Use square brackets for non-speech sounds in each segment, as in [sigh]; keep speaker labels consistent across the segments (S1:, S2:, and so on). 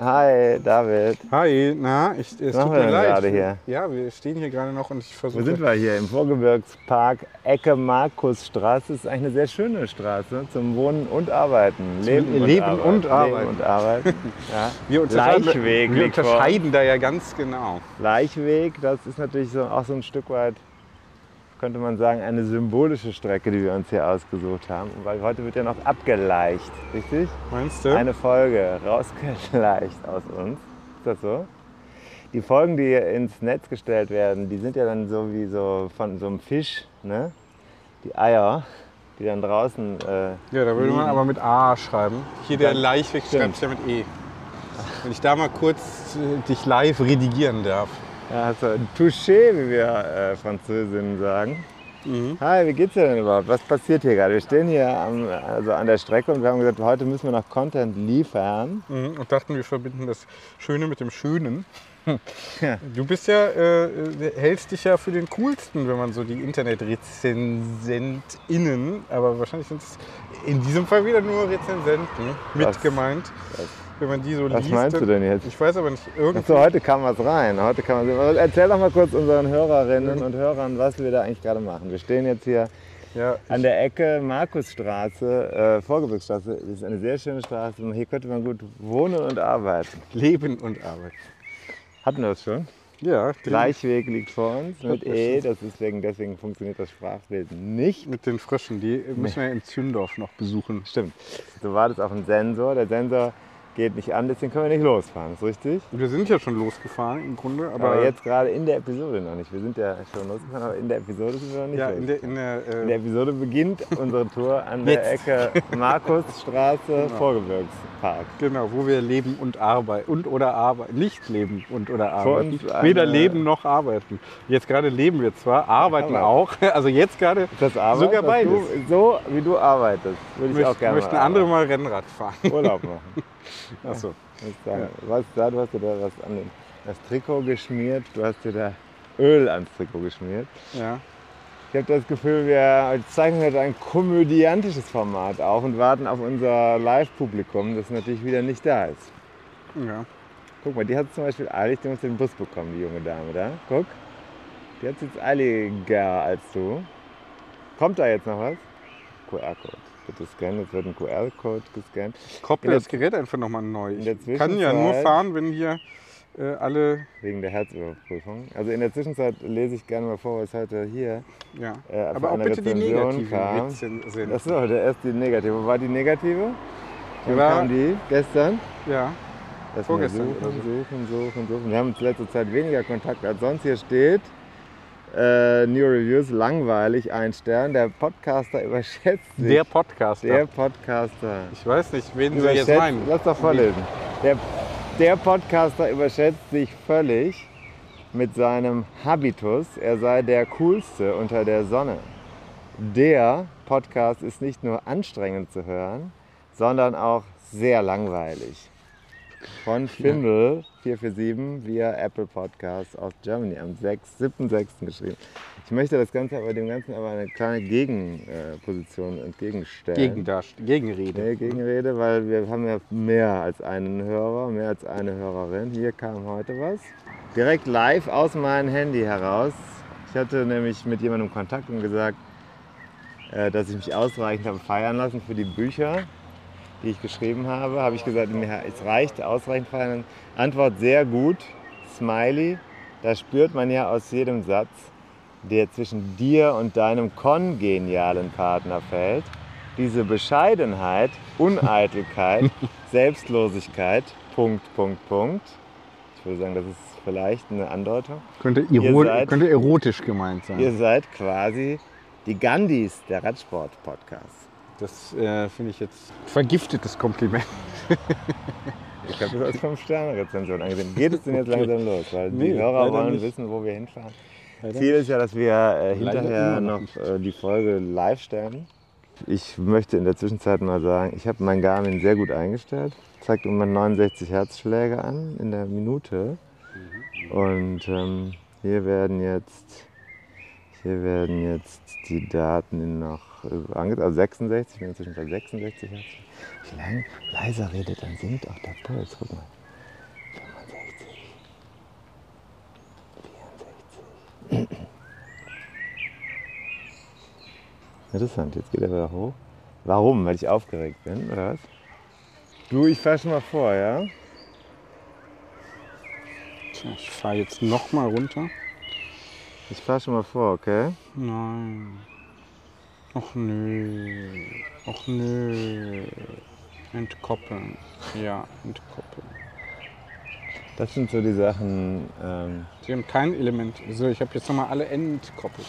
S1: Hi, David.
S2: Hi, na, ich, es
S1: machen wir
S2: tut mir
S1: denn
S2: leid.
S1: gerade hier?
S2: Ja, wir stehen hier gerade noch und ich
S1: Wo
S2: versuche.
S1: sind wir hier? Im Vorgebirgspark Ecke Markusstraße. Ist eigentlich eine sehr schöne Straße zum Wohnen und Arbeiten. Leben,
S2: Leben und
S1: und Arbeiten. Leben
S2: Arbeiten.
S1: und [laughs] Arbeiten. Ja.
S2: wir unterscheiden,
S1: Leichweg
S2: wir
S1: liegt vor.
S2: unterscheiden da ja ganz genau.
S1: Leichweg, das ist natürlich so, auch so ein Stück weit, könnte man sagen, eine symbolische Strecke, die wir uns hier ausgesucht haben. Weil heute wird ja noch abgeleicht, richtig?
S2: Meinst du?
S1: Eine Folge [laughs] rausgeschleicht aus uns. Ist das so? Die Folgen, die ins Netz gestellt werden, die sind ja dann so wie so von so einem Fisch, ne? Die Eier, die dann draußen. Äh,
S2: ja, da würde man aber mit A schreiben. Hier der
S1: Dann-
S2: Leichweg schreibt sich ja mit E. Wenn ich da mal kurz äh, dich live redigieren darf.
S1: ja, hast du Touché, wie wir äh, Französinnen sagen. Hi, wie geht's dir denn überhaupt? Was passiert hier gerade? Wir stehen hier am, also an der Strecke und wir haben gesagt, heute müssen wir noch Content liefern.
S2: Mhm, Und dachten, wir verbinden das Schöne mit dem Schönen.
S1: [laughs] Ja.
S2: Du bist ja, äh, hältst dich ja für den coolsten, wenn man so die InternetrezensentInnen, aber wahrscheinlich sind es in diesem Fall wieder nur Rezensenten mit
S1: Was?
S2: gemeint. Wenn man die so
S1: Was
S2: liest.
S1: meinst du
S2: dann-
S1: denn jetzt?
S2: Ich weiß aber nicht,
S1: Achso,
S2: irgendwie.
S1: heute kam was rein. Heute kam was Erzähl doch mal kurz unseren Hörerinnen und Hörern, was wir da eigentlich gerade machen. Wir stehen jetzt hier
S2: Ja,
S1: an der Ecke Markusstraße, äh, Vorgebirgsstraße. Das ist eine sehr schöne Straße. und Hier könnte man gut wohnen und arbeiten.
S2: Leben und Arbeit.
S1: Hatten wir das schon?
S2: Ja, den-
S1: Gleichweg liegt vor uns mit
S2: wir
S1: E. Das ist wegen, deswegen funktioniert das Sprachbild nicht.
S2: mit den Fröschen, die müssen wir in Zündorf noch besuchen.
S1: Stimmt. So war das auf dem Sensor. Der Sensor geht nicht an, deswegen können wir nicht losfahren. Ist richtig?
S2: Wir sind ja schon losgefahren im Grunde, aber,
S1: Aber, jetzt gerade in der Episode noch nicht. Wir sind ja schon losgefahren, aber in der Episode sind wir noch nicht.
S2: ja,
S1: los.
S2: in der, in der, äh,
S1: In der Episode beginnt unsere Tour an der Ecke Markusstraße, Vorgebirgspark.
S2: Genau, wo wir leben und arbeiten und oder arbeiten, nicht leben und oder
S1: Vor
S2: arbeiten.
S1: uns eine-
S2: Weder leben noch arbeiten. Jetzt gerade leben wir zwar, arbeiten
S1: Aber-
S2: auch. [laughs] Also jetzt gerade
S1: Ist Das Arbeit,
S2: Sogar
S1: was du,
S2: beides.
S1: so wie du arbeitest, würde ich
S2: möcht,
S1: auch gerne
S2: möchten
S1: mal
S2: andere
S1: arbeiten.
S2: mal Rennrad fahren.
S1: [laughs] Urlaub
S2: [laughs]
S1: machen.
S2: Achso.
S1: Muss ich sagen. Was, da, du hast dir da was an den, das Trikot geschmiert, du hast dir da Öl ans Trikot geschmiert.
S2: Ja.
S1: Ich habe das Gefühl, wir zeichnen heute ein komödiantisches Format auf und warten auf unser Live-Publikum, das natürlich wieder nicht da ist.
S2: ja.
S1: Guck mal, die hat zum Beispiel eilig, die muss den Bus bekommen, die junge Dame da. Guck. Die hat jetzt eiliger als du. Kommt da jetzt noch was? QR-Code. Bitte scannen, jetzt wird ein QR-Code gescannt.
S2: Koppel
S1: In der-
S2: das Gerät einfach nochmal neu.
S1: in der
S2: Ich kann ja nur
S1: Zwischenzeit-
S2: fahren, wenn hier äh, alle.
S1: Wegen der Herzüberprüfung. Also in der Zwischenzeit lese ich gerne mal vor, was heute hier.
S2: Ja.
S1: Äh, von
S2: Aber auch
S1: einer
S2: bitte die
S1: Rezension
S2: negativen
S1: kam.
S2: Witzen sind.
S1: Achso, der erst die negative. Wo war die negative? Wo
S2: war-
S1: kam die? Gestern?
S2: Ja.
S1: Lass
S2: Vorgestern
S1: mal
S2: oder
S1: Suchen,
S2: so.
S1: suchen, suchen, suchen. Wir haben in letzter Zeit weniger Kontakt als sonst. Hier steht äh, New Reviews, langweilig, ein Stern. Der Podcaster [laughs] überschätzt sich.
S2: Der Podcast.
S1: Der Podcaster.
S2: Ich weiß nicht, wen Sie jetzt
S1: Überschätzt,
S2: meinen.
S1: lass doch vorlesen. Der, der Podcaster überschätzt sich völlig mit seinem Habitus. Er sei der coolste unter der Sonne. Der Podcast ist nicht nur anstrengend zu hören, sondern auch sehr langweilig. Von Findel 447 via Apple Podcasts aus Germany am 6., 7.6. geschrieben. Ich möchte das Ganze aber dem Ganzen aber eine kleine Gegenposition entgegenstellen.
S2: Gegendarst Gegenrede.
S1: Nee, Gegenrede, weil wir haben ja mehr als einen Hörer, mehr als eine Hörerin. Hier kam heute was. Direkt live aus meinem Handy heraus. Ich hatte nämlich mit jemandem Kontakt und gesagt, äh, dass ich mich ausreichend habe feiern lassen für die Bücher, die ich geschrieben habe. Habe ich gesagt, mir- es reicht, ausreichend feiern. Antwort sehr gut, Smiley. Da spürt man ja aus jedem Satz, der zwischen dir und deinem kongenialen Partner fällt diese Bescheidenheit,
S2: [laughs]
S1: Uneitelkeit, Selbstlosigkeit, Punkt, Punkt, Punkt. Ich würde sagen, das ist vielleicht eine Andeutung.
S2: Könnte,
S1: Ihr seid-
S2: könnte erotisch gemeint sein.
S1: Ihr seid quasi die Gandhis der Radsport-Podcasts.
S2: Das äh, finde ich jetzt vergiftetes Kompliment.
S1: Ich habe das als 5-Sterne-Rezension angesehen. Geht es denn jetzt langsam los? Weil die
S2: Nee,
S1: Hörer
S2: leider
S1: wollen
S2: nicht.
S1: wissen, wo wir hinfahren.
S2: Leider
S1: Ziel ist ja, dass wir äh, hinterher
S2: immer noch
S1: noch äh, die Folge live stellen. Ich möchte in der Zwischenzeit mal sagen, ich habe mein Garmin sehr gut eingestellt. Zeigt immer 69 Herzschläge an in der Minute. Und ähm, hier werden jetzt hier werden jetzt die Daten noch äh, ange also 66, ich bin inzwischen bei 66 Herzschläge. Wie lange leiser redet, dann sinkt auch der Puls. Guck mal. 65, 64. Interessant, jetzt geht er wieder hoch. Warum? Weil ich aufgeregt bin, oder was? Du, ich fahr schon mal vor, ja?
S2: Tja, Ich fahre jetzt nochmal runter.
S1: Ich fahr schon mal vor, okay?
S2: Nein. Och nö. Och nö. Entkoppeln. Ja, entkoppeln.
S1: Das sind so die Sachen, ähm,
S2: Sie haben kein Element. So, ich habe jetzt nochmal alle entkoppelt.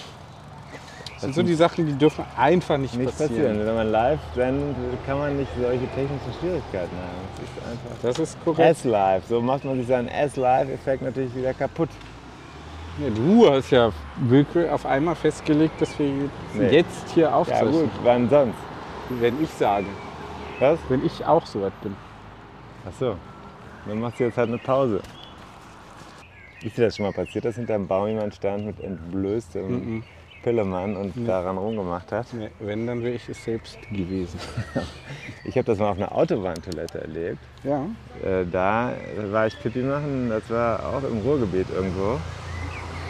S2: Das sind so die Sachen, die dürfen einfach nicht,
S1: nicht
S2: passieren.
S1: passieren. Wenn man live sendet, kann man nicht solche technischen Schwierigkeiten haben. Das ist einfach.
S2: Das ist korrekt.
S1: S-Live, so macht man sich seinen S-Live-Effekt natürlich wieder kaputt.
S2: Ja, du hast ja willkürlich auf einmal festgelegt, dass wir
S1: Nee.
S2: jetzt hier
S1: Ja
S2: aufzeichnen.
S1: gut, wann sonst?
S2: Wenn ich sage,
S1: Was?
S2: wenn ich auch so weit bin.
S1: Ach so. Dann machst du jetzt halt eine Pause. Ist dir das schon mal passiert, dass hinter einem Baum jemand stand mit entblößtem
S2: Mhm.
S1: Pillemann und daran rumgemacht hat?
S2: Nee, wenn, dann wäre ich es selbst gewesen.
S1: Ich habe das mal auf einer Autobahntoilette erlebt.
S2: Ja,
S1: Äh, da war ich Pipi machen, das war auch im Ruhrgebiet irgendwo.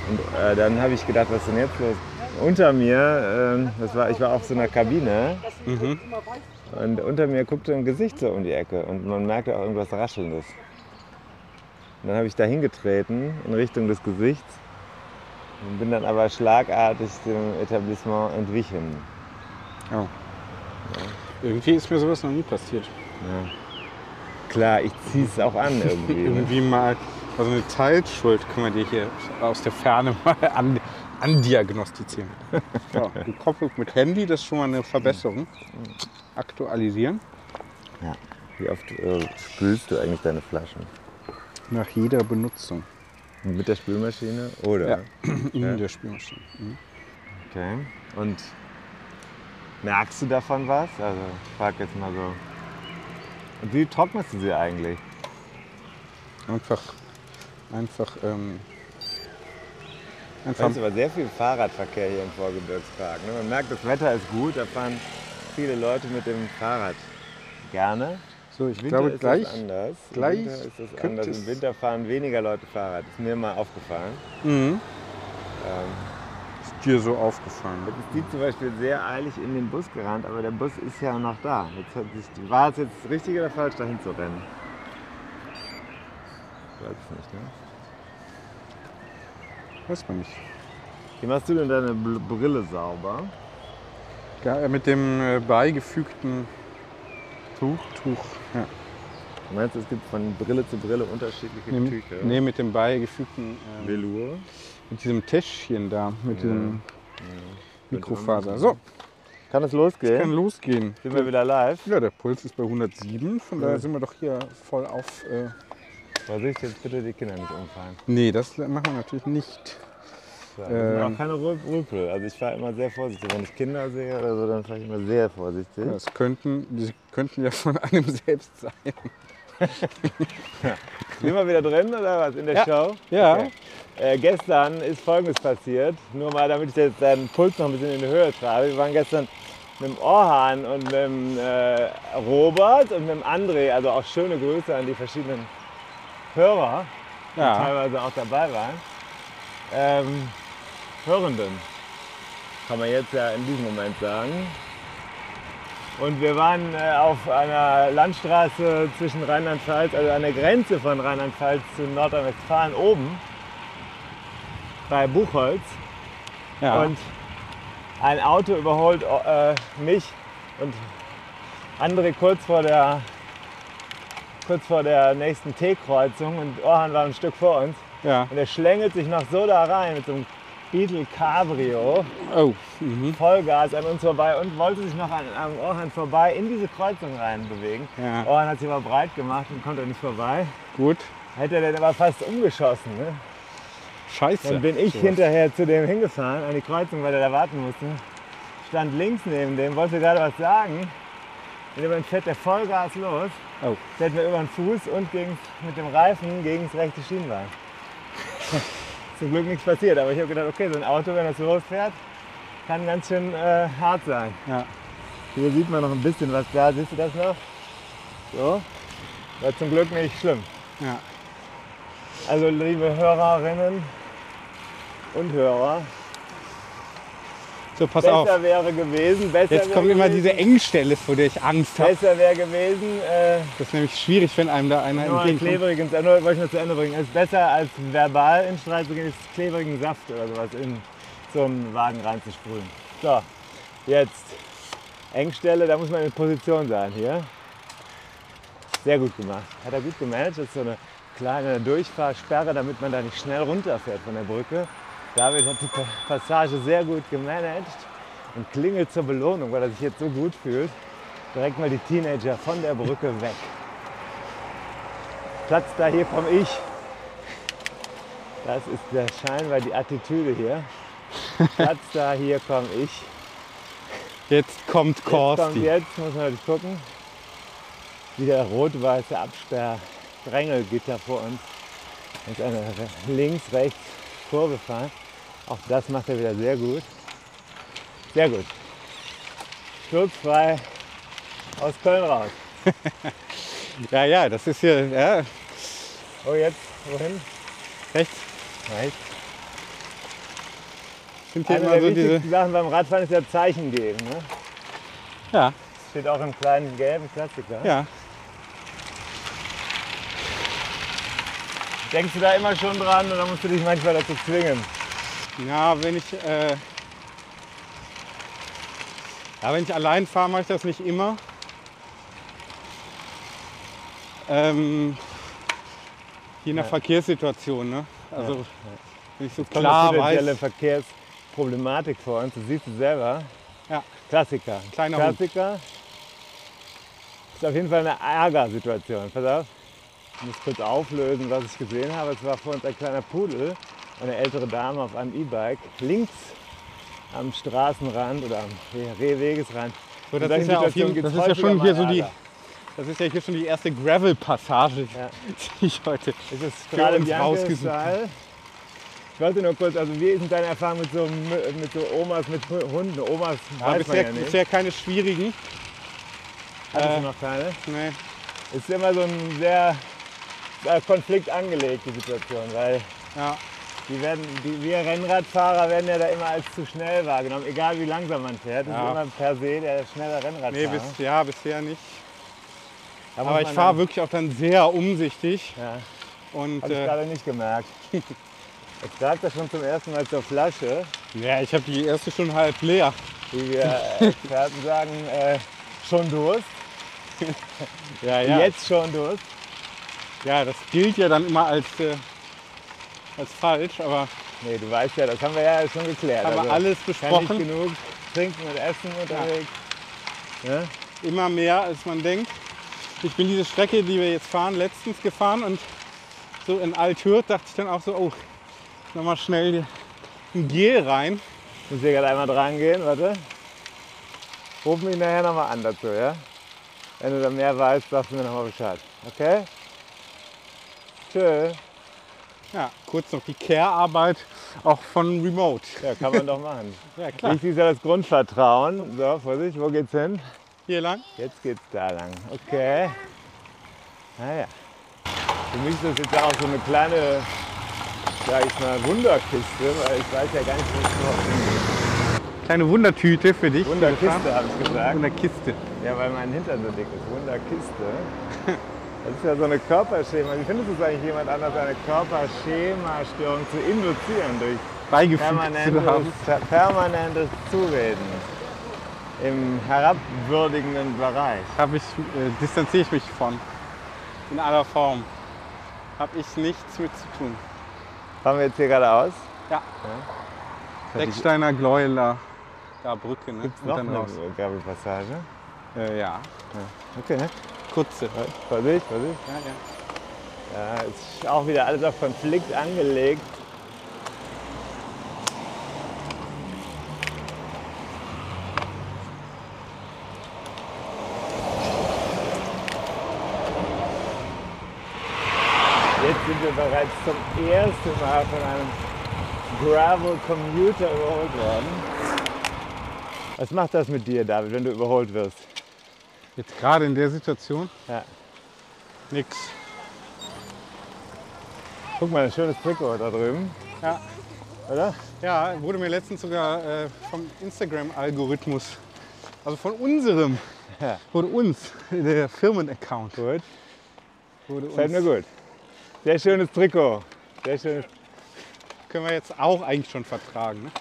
S1: Und äh, dann habe ich gedacht, was ist denn jetzt los? Unter mir, ähm, das war, ich war auf so einer Kabine und unter mir guckte ein Gesicht so um die Ecke und man merkte auch irgendwas Raschelndes. Und dann habe ich da hingetreten in Richtung des Gesichts und bin dann aber schlagartig dem Etablissement entwichen.
S2: irgendwie ist mir sowas noch nie passiert.
S1: Klar, ich ziehe es auch an irgendwie. ne?
S2: Irgendwie mal, also eine Teilschuld können wir dir hier aus der Ferne mal [laughs] an, andiagnostizieren. Ja, gekoppelt mit Handy, das ist schon mal eine Verbesserung. Aktualisieren.
S1: Ja. Wie oft äh, spülst du eigentlich deine Flaschen?
S2: Nach jeder Benutzung.
S1: Mit der Spülmaschine oder?
S2: Ja. In der Spülmaschine. Mhm.
S1: Okay. Und merkst du davon was? Also ich frag jetzt mal so. Und wie trocknest du sie eigentlich?
S2: Einfach, einfach, ähm, Also,
S1: Es
S2: einfach
S1: ist aber sehr viel Fahrradverkehr hier im Vorgebirgspark. Ne? Man merkt, das Wetter ist gut, da fahren viele Leute mit dem Fahrrad gerne.
S2: so, ich
S1: Im Winter
S2: glaube
S1: ist
S2: gleich.
S1: das anders. Im
S2: gleich
S1: Winter ist das
S2: könnte
S1: anders. Im
S2: es-
S1: Winter fahren weniger Leute Fahrrad. Ist mir mal aufgefallen.
S2: Mhm.
S1: Ähm,
S2: Ist dir so aufgefallen.
S1: Jetzt ist die zum Beispiel sehr eilig in den Bus gerannt, aber der Bus ist ja noch da. Jetzt hat sich, war es jetzt richtig oder falsch, dahin zu rennen? Ich weiß es nicht, ne?
S2: Weiß man nicht.
S1: Wie machst du denn deine Bl- Brille sauber?
S2: Ja, mit dem äh, beigefügten Tuch. Tuch. Ja.
S1: Du meinst, es gibt von Brille zu Brille unterschiedliche
S2: Nee,
S1: Tücher?
S2: nee, mit dem beigefügten, äh,
S1: Velour?
S2: mit diesem Täschchen da, mit diesem Mikrofaser.
S1: Mit
S2: So,
S1: Kann es
S2: kann
S1: losgehen?
S2: losgehen.
S1: Sind wir wieder live?
S2: Ja, der Puls ist bei 107, von daher sind wir doch hier voll auf. Äh,
S1: Vorsicht, jetzt bitte die Kinder nicht umfahren.
S2: nee, das machen wir natürlich nicht.
S1: So, das sind
S2: Ähm.
S1: auch keine Rü- Rüpel. Also ich fahre immer sehr vorsichtig. Wenn ich Kinder sehe oder so, dann fahre ich immer sehr vorsichtig.
S2: Das könnten, die könnten ja von einem [laughs] selbst sein.
S1: Sind wir wieder drin oder was in der
S2: Ja.
S1: Show?
S2: Ja.
S1: Äh, gestern ist Folgendes passiert, nur mal damit ich jetzt deinen Puls noch ein bisschen in die Höhe treibe. Wir waren gestern mit dem Orhan und mit dem äh, Robert und mit dem André, also auch schöne Grüße an die verschiedenen Hörer, die
S2: Ja,
S1: teilweise auch dabei waren. Ähm, Hörenden, kann man jetzt ja in diesem Moment sagen. Und wir waren äh, auf einer Landstraße zwischen Rheinland-Pfalz, also an der Grenze von Rheinland-Pfalz zu Nordrhein-Westfalen oben, bei Buchholz.
S2: ja.
S1: Und ein Auto überholt äh, mich Und andere kurz vor der, kurz vor der nächsten T-Kreuzung und Orhan war ein Stück vor uns.
S2: Ja.
S1: Und er schlängelt sich noch so da rein mit so einem Beetle Cabrio,
S2: Oh. Mhm.
S1: Vollgas an uns vorbei und wollte sich noch an, am Orhan vorbei in diese Kreuzung rein bewegen.
S2: Ja.
S1: Orhan hat sich aber breit gemacht und kommt da nicht vorbei.
S2: Gut.
S1: Hätte er den aber fast umgeschossen. Ne?
S2: Scheiße.
S1: Dann bin ich
S2: So.
S1: hinterher zu dem hingefahren, an die Kreuzung, weil er da warten musste. Stand links neben dem, wollte gerade was sagen. In dem Moment fährt der Vollgas los,
S2: Oh.
S1: fährt mir über den Fuß und gegen, mit dem Reifen gegen das rechte Schienbein. [laughs] Zum Glück nichts passiert, aber ich habe gedacht, okay, so ein Auto, wenn das losfährt, kann ganz schön äh, hart sein.
S2: Ja.
S1: Hier sieht man noch ein bisschen was da, siehst du das noch? So, war zum Glück nicht schlimm.
S2: Ja.
S1: Also liebe Hörerinnen und Hörer,
S2: So, pass
S1: besser
S2: auf.
S1: wäre gewesen, besser
S2: Jetzt
S1: wäre
S2: kommt immer
S1: gewesen,
S2: diese Engstelle, vor der ich Angst habe.
S1: besser wäre gewesen, äh,
S2: Das ist nämlich schwierig, wenn einem da einer
S1: nur einen
S2: entgegenkommt.
S1: klebrigen, äh, nur, wollte ich noch zu Ende bringen, ist besser als verbal in Streit zu gehen, ist klebrigen Saft oder sowas in so einen Wagen reinzusprühen. So, jetzt Engstelle, da muss man in Position sein hier. Sehr gut gemacht. Hat er gut gemanagt. Das ist so eine kleine Durchfahrsperre, damit man da nicht schnell runterfährt von der Brücke. David hat die Pa- Passage sehr gut gemanagt und klingelt zur Belohnung, weil er sich jetzt so gut fühlt. Direkt mal die Teenager von der Brücke weg. Platz da hier vom Ich. Das ist der scheinbar die Attitüde
S2: [laughs]
S1: hier. Platz da hier komm ich.
S2: Jetzt kommt
S1: Jetzt, kommt,
S2: Korsti.
S1: jetzt muss man natürlich gucken. Wieder rot-weiße Absperrdrängelgitter vor uns. Und eine links-rechts-Kurve fahren. Auch das macht er wieder sehr gut. Sehr gut. Sturzfrei aus Köln raus.
S2: Ja, ja, das ist hier. Ja,
S1: Oh, jetzt, wohin?
S2: rechts
S1: Rechts.
S2: sind hier
S1: Eine
S2: immer
S1: der
S2: so diese.
S1: wichtigsten Sachen beim Radfahren ist ja Zeichen geben. Ne?
S2: Ja,
S1: Steht auch im kleinen gelben Klassiker.
S2: ja.
S1: Denkst du da immer schon dran oder musst du dich manchmal dazu zwingen?
S2: Ja, wenn ich. Äh, ja, wenn ich allein fahre, mache ich das nicht immer. Ähm, je nach Verkehrssituation, ne? Also, wenn ich so
S1: Kommt
S2: klar
S1: eine finanzielle
S2: weiß.
S1: Verkehrsproblematik vor uns, du siehst es selber.
S2: Ja.
S1: Klassiker.
S2: Kleiner Hund.
S1: Klassiker. Ist auf jeden Fall eine Ärgersituation. Pass auf. Ich muss kurz auflösen, was ich gesehen habe. Es war vor uns ein kleiner Pudel, eine ältere Dame auf einem E-Bike, links am Straßenrand oder am Rehwegesrand.
S2: So,
S1: In
S2: das,
S1: solchen
S2: ist ja auf
S1: Situationen
S2: jeden, das
S1: gibt's
S2: ist ja
S1: häufiger
S2: schon hier so
S1: mal
S2: die.
S1: Ärger.
S2: Das ist ja hier schon die erste Gravel-Passage,
S1: Ja.
S2: die ich heute.
S1: Es ist
S2: Für
S1: gerade
S2: uns rausgesucht.
S1: Bianca-Style. Ich wollte nur kurz, also wie ist denn deine Erfahrung mit so, mit so Omas, mit Hunden? Omas
S2: Ja,
S1: weiß man
S2: bisher,
S1: ja nicht.
S2: bisher keine schwierigen.
S1: Hattest
S2: äh,
S1: du noch keine?
S2: Nee.
S1: Ist immer so ein sehr äh, Konflikt angelegt, die Situation, weil
S2: Ja.
S1: die werden, die, wir Rennradfahrer werden ja da immer als zu schnell wahrgenommen, egal wie langsam man fährt. Das
S2: Ja.
S1: ist immer per se der schnelle Rennradfahrer.
S2: Nee, bis, ja, bisher nicht.
S1: Da muss
S2: Aber ich
S1: man
S2: fahre
S1: dann-
S2: wirklich auch dann sehr umsichtig.
S1: Ja.
S2: Und
S1: Hab ich
S2: äh,
S1: gerade nicht
S2: [laughs]
S1: gemerkt. Jetzt sagt er schon zum ersten Mal zur Flasche.
S2: ja, ich habe die erste schon halb leer.
S1: wie wir äh, Experten sagen, äh, schon Durst.
S2: Ja,
S1: Jetzt schon Durst.
S2: ja, das gilt ja dann immer als, äh, als falsch, aber
S1: Nee, du weißt ja, das haben wir ja schon geklärt. Also,
S2: haben wir alles
S1: kann nicht
S2: besprochen.
S1: genug trinken und essen unterwegs. Ja.
S2: Immer mehr, als man denkt. Ich bin diese Strecke, die wir jetzt fahren, letztens gefahren und so in Altürk dachte ich dann auch so, oh, nochmal schnell ein Gel rein.
S1: Muss hier gerade einmal dran gehen, warte. Rufen ihn nachher nochmal an dazu, ja? Wenn du da mehr weißt, sagst du mir nochmal Bescheid. Okay? Tschö.
S2: Ja, kurz noch die Care-Arbeit auch von Remote.
S1: Ja, kann man doch
S2: [laughs]
S1: machen.
S2: Ja, klar.
S1: Wichtig ist ja das Grundvertrauen. So, Vorsicht, wo geht's hin?
S2: Hier lang.
S1: Jetzt geht's da lang. Okay. Naja. Für mich ist das jetzt auch so eine kleine, sag ich mal, Wunderkiste, weil ich weiß ja gar nicht, was überhaupt hingeht.
S2: Kleine Wundertüte für dich.
S1: Wunderkiste habe ich gesagt.
S2: Wunderkiste.
S1: Ja, weil mein Hintern so dick ist. Wunderkiste. Das ist ja so eine Körperschema. Wie findest du es eigentlich, jemand anders eine Körperschema-Störung zu induzieren durch
S2: Beigefügt zu haben.
S1: permanentes, permanentes Zureden? im herabwürdigenden Bereich.
S2: Hab ich, äh, distanziere ich mich von. In aller Form. Habe ich nichts mit zu tun.
S1: Fahren wir jetzt hier geradeaus?
S2: Ja.
S1: Das hat die-
S2: Ecksteiner Gläuler. Da Brücke, ne?
S1: Gibt's
S2: Und
S1: noch
S2: dann
S1: eine
S2: raus.
S1: Gravelpassage?
S2: Äh, ja.
S1: Okay, ne?
S2: Kurze.
S1: Vorsicht, Vorsicht.
S2: Ja, ja.
S1: Ja, ist auch wieder alles auf Konflikt angelegt. Jetzt sind wir bereits zum ersten Mal von einem Gravel Commuter überholt worden. Was macht das mit dir, David, wenn du überholt wirst?
S2: Jetzt gerade in der Situation
S1: Ja.
S2: nix.
S1: Guck mal, ein schönes Trikot da drüben,
S2: Ja,
S1: oder?
S2: ja wurde mir letztens sogar äh, vom Instagram-Algorithmus, also von unserem,
S1: Ja.
S2: wurde uns, [laughs] der Firmen-Account,
S1: Gut.
S2: wurde
S1: Fällt mir
S2: uns,
S1: gut. Sehr schönes Trikot. Sehr schönes.
S2: können wir jetzt auch eigentlich schon vertragen. Ne?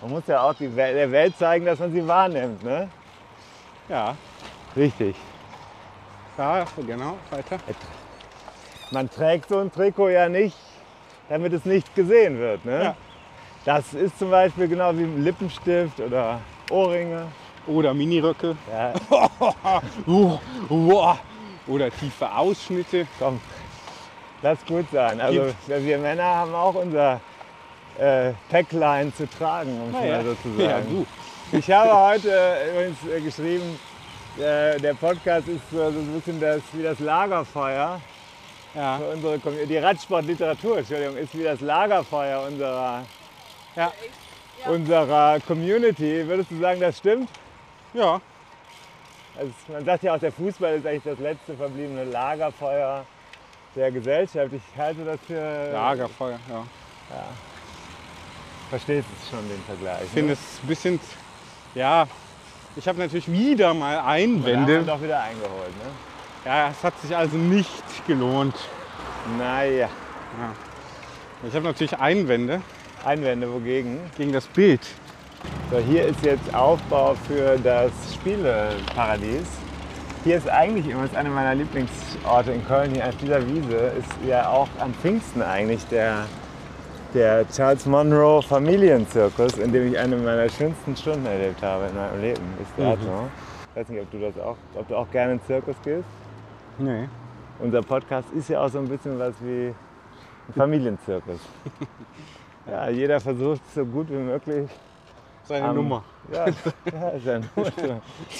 S1: Man muss ja auch die Wel der Welt zeigen, dass man sie wahrnimmt, ne?
S2: Ja,
S1: Richtig.
S2: da, genau, weiter.
S1: Man trägt so ein Trikot ja nicht, damit es nicht gesehen wird, ne?
S2: Ja.
S1: Das ist zum Beispiel genau wie ein Lippenstift oder Ohrringe.
S2: Oder Miniröcke.
S1: Ja,
S2: [laughs] Uah, uah. Oder tiefe Ausschnitte.
S1: komm, lass gut sein. Also wir wir Männer haben auch unser äh, Päcklein zu tragen, um es mal so zu sagen.
S2: ja, du.
S1: Ich habe heute äh, übrigens äh, geschrieben, äh, der Podcast ist äh, so so ein bisschen das, wie das Lagerfeuer
S2: Ja,
S1: für unsere Community. Die Radsportliteratur, Entschuldigung, ist wie das Lagerfeuer unserer,
S2: ja,
S1: unserer Community. Würdest du sagen, das stimmt?
S2: ja.
S1: Also man sagt ja auch, der Fußball ist eigentlich das letzte verbliebene Lagerfeuer der Gesellschaft. Ich halte das für...
S2: Lagerfeuer, ja.
S1: Verstehst du schon, den Vergleich?
S2: Ich finde es ein bisschen, ja, ich habe natürlich wieder mal
S1: Wende.
S2: Einwände.
S1: doch wieder eingeholt, ne?
S2: Ja, es hat sich also nicht gelohnt.
S1: Naja,
S2: Ich habe natürlich Einwände
S1: Einwände wogegen?
S2: gegen das Bild.
S1: So, hier ist jetzt Aufbau für das Spieleparadies. Hier ist eigentlich immer, ist einer meiner Lieblingsorte in Köln, hier auf dieser Wiese, ist ja auch an Pfingsten eigentlich der, der Charles Monroe Familienzirkus, in dem ich eine meiner schönsten Stunden erlebt habe in meinem Leben. Ist der so. Ich weiß nicht, ob du das auch, ob du auch gerne in den Zirkus gehst.
S2: Nee.
S1: Unser Podcast ist ja auch so ein bisschen was wie ein Familienzirkus. Ja, jeder versucht so gut wie möglich.
S2: Seine
S1: Ähm,
S2: Nummer.
S1: Ja, ja ist ja nur.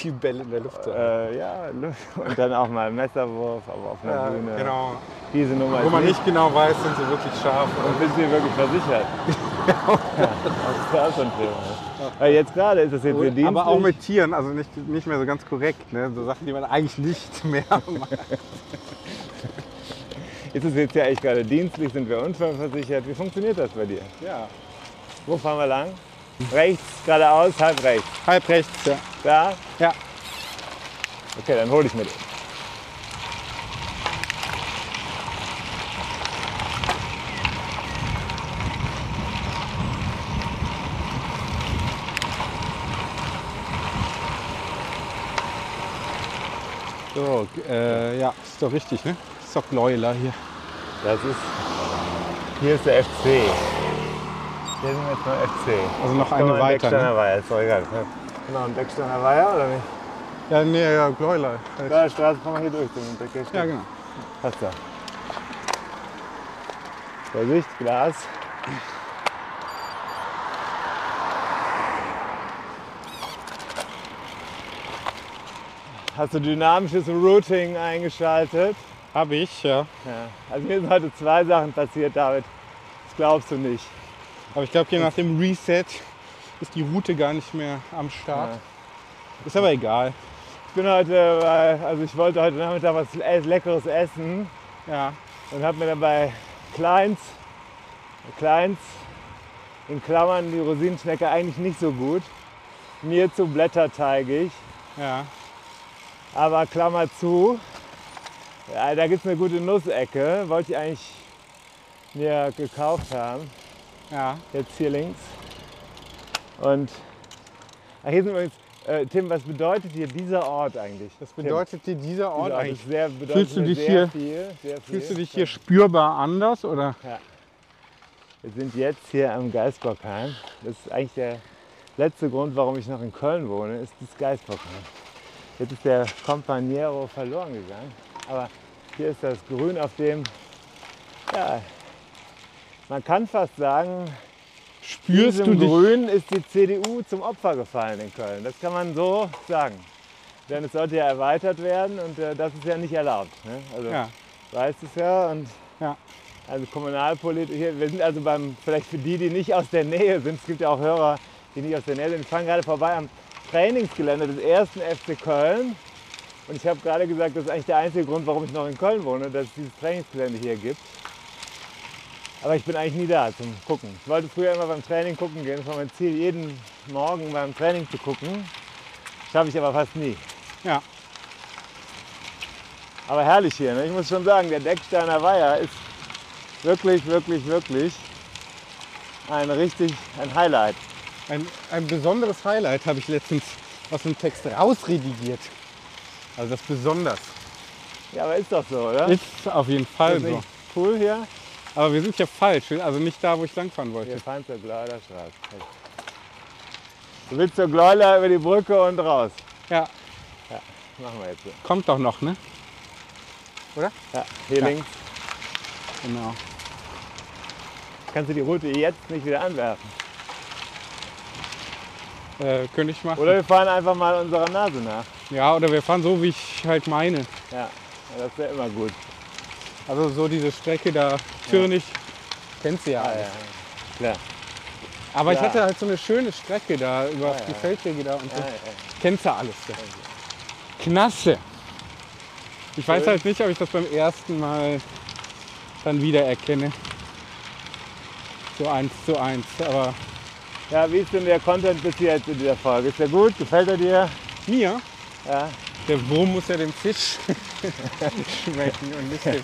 S2: Die Bälle in der Luft.
S1: Äh, ja, Luft- [laughs] und dann auch mal Messerwurf, aber auf einer
S2: ja,
S1: Bühne.
S2: genau.
S1: Diese Nummer
S2: Wo
S1: ist
S2: man nicht genau weiß, sind sie wirklich scharf.
S1: Und bist du wirklich
S2: [laughs]
S1: versichert? ja, das ist auch so ein Thema. Aber jetzt gerade ist das jetzt hier dienstlich.
S2: Aber auch mit Tieren, also nicht, nicht mehr so ganz korrekt. Ne? So Sachen, die man eigentlich nicht [laughs] mehr macht.
S1: ist es jetzt ja echt gerade dienstlich, sind wir unfallversichert. Wie funktioniert das bei dir?
S2: Ja.
S1: Wo fahren wir lang? Rechts, geradeaus, halb rechts.
S2: Halb rechts, ja.
S1: Da?
S2: Ja.
S1: Okay, dann hole ich mit.
S2: So, äh, ja, ist doch richtig, ne? Ist doch Gläuler hier.
S1: Das ist. Hier ist der FC. Hier sind wir jetzt beim FC.
S2: Also noch
S1: Kann
S2: eine
S1: man
S2: weiter. Ne?
S1: Decksteiner Weiher, ist doch egal. Genau, ein Decksteiner Weiher oder nicht?
S2: Ja, nee, ja, Gläuler.
S1: Ja, die Straße kann man hier durch, den Decksteiner.
S2: Ja, genau.
S1: Passt da. Vorsicht, Glas. Hast du dynamisches Routing eingeschaltet?
S2: Habe ich, ja.
S1: Ja. Also mir sind heute zwei Sachen passiert, David. Das glaubst du nicht.
S2: Aber ich glaube, je nach dem Reset ist die Route gar nicht mehr am Start.
S1: Ja.
S2: Ist aber egal.
S1: Ich bin heute, bei- also ich wollte heute Nachmittag was Le- Leckeres essen.
S2: Ja,
S1: und habe mir dann bei Kleins, Kleins, in Klammern die Rosinenschnecke eigentlich nicht so gut, mir zu blätterteigig,
S2: ja.
S1: aber Klammer zu, ja, da gibt es eine gute Nussecke, wollte ich eigentlich mir gekauft haben.
S2: Ja.
S1: Jetzt hier links. Und ach, hier sind übrigens, äh, Tim, was bedeutet dir dieser Ort eigentlich?
S2: Das bedeutet dir dieser Ort
S1: Dieser Ort
S2: eigentlich?
S1: ist sehr, bedeutet
S2: Fühlst du
S1: mir
S2: dich
S1: sehr
S2: hier-
S1: Viel, sehr viel.
S2: Fühlst du dich hier spürbar anders oder?
S1: Wir sind jetzt hier am Geisbockheim. Das ist eigentlich der letzte Grund, warum ich noch in Köln wohne, ist das Geisbockheim. Jetzt ist der Companiero verloren gegangen. Aber hier ist das Grün, auf dem, ja, man kann fast sagen,
S2: Spürst du
S1: diesem
S2: dich?
S1: Grün ist die CDU zum Opfer gefallen in Köln. Das kann man so sagen. Denn es sollte ja erweitert werden und äh, das ist ja nicht erlaubt. Ne? Also,
S2: Ja.
S1: weißt es ja. Und
S2: Ja.
S1: Also Kommunalpolitik, hier, wir sind also beim, vielleicht für die, die nicht aus der Nähe sind, es gibt ja auch Hörer, die nicht aus der Nähe sind, wir fahren gerade vorbei am Trainingsgelände des ersten FC Köln. Und ich habe gerade gesagt, das ist eigentlich der einzige Grund, warum ich noch in Köln wohne, dass es dieses Trainingsgelände hier gibt. Aber ich bin eigentlich nie da zum Gucken. Ich wollte früher immer beim Training gucken gehen. Das war mein Ziel, jeden Morgen beim Training zu gucken. Schaffe ich aber fast nie.
S2: Ja.
S1: Aber herrlich hier. Ne? Ich muss schon sagen, der Decksteiner Weiher ist wirklich, wirklich, wirklich ein richtig ein Highlight.
S2: Ein, ein besonderes Highlight habe ich letztens aus dem Text rausredigiert. Also das Besonders.
S1: Ja, aber ist doch so, oder?
S2: Ist auf jeden Fall
S1: ist
S2: so.
S1: nicht cool hier?
S2: Aber wir sind ja falsch, also nicht da, wo ich langfahren
S1: Wir
S2: wollte.
S1: fahren zur Gleulerstraße. Du willst zur Gleuler über die Brücke und raus.
S2: Ja,
S1: Machen wir jetzt so.
S2: kommt doch noch, ne?
S1: Ja, hier
S2: Ja.
S1: links.
S2: Genau.
S1: Kannst du die Route jetzt nicht wieder anwerfen.
S2: Äh, könnte ich machen.
S1: Oder wir fahren einfach mal unserer Nase nach.
S2: Ja, oder wir fahren so, wie ich halt meine.
S1: Ja, ja, das wäre immer gut.
S2: Also so diese Strecke da, Türnich, kennst du ja.
S1: Ah,
S2: alle.
S1: ja. Klar.
S2: Aber ich
S1: Ja. Ah,
S2: hatte halt so eine schöne Strecke da über
S1: ja.
S2: die Feldwege da und so.
S1: Ja, ja.
S2: Kennst du alles. Ja. Knasse. Ich weiß
S1: Schön.
S2: halt nicht, ob ich das beim ersten Mal dann wieder erkenne. So eins zu eins. Aber
S1: ja, wie ist denn der Content bis jetzt in dieser Folge? Ist der gut? Gefällt er dir?
S2: mir,
S1: Ja,
S2: der Wurm muss ja dem Fisch [laughs] schmecken und nicht dem,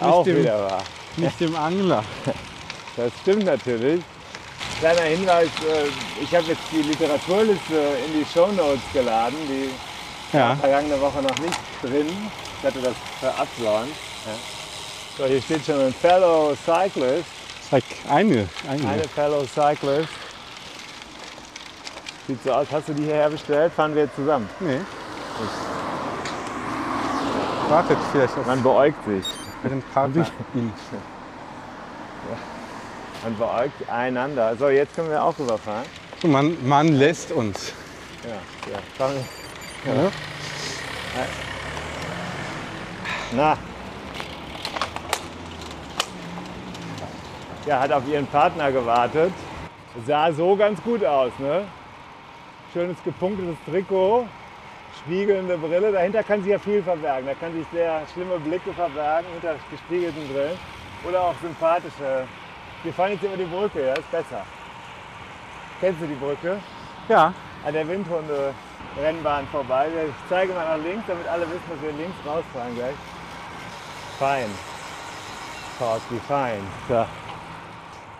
S1: auch
S2: dem-
S1: wieder wahr.
S2: nicht dem Angler.
S1: Das stimmt natürlich. Kleiner Hinweis, äh, ich habe jetzt die Literaturliste in die Shownotes geladen, die
S2: Ja.
S1: vergangene Woche noch nicht drin. Ich hatte das verabsäumt. Ja. So, hier steht schon ein Fellow Cyclist.
S2: Zeig eine. Eine.
S1: Eine Fellow Cyclist. Sieht so aus, hast du die hierher bestellt? Fahren wir jetzt zusammen.
S2: Nee. Wartet vielleicht auf
S1: Man beäugt sich.
S2: ihren Partner.
S1: Man beäugt einander. So, jetzt können wir auch rüberfahren.
S2: So, [laughs] man, man lässt uns.
S1: Ja, ja. Fahren wir.
S2: Ja.
S1: Na. Ja, hat auf ihren Partner gewartet. Sah so ganz gut aus, ne? Schönes gepunktetes Trikot, spiegelnde Brille. Dahinter kann sich ja viel verbergen. Da kann sich sehr schlimme Blicke verbergen hinter gespiegelten Brillen. Oder auch sympathische. Wir fahren jetzt über die Brücke, ja, ist besser. Kennst du die Brücke?
S2: ja.
S1: an der Windhunde-Rennbahn vorbei. Ich zeige mal nach links, damit alle wissen, dass wir links rausfahren gleich. Fein. Fahrt wie fein. So,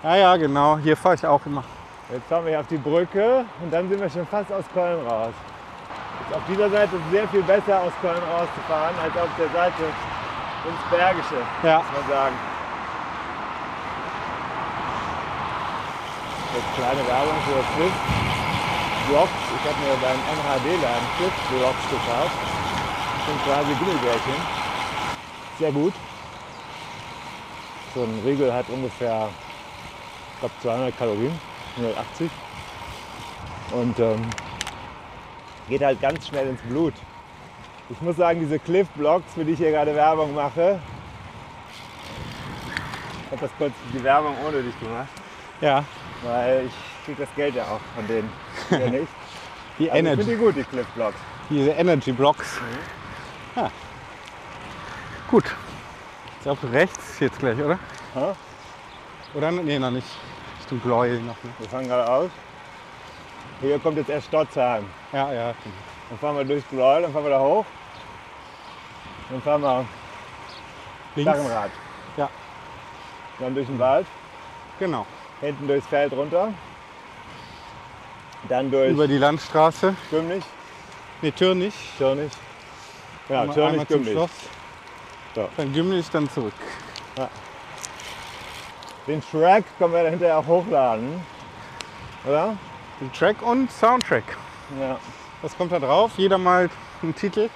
S2: Ja, ja, genau. Hier fahre ich auch immer.
S1: jetzt fahren wir hier auf die Brücke und dann sind wir schon fast aus Köln raus. Jetzt auf dieser Seite ist es sehr viel besser, aus Köln rauszufahren, als auf der Seite ins Bergische,
S2: Ja.
S1: muss man sagen. Jetzt kleine Werbung für Swift Blocks. Ich habe mir beim MHD-Laden Swift Blocks gekauft. Das sind quasi Gummibärchen. Sehr gut. So ein Riegel hat ungefähr, ich glaube, 200 Kalorien, 180. Und ähm, geht halt ganz schnell ins Blut. Ich muss sagen, diese Cliff Blocks, für die ich hier gerade Werbung mache, ich habe das kurz die Werbung ohne dich gemacht,
S2: Ja.
S1: weil ich krieg das Geld ja auch von denen.
S2: [laughs]
S1: Ja nicht.
S2: Die
S1: Also ich
S2: Energy,
S1: finde die gut, die Cliff Blocks.
S2: diese Energy Blocks. Ja. Mhm. Gut. Ich glaube rechts jetzt gleich, oder?
S1: Hä?
S2: Oder? Nee, noch nicht. Richtung Gleuel noch. Ne?
S1: Wir fangen gerade aus. Hier kommt jetzt erst Stotzheim.
S2: Ja, ja.
S1: Dann fahren wir durch Gläuel, dann fahren wir da hoch. Dann fahren wir
S2: Links.
S1: Stachenrad.
S2: Ja.
S1: Dann durch den Wald.
S2: Genau.
S1: hinten durchs Feld runter. Dann durch
S2: Über die Landstraße.
S1: Gümlich,
S2: Ne, Türnich.
S1: Türnich. Ja,
S2: Einmal- einmal
S1: Türnich,
S2: zum
S1: Gümlich.
S2: Schloss.
S1: Ja.
S2: Dann Gümlich, dann zurück.
S1: Den Track können wir hinterher auch hochladen. Oder?
S2: Den Track und Soundtrack.
S1: Ja.
S2: Was kommt da drauf? Jeder mal einen Titel.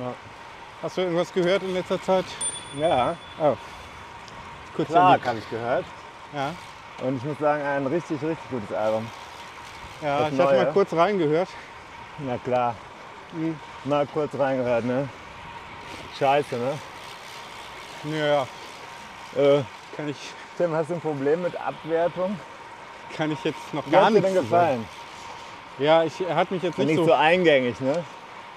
S1: Ja.
S2: Hast du irgendwas gehört in letzter Zeit?
S1: Ja,
S2: Kurz
S1: Clark habe ich gehört.
S2: Ja,
S1: Und ich muss sagen, ein richtig, richtig gutes Album.
S2: ja
S1: Das
S2: ich hatte
S1: Neue.
S2: mal kurz reingehört.
S1: Na klar.
S2: Hm.
S1: Mal kurz reingehört, ne? Scheiße, ne?
S2: Naja,
S1: Äh,
S2: kann ich,
S1: Tim, hast du ein Problem mit Abwertung?
S2: kann ich jetzt noch
S1: Wie
S2: gar
S1: hat's dir
S2: nichts
S1: denn
S2: zu sagen.
S1: gefallen?
S2: Ja, ich, er hat mich jetzt nicht,
S1: Nicht
S2: so,
S1: so eingängig, ne?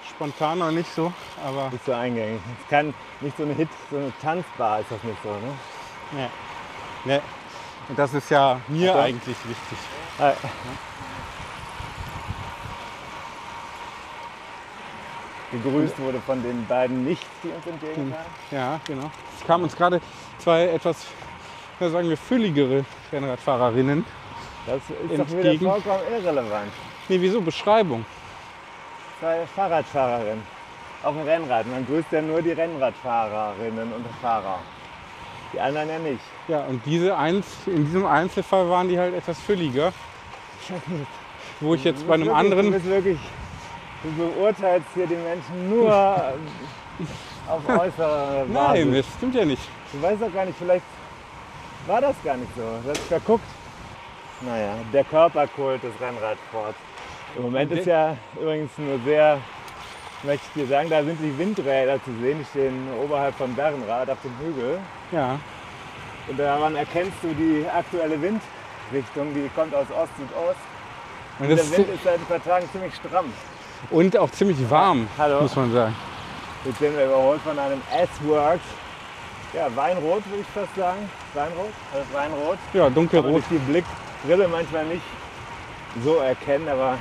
S2: spontan noch nicht so, aber
S1: Nicht so eingängig. Es kann nicht so eine Hit, so eine Tanzbar ist das nicht so, ne?
S2: ne. Ne. Und das ist ja mir
S1: Hat er-
S2: eigentlich wichtig.
S1: Äh, Gegrüßt wurde von den beiden nicht, die uns entgegenkamen.
S2: Ja, genau. Es kamen uns gerade zwei etwas, na, sagen wir, fülligere Rennradfahrerinnen.
S1: Das ist doch wieder
S2: Entgegen.
S1: vollkommen irrelevant.
S2: Nee, wieso? Beschreibung.
S1: Zwei Fahrradfahrerinnen auf dem Rennrad. Man grüßt ja nur die Rennradfahrerinnen und Fahrer. Die anderen ja nicht.
S2: Ja, und diese eins, in diesem Einzelfall waren die halt etwas fülliger. [laughs] Wo ich jetzt bei einem
S1: Wirklich, Du
S2: anderen
S1: bist wirklich, du beurteilst hier die Menschen nur ähm, auf äußere Basis.
S2: [laughs] Nein, das stimmt ja nicht.
S1: Du weißt doch gar nicht, vielleicht war das gar nicht so. Du hast dich verguckt. Naja, der Körperkult des Rennradsports. Im Moment ist ja übrigens nur sehr, möchte ich dir sagen, da sind die Windräder zu sehen. Die stehen oberhalb von Berrenrad auf dem Hügel.
S2: Ja,
S1: Und daran erkennst du die aktuelle Windrichtung, die kommt aus Ost und Ost.
S2: und,
S1: Und der
S2: das ist,
S1: Wind ist seit ein paar Tagen ziemlich stramm.
S2: und auch ziemlich warm,
S1: Hallo.
S2: muss man sagen.
S1: Jetzt werden wir überholt von einem S-Works. Ja, Weinrot würde ich fast sagen. Weinrot? Das ist Weinrot.
S2: Ja,
S1: kann man
S2: dunkelrot.
S1: durch die Blickbrille manchmal nicht so erkennen, aber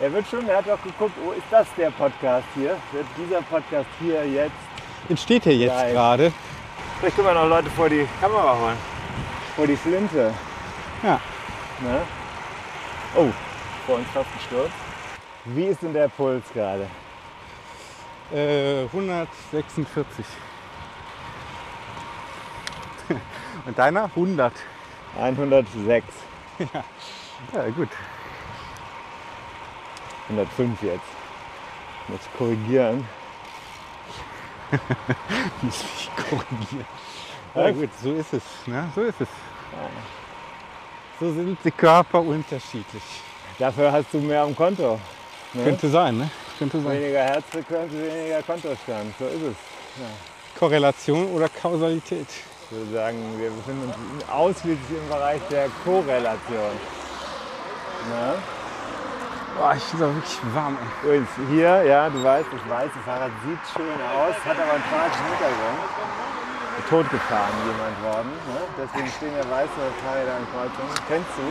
S1: er wird schon, er hat auch geguckt, oh, ist das der Podcast hier? Wird dieser Podcast hier jetzt?
S2: Entsteht hier jetzt
S1: Nein.
S2: gerade.
S1: Vielleicht können wir noch Leute vor die Kamera holen. Vor die Flinte.
S2: Ja.
S1: Ne? Oh, vor uns fast ein Sturz. Wie ist denn der Puls gerade?
S2: Äh, 146. [laughs] Und deiner? 100.
S1: 106,
S2: Ja, [laughs] gut.
S1: 105 jetzt. Muss korrigieren.
S2: Muss ich korrigieren.
S1: Ja,
S2: Ja, gut, so ist es. Ne? So ist es. So sind die Körper unterschiedlich.
S1: Dafür hast du mehr am Konto. Ne?
S2: Könnte sein, ne? Könnte sein.
S1: Weniger Herzfrequenz, weniger Kontostand. So ist es.
S2: Korrelation oder Kausalität.
S1: Ich würde sagen, wir befinden uns ausschließlich im Bereich der Korrelation. Ne? Na?
S2: Boah, ich bin da wirklich warm. Ey.
S1: Übrigens, hier, ja, du weißt, das weiße Fahrrad sieht schön aus, hat aber einen tragischen Hintergrund. Totgefahren jemand worden. Ne? Deswegen stehen ja weiße Fahrräder an Kreuzungen. Kennst du?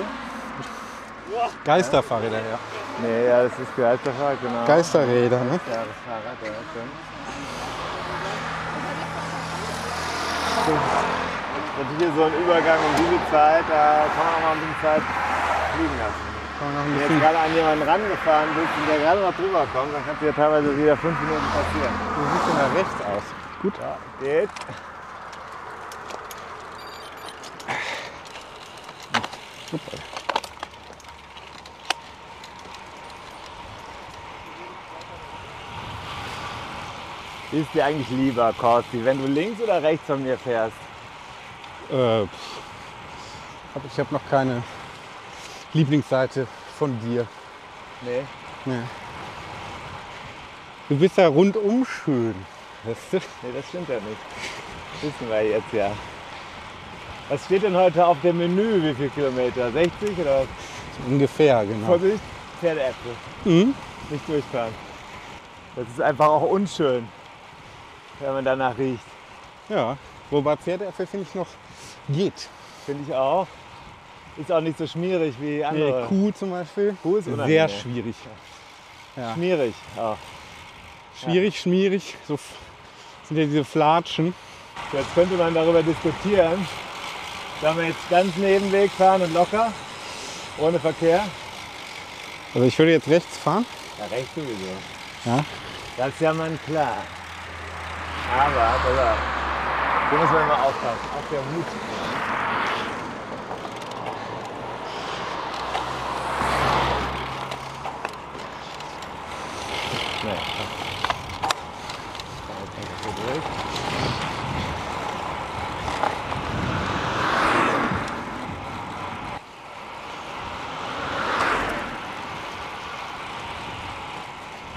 S2: Geisterfahrräder, ja.
S1: Nee, ja, das ist Geisterfahrrad, genau.
S2: Geisterräder, ne?
S1: Ja, das Fahrrad, ja, stimmt. Und hier so ein Übergang um diese Zeit, da kann man auch mal ein bisschen Zeit liegen lassen.
S2: Kann man noch ein
S1: Wenn du
S2: bisschen-
S1: jetzt gerade an jemanden rangefahren bist und der gerade noch drüber kommt, dann kannst du ja teilweise wieder fünf Minuten passieren.
S2: Wie sieht denn da rechts aus? Gut.
S1: Geht. Ist dir eigentlich lieber, Kosti, wenn du links oder rechts von mir fährst?
S2: Äh, pff. Hab- ich habe noch keine Lieblingsseite von dir.
S1: Nee.
S2: Nee. Du bist ja rundum schön. Weißt du?
S1: Nee, das stimmt ja nicht. Wissen wir jetzt ja. Was steht denn heute auf dem Menü? Wie viel Kilometer? 60 oder?
S2: Ungefähr, genau.
S1: Vorsicht, Pferdeäpfel.
S2: Mhm.
S1: Nicht durchfahren. Das ist einfach auch unschön, wenn man danach riecht.
S2: Ja. Wobei Pferdeäpfel finde ich noch geht.
S1: Finde ich auch. Ist auch nicht so schmierig wie andere.
S2: Nee, Äh, Kuh zum Beispiel.
S1: Kuh ist
S2: Sehr
S1: unangenehm.
S2: schwierig. Ja.
S1: Schmierig auch.
S2: Schwierig, schmierig. So f- sind ja diese Flatschen.
S1: Jetzt könnte man darüber diskutieren, Sollen wir jetzt ganz Nebenweg fahren und locker? Ohne Verkehr?
S2: Also ich würde jetzt rechts fahren.
S1: Ja, rechts sowieso.
S2: Ja.
S1: Das ist ja mal klar. Aber, pass auf. Hier muss man immer aufpassen. Auf der Hut. Nee. So, jetzt kann ich hier durch.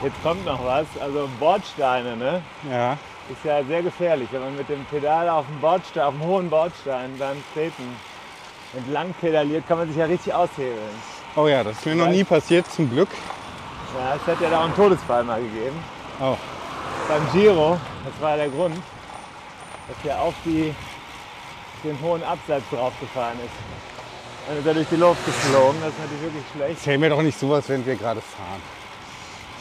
S1: Jetzt kommt noch was, also Bordsteine, ne?
S2: Ja.
S1: Ist ja sehr gefährlich, wenn man mit dem Pedal auf dem Bordstein, auf dem hohen Bordstein beim Treten entlang pedaliert, kann man sich ja richtig aushebeln.
S2: Oh ja, das ist mir noch nie passiert, zum Glück.
S1: Ja, es hat ja da auch einen Todesfall mal gegeben.
S2: Oh.
S1: Beim Giro, das war der Grund, dass er auf die, den hohen Absatz draufgefahren ist. Dann ist er durch die Luft geflogen, das ist natürlich wirklich schlecht.
S2: Erzähl mir doch nicht sowas, wenn wir gerade fahren.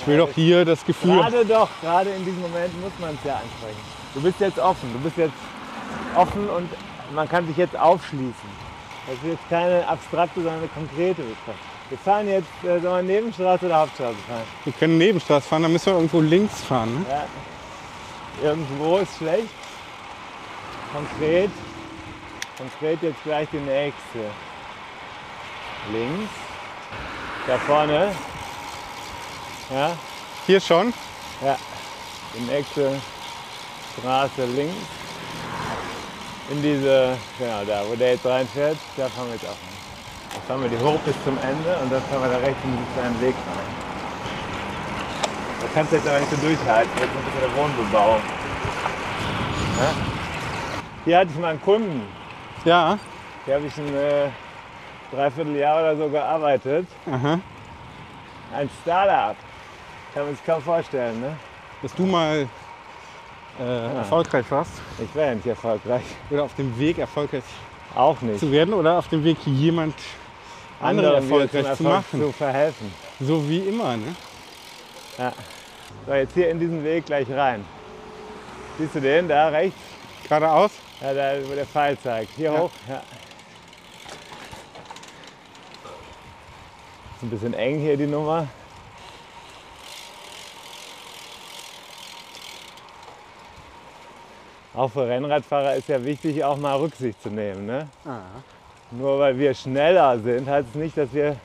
S2: Ich will doch hier das Gefühl.
S1: Gerade doch, gerade in diesem Moment muss man es ja ansprechen. Du bist jetzt offen, du bist jetzt offen und man kann sich jetzt aufschließen. Das ist jetzt keine abstrakte, sondern eine konkrete Betrachtung. Wir fahren jetzt, äh, sollen wir Nebenstraße oder Hauptstraße fahren?
S2: Wir können Nebenstraße fahren, dann müssen wir irgendwo links fahren. Ne?
S1: Ja. Irgendwo ist schlecht. Konkret. Konkret jetzt gleich die nächste. Links. Da vorne. Ja,
S2: Hier schon.
S1: ja. Die nächste Straße links. In diese, genau da, wo der jetzt reinfährt, da fahren wir jetzt auch hin. Dann fahren wir die hoch bis zum Ende und dann fahren wir da rechts in diesen kleinen Weg rein. Da kannst du jetzt aber nicht so durchhalten, jetzt ist ein bisschen eine Wohnbebauung. Ja? Hier hatte ich mal einen Kunden,
S2: Ja.
S1: hier habe ich ein äh, Dreivierteljahr oder so gearbeitet.
S2: Aha.
S1: Ein Startup. Kann man sich kaum vorstellen, ne?
S2: Dass du mal äh, erfolgreich warst.
S1: Ich wäre ja nicht erfolgreich.
S2: Oder auf dem Weg erfolgreich
S1: Auch nicht.
S2: zu werden oder auf dem Weg jemand anderen
S1: Anderen wieder
S2: erfolgreich zu
S1: zum Erfolg
S2: machen.
S1: Zu verhelfen.
S2: So wie immer, ne?
S1: So, jetzt hier in diesen Weg gleich rein. Siehst du den da rechts?
S2: Geradeaus.
S1: Ja, da, wo der Pfeil zeigt. Hier hoch. Ja. Ist ein bisschen eng hier die Nummer. Auch für Rennradfahrer ist ja wichtig, auch mal Rücksicht zu nehmen. Ne?
S2: Ah.
S1: Nur weil wir schneller sind, heißt es nicht, dass wir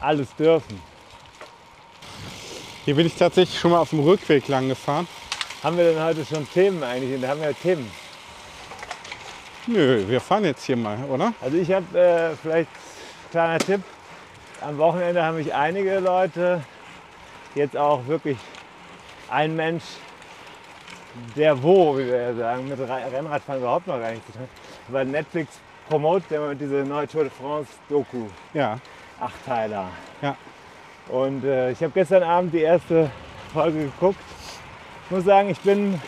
S1: alles dürfen.
S2: Hier bin ich tatsächlich schon mal auf dem Rückweg lang gefahren.
S1: Haben wir denn heute schon Themen eigentlich? Und da haben wir ja Themen.
S2: Nö, wir fahren jetzt hier mal, oder?
S1: Also ich habe äh, vielleicht kleiner Tipp. Am Wochenende haben mich einige Leute jetzt auch wirklich ein Mensch, der wo, wie wir ja sagen, mit Ra- Rennradfahren überhaupt noch gar nichts zu tun hat. Aber Netflix promotet ja immer diese neue Tour de France Doku,
S2: Ja.
S1: Achtteiler.
S2: Ja.
S1: Und äh, ich habe gestern Abend die erste Folge geguckt. Ich muss sagen, ich bin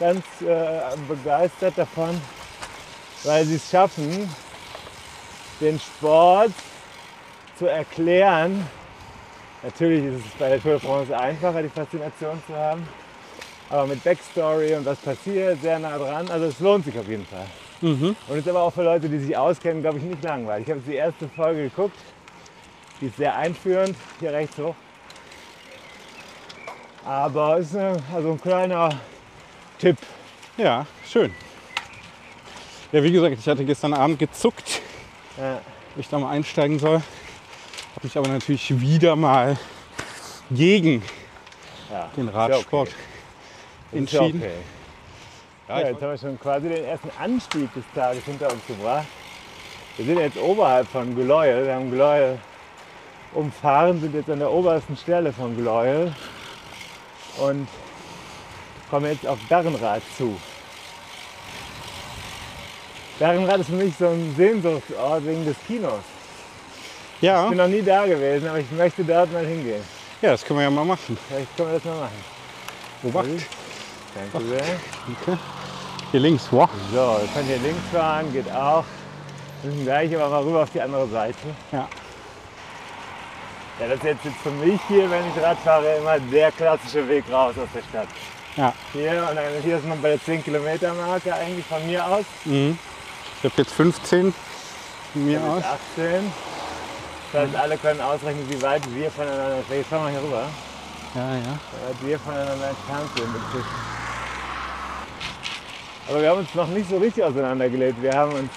S1: ganz äh, begeistert davon, weil sie es schaffen, den Sport zu erklären. Natürlich ist es bei der Tour de France einfacher, die Faszination zu haben. Aber mit Backstory und was passiert, sehr nah dran. Also es lohnt sich auf jeden Fall. Und ist aber auch für Leute, die sich auskennen, glaube ich, nicht langweilig. Ich habe jetzt die erste Folge geguckt. Die ist sehr einführend, hier rechts hoch. Aber ist eine, also ein kleiner Tipp.
S2: Ja, schön. Ja, wie gesagt, ich hatte gestern Abend gezuckt,
S1: Ja,
S2: ob ich da mal einsteigen soll. Habe mich aber natürlich wieder mal gegen
S1: ja.
S2: den
S1: Ist ja
S2: Radsport
S1: okay. Ist ja
S2: entschieden.
S1: Okay.
S2: Ja,
S1: Ja,
S2: ich
S1: jetzt haben wir schon quasi den ersten Anstieg des Tages hinter uns gebracht. Wir sind jetzt oberhalb von Gleuel. Wir haben Gleuel umfahren, sind jetzt an der obersten Stelle von Gleuel und kommen jetzt auf Berrenrad zu. Berrenrad ist für mich so ein Sehnsuchtsort wegen des Kinos. Ich
S2: ja,
S1: bin noch nie da gewesen, aber ich möchte dort mal hingehen.
S2: ja, das können wir ja mal machen.
S1: Vielleicht können wir das mal machen.
S2: Obacht,
S1: Danke sehr.
S2: hier links, wow.
S1: So, ihr könnt hier links fahren, geht auch. Wir müssen gleich aber mal rüber auf die andere Seite.
S2: Ja.
S1: Ja, das ist jetzt jetzt für mich hier, wenn ich Rad fahre, immer der klassische Weg raus aus der Stadt.
S2: Ja.
S1: Hier, und dann, hier ist man bei der 10-Kilometer-Marke eigentlich von mir aus.
S2: Mhm. Ich habe jetzt 15 von mir aus.
S1: 18. Das heißt, alle können ausrechnen, wie weit wir voneinander. Jetzt fahren wir hier rüber.
S2: Ja, ja.
S1: Wie weit wir voneinander entfernt sind. im Tisch. Aber wir haben uns noch nicht so richtig auseinandergelebt. Wir haben uns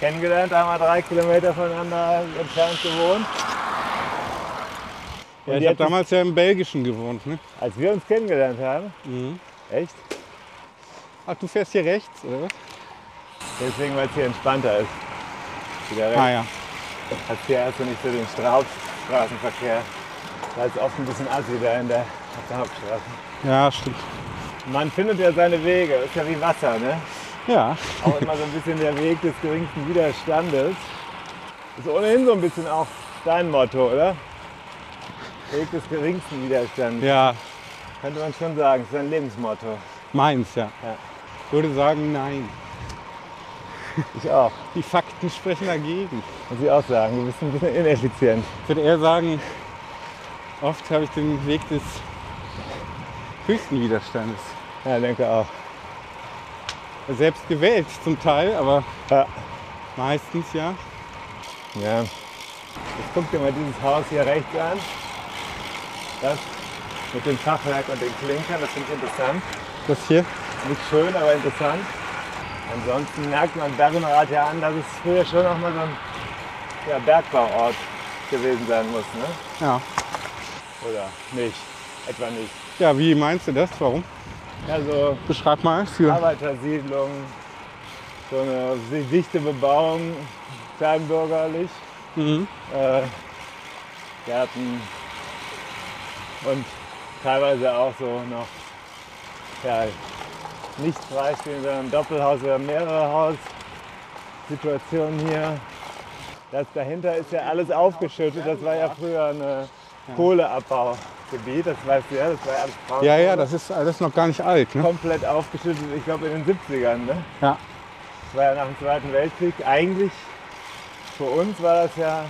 S1: kennengelernt, einmal drei Kilometer voneinander entfernt gewohnt. Und
S2: ja ich habe
S1: jetzt,
S2: damals ja im Belgischen gewohnt. Ne?
S1: als wir uns kennengelernt haben,
S2: Mhm.
S1: echt,
S2: Ach, du fährst hier rechts, oder was?
S1: deswegen, weil es hier entspannter ist. Wieder rechts.
S2: Ah ja.
S1: Als hier erst und nicht für den Straub Straßenverkehr. Da ist oft ein bisschen assi da in der, auf der Hauptstraße.
S2: Ja, stimmt.
S1: Man findet ja seine Wege, ist ja wie Wasser, ne?
S2: Ja.
S1: Auch immer so ein bisschen der Weg des geringsten Widerstandes. Ist ohnehin so ein bisschen auch dein Motto, oder? Weg des geringsten Widerstandes.
S2: Ja,
S1: Könnte man schon sagen, ist dein Lebensmotto.
S2: meins, ja.
S1: Ja.
S2: Ich würde sagen, nein.
S1: Ich auch.
S2: Die Fakten sprechen dagegen.
S1: Muss ich auch sagen, du bist ein bisschen ineffizient.
S2: Ich würde eher sagen, oft habe ich den Weg des höchsten Widerstandes.
S1: Ja, denke auch.
S2: Selbst gewählt zum Teil, aber
S1: Ja.
S2: meistens ja.
S1: Ja. Jetzt guck dir mal dieses Haus hier rechts an. Das mit dem Fachwerk und den Klinkern, das finde ich interessant.
S2: Das hier?
S1: Nicht schön, aber interessant. Ansonsten merkt man Bergenrad ja an, dass es früher schon noch mal so ein ja, Bergbauort gewesen sein muss, ne?
S2: Ja.
S1: Oder nicht? Etwa nicht. Also,
S2: Ja, wie meinst du das? Warum?
S1: Ja, so
S2: Beschreib mal für.
S1: Arbeitersiedlungen, so eine si- dichte Bebauung, kleinbürgerlich,
S2: Mhm.
S1: äh, Gärten und teilweise auch so noch ja, nicht freistehend, sondern Doppelhaus oder mehrere Haus-Situationen hier. Das dahinter ist ja alles aufgeschüttet. Das war ja früher ein äh, Kohleabbaugebiet, das weißt du ja, das war ja alles Braunkohle.
S2: Ja, ja, das ist alles noch gar nicht alt. Ne?
S1: komplett aufgeschüttet, ich glaube in den 70ern. Ne?
S2: Ja.
S1: Das war ja nach dem Zweiten Weltkrieg. Eigentlich für uns war das ja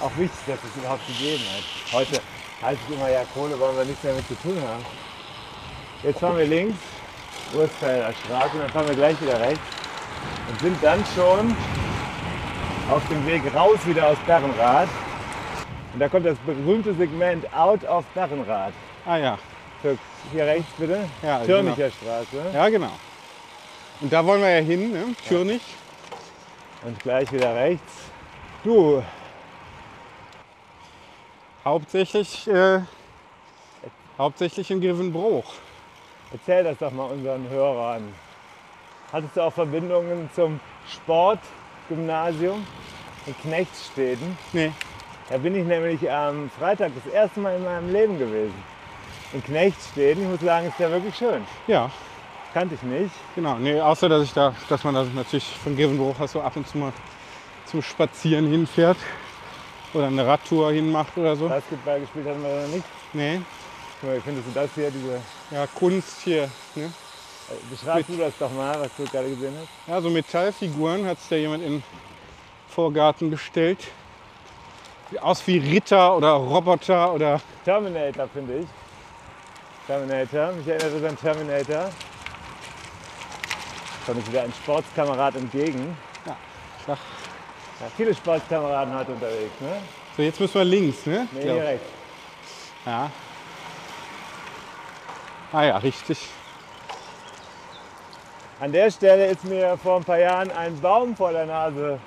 S1: auch wichtig, dass es überhaupt gegeben hat. Heute heißt es immer, ja, Kohle wollen wir nichts mehr mit zu tun haben. Jetzt fahren wir links, Ursfelder Straße, und dann fahren wir gleich wieder rechts und sind dann schon auf dem Weg raus wieder aus Berrenrad. Und da kommt das berühmte Segment Out of Berrenrad.
S2: Ah ja.
S1: Für- Hier rechts bitte,
S2: Ja, genau.
S1: Türnicher Straße.
S2: Ja, genau. Und da wollen wir ja hin, ne? Türnich.
S1: Und gleich wieder rechts. Du,
S2: Hauptsächlich, äh, hauptsächlich in Grevenbroich.
S1: erzähl das doch mal unseren Hörern. Hattest du auch Verbindungen zum Sportgymnasium in Knechtstädten?
S2: Nee.
S1: Da bin ich nämlich am Freitag das erste Mal in meinem Leben gewesen. In Knechtstädten, ich muss sagen, ist ja wirklich schön.
S2: Ja,
S1: Kannte ich nicht.
S2: genau. Nee, außer dass ich da, dass man da natürlich von Grevenbroich aus so ab und zu mal zum Spazieren hinfährt. Oder eine Radtour hinmacht oder so.
S1: Basketball gespielt haben wir noch nicht.
S2: Nee.
S1: Guck mal, wie findest du das hier? Diese,
S2: Ja, Kunst hier. Ne?
S1: beschreib du das doch mal, was du gerade gesehen hast.
S2: Ja, so Metallfiguren hat es da jemand im Vorgarten gestellt. Sieht Aus wie Ritter oder Roboter oder.
S1: Terminator finde ich. Terminator, mich erinnert es an Terminator. Kommt uns wieder ein Sportskamerad entgegen.
S2: Ja, schwach.
S1: Ja, viele Sportskameraden heute unterwegs, ne?
S2: So, jetzt müssen wir links, ne?
S1: Nee,
S2: Glaub
S1: hier
S2: ich.
S1: rechts.
S2: Ja. Ah ja, richtig.
S1: An der Stelle ist mir vor ein paar Jahren ein Baum vor der Nase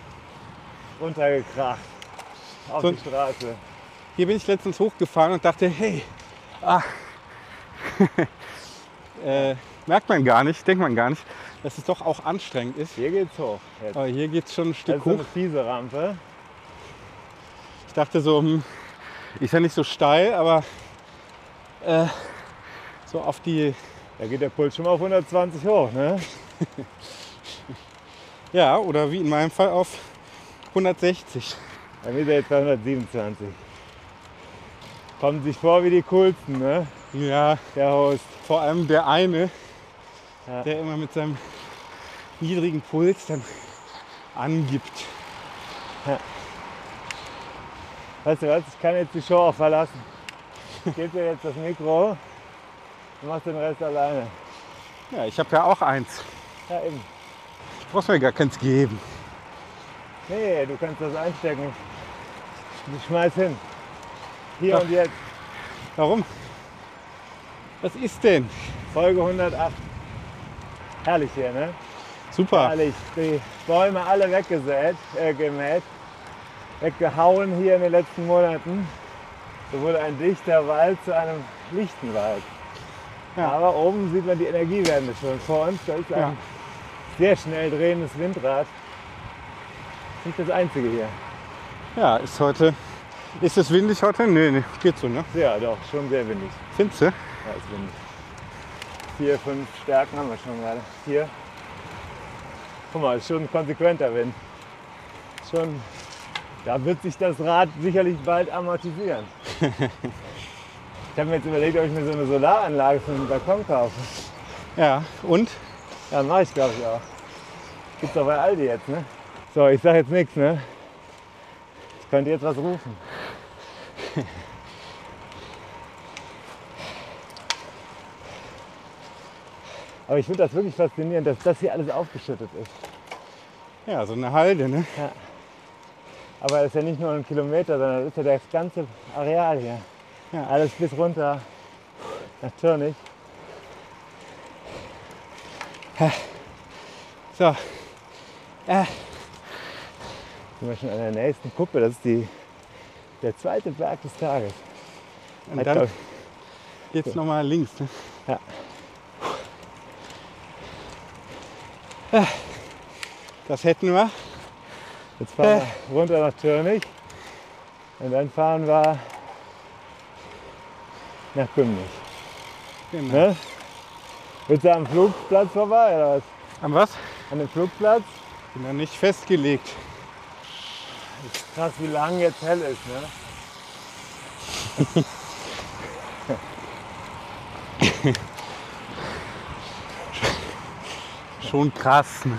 S1: runtergekracht. Auf
S2: So
S1: die
S2: ein-
S1: Straße.
S2: Hier bin ich letztens hochgefahren und dachte, hey, ah. [laughs] äh, merkt man gar nicht, denkt man gar nicht, dass es doch auch anstrengend ist.
S1: Hier geht's hoch. Jetzt.
S2: Aber hier geht es schon ein
S1: Das ist
S2: Stück
S1: so
S2: hoch.
S1: eine fiese Rampe.
S2: Ich dachte so, hm, ist ja nicht so steil, aber äh, so auf die,
S1: Da geht der Puls schon mal auf 120 hoch, ne?
S2: ja, oder wie in meinem Fall auf 160.
S1: Bei mir ist er jetzt bei 127. Kommen sich vor wie die coolsten, ne?
S2: Ja,
S1: Der Host.
S2: vor allem der eine,
S1: Ja.
S2: der immer mit seinem niedrigen Puls dann angibt.
S1: Weißt du was, ich kann jetzt die Show auch verlassen. Ich gebe dir jetzt das Mikro und machst den Rest alleine.
S2: Ja, ich habe ja auch eins.
S1: Ja, eben.
S2: Ich brauchst mir gar keins geben.
S1: Hey, du kannst das einstecken. Schmeiß hin. Hier und jetzt.
S2: Warum? Was ist denn?
S1: Folge 108. Herrlich hier, ne?
S2: Super.
S1: Herrlich. Die Bäume alle weggesät, äh, gemäht, weggehauen hier in den letzten Monaten. So wurde ein dichter Wald zu einem lichten Wald.
S2: Ja.
S1: Aber oben sieht man die Energiewende schon vor uns. Da ist ein
S2: Ja.
S1: sehr schnell drehendes Windrad. Nicht das einzige hier.
S2: Ja, ist heute. Ist es windig heute? Nee, nee, geht so, ne?
S1: Ja, doch, schon sehr windig.
S2: Findest du?
S1: Ja, ist windig. Vier, fünf Stärken haben wir schon gerade. Vier. Guck mal, ist schon ein konsequenter Wind. Schon. Da wird sich das Rad sicherlich bald amortisieren. ich habe mir jetzt überlegt, ob ich mir so eine Solaranlage für den Balkon kaufe.
S2: Ja, und?
S1: Ja, mache ich glaube ich auch. Gibt's doch bei Aldi jetzt, ne? So, ich sag jetzt nichts, ne? Ich könnte jetzt was rufen. [laughs] Aber ich finde das wirklich faszinierend, dass das hier alles aufgeschüttet ist.
S2: Ja, so eine Halde, ne?
S1: Aber das ist ja nicht nur ein Kilometer, sondern das ist ja das ganze Areal hier.
S2: Ja.
S1: Alles bis runter nach Türnich.
S2: So,
S1: Sind wir schon an der nächsten Kuppe. Das ist die, der zweite Berg des Tages.
S2: und
S1: Hat, glaub
S2: dann
S1: ich,
S2: geht's nochmal links, ne?
S1: Ja.
S2: Ah. Das hätten wir.
S1: Jetzt fahren wir runter nach Türnich und dann fahren wir nach Gümnich.
S2: Genau.
S1: Ne? Willst du am Flugplatz vorbei oder was?
S2: Am was?
S1: An dem Flugplatz?
S2: Bin noch nicht festgelegt.
S1: Krass, wie lang jetzt hell ist, ne?
S2: Schon krass, ne?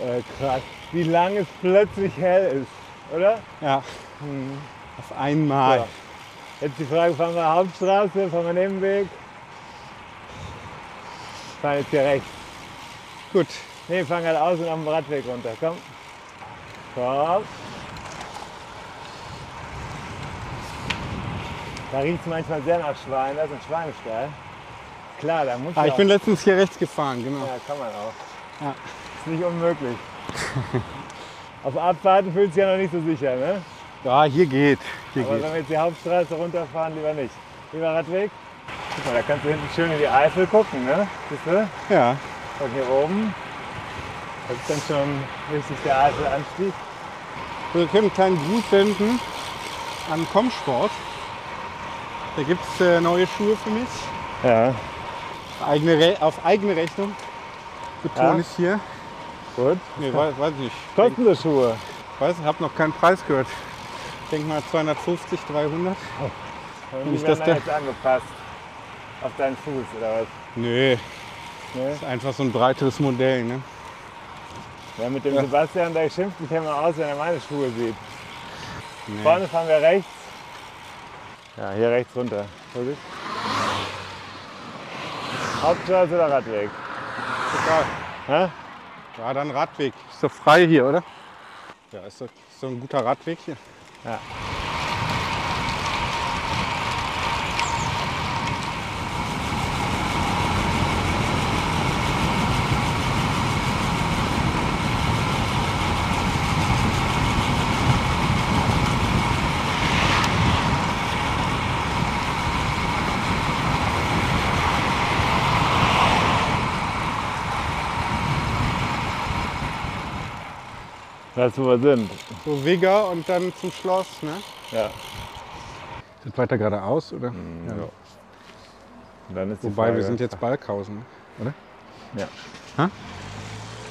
S1: Äh, krass, wie lang es plötzlich hell ist, oder?
S2: Ja. Mhm. Auf einmal.
S1: Ja. Jetzt die Frage, fahren wir Hauptstraße, fahren wir Nebenweg? Fahren jetzt hier rechts.
S2: Gut.
S1: Nee, fang halt aus und am Radweg runter. Komm. Komm. Da riecht es manchmal sehr nach Schwein. Das ist ein Schweinestall. Klar, da muss
S2: Ah,
S1: man.
S2: ich bin letztens hier rechts gefahren, genau.
S1: Ja, kann man auch.
S2: Ja.
S1: Ist nicht
S2: [laughs]
S1: unmöglich. Auf Abfahrten fühlt sich ja noch nicht so sicher, ne?
S2: Ja, hier geht. Hier
S1: Aber wenn
S2: geht.
S1: wir jetzt die Hauptstraße runterfahren, lieber nicht. Lieber Radweg. Guck mal, da kannst du hinten schön in die Eifel gucken, ne? Siehst du?
S2: Ja.
S1: Von hier oben. Das ist dann schon richtig der Eifelanstieg.
S2: Wir können einen kleinen Gruß senden an Comsport. Da gibt es äh, neue Schuhe für mich.
S1: Ja,
S2: Eigene Re auf eigene Rechnung. Beton
S1: Ja.
S2: ist hier.
S1: gut.
S2: Nee, weiß, weiß nicht. Denk,
S1: Kostende Schuhe.
S2: weiß, hab noch keinen Preis gehört. Ich denk mal 250, 300.
S1: Und die
S2: Nicht,
S1: werden
S2: dass
S1: dann
S2: der-
S1: jetzt angepasst. Auf deinen Fuß oder was?
S2: Nee,
S1: Ne?
S2: ist einfach so ein breiteres Modell. Ne?
S1: Ja, mit dem
S2: Ja.
S1: Sebastian, der schimpft mich immer aus, wenn er meine Schuhe sieht.
S2: Nee.
S1: Vorne fahren wir rechts. Ja, hier rechts runter. Vorsicht. Hauptstraße oder Radweg?
S2: Egal.
S1: Hä?
S2: Ja, dann Radweg. Ist doch frei hier, oder? Ja, ist doch ist doch ein guter Radweg hier.
S1: Ja. Weißt du, wo wir sind?
S2: So Wigger und dann zum Schloss. Ne?
S1: Ja.
S2: Sind weiter geradeaus, oder? Mhm. Ja.
S1: Und dann ist die
S2: Wobei, wir
S1: Frage-
S2: sind jetzt Balkhausen. ne?
S1: Ja.
S2: Das war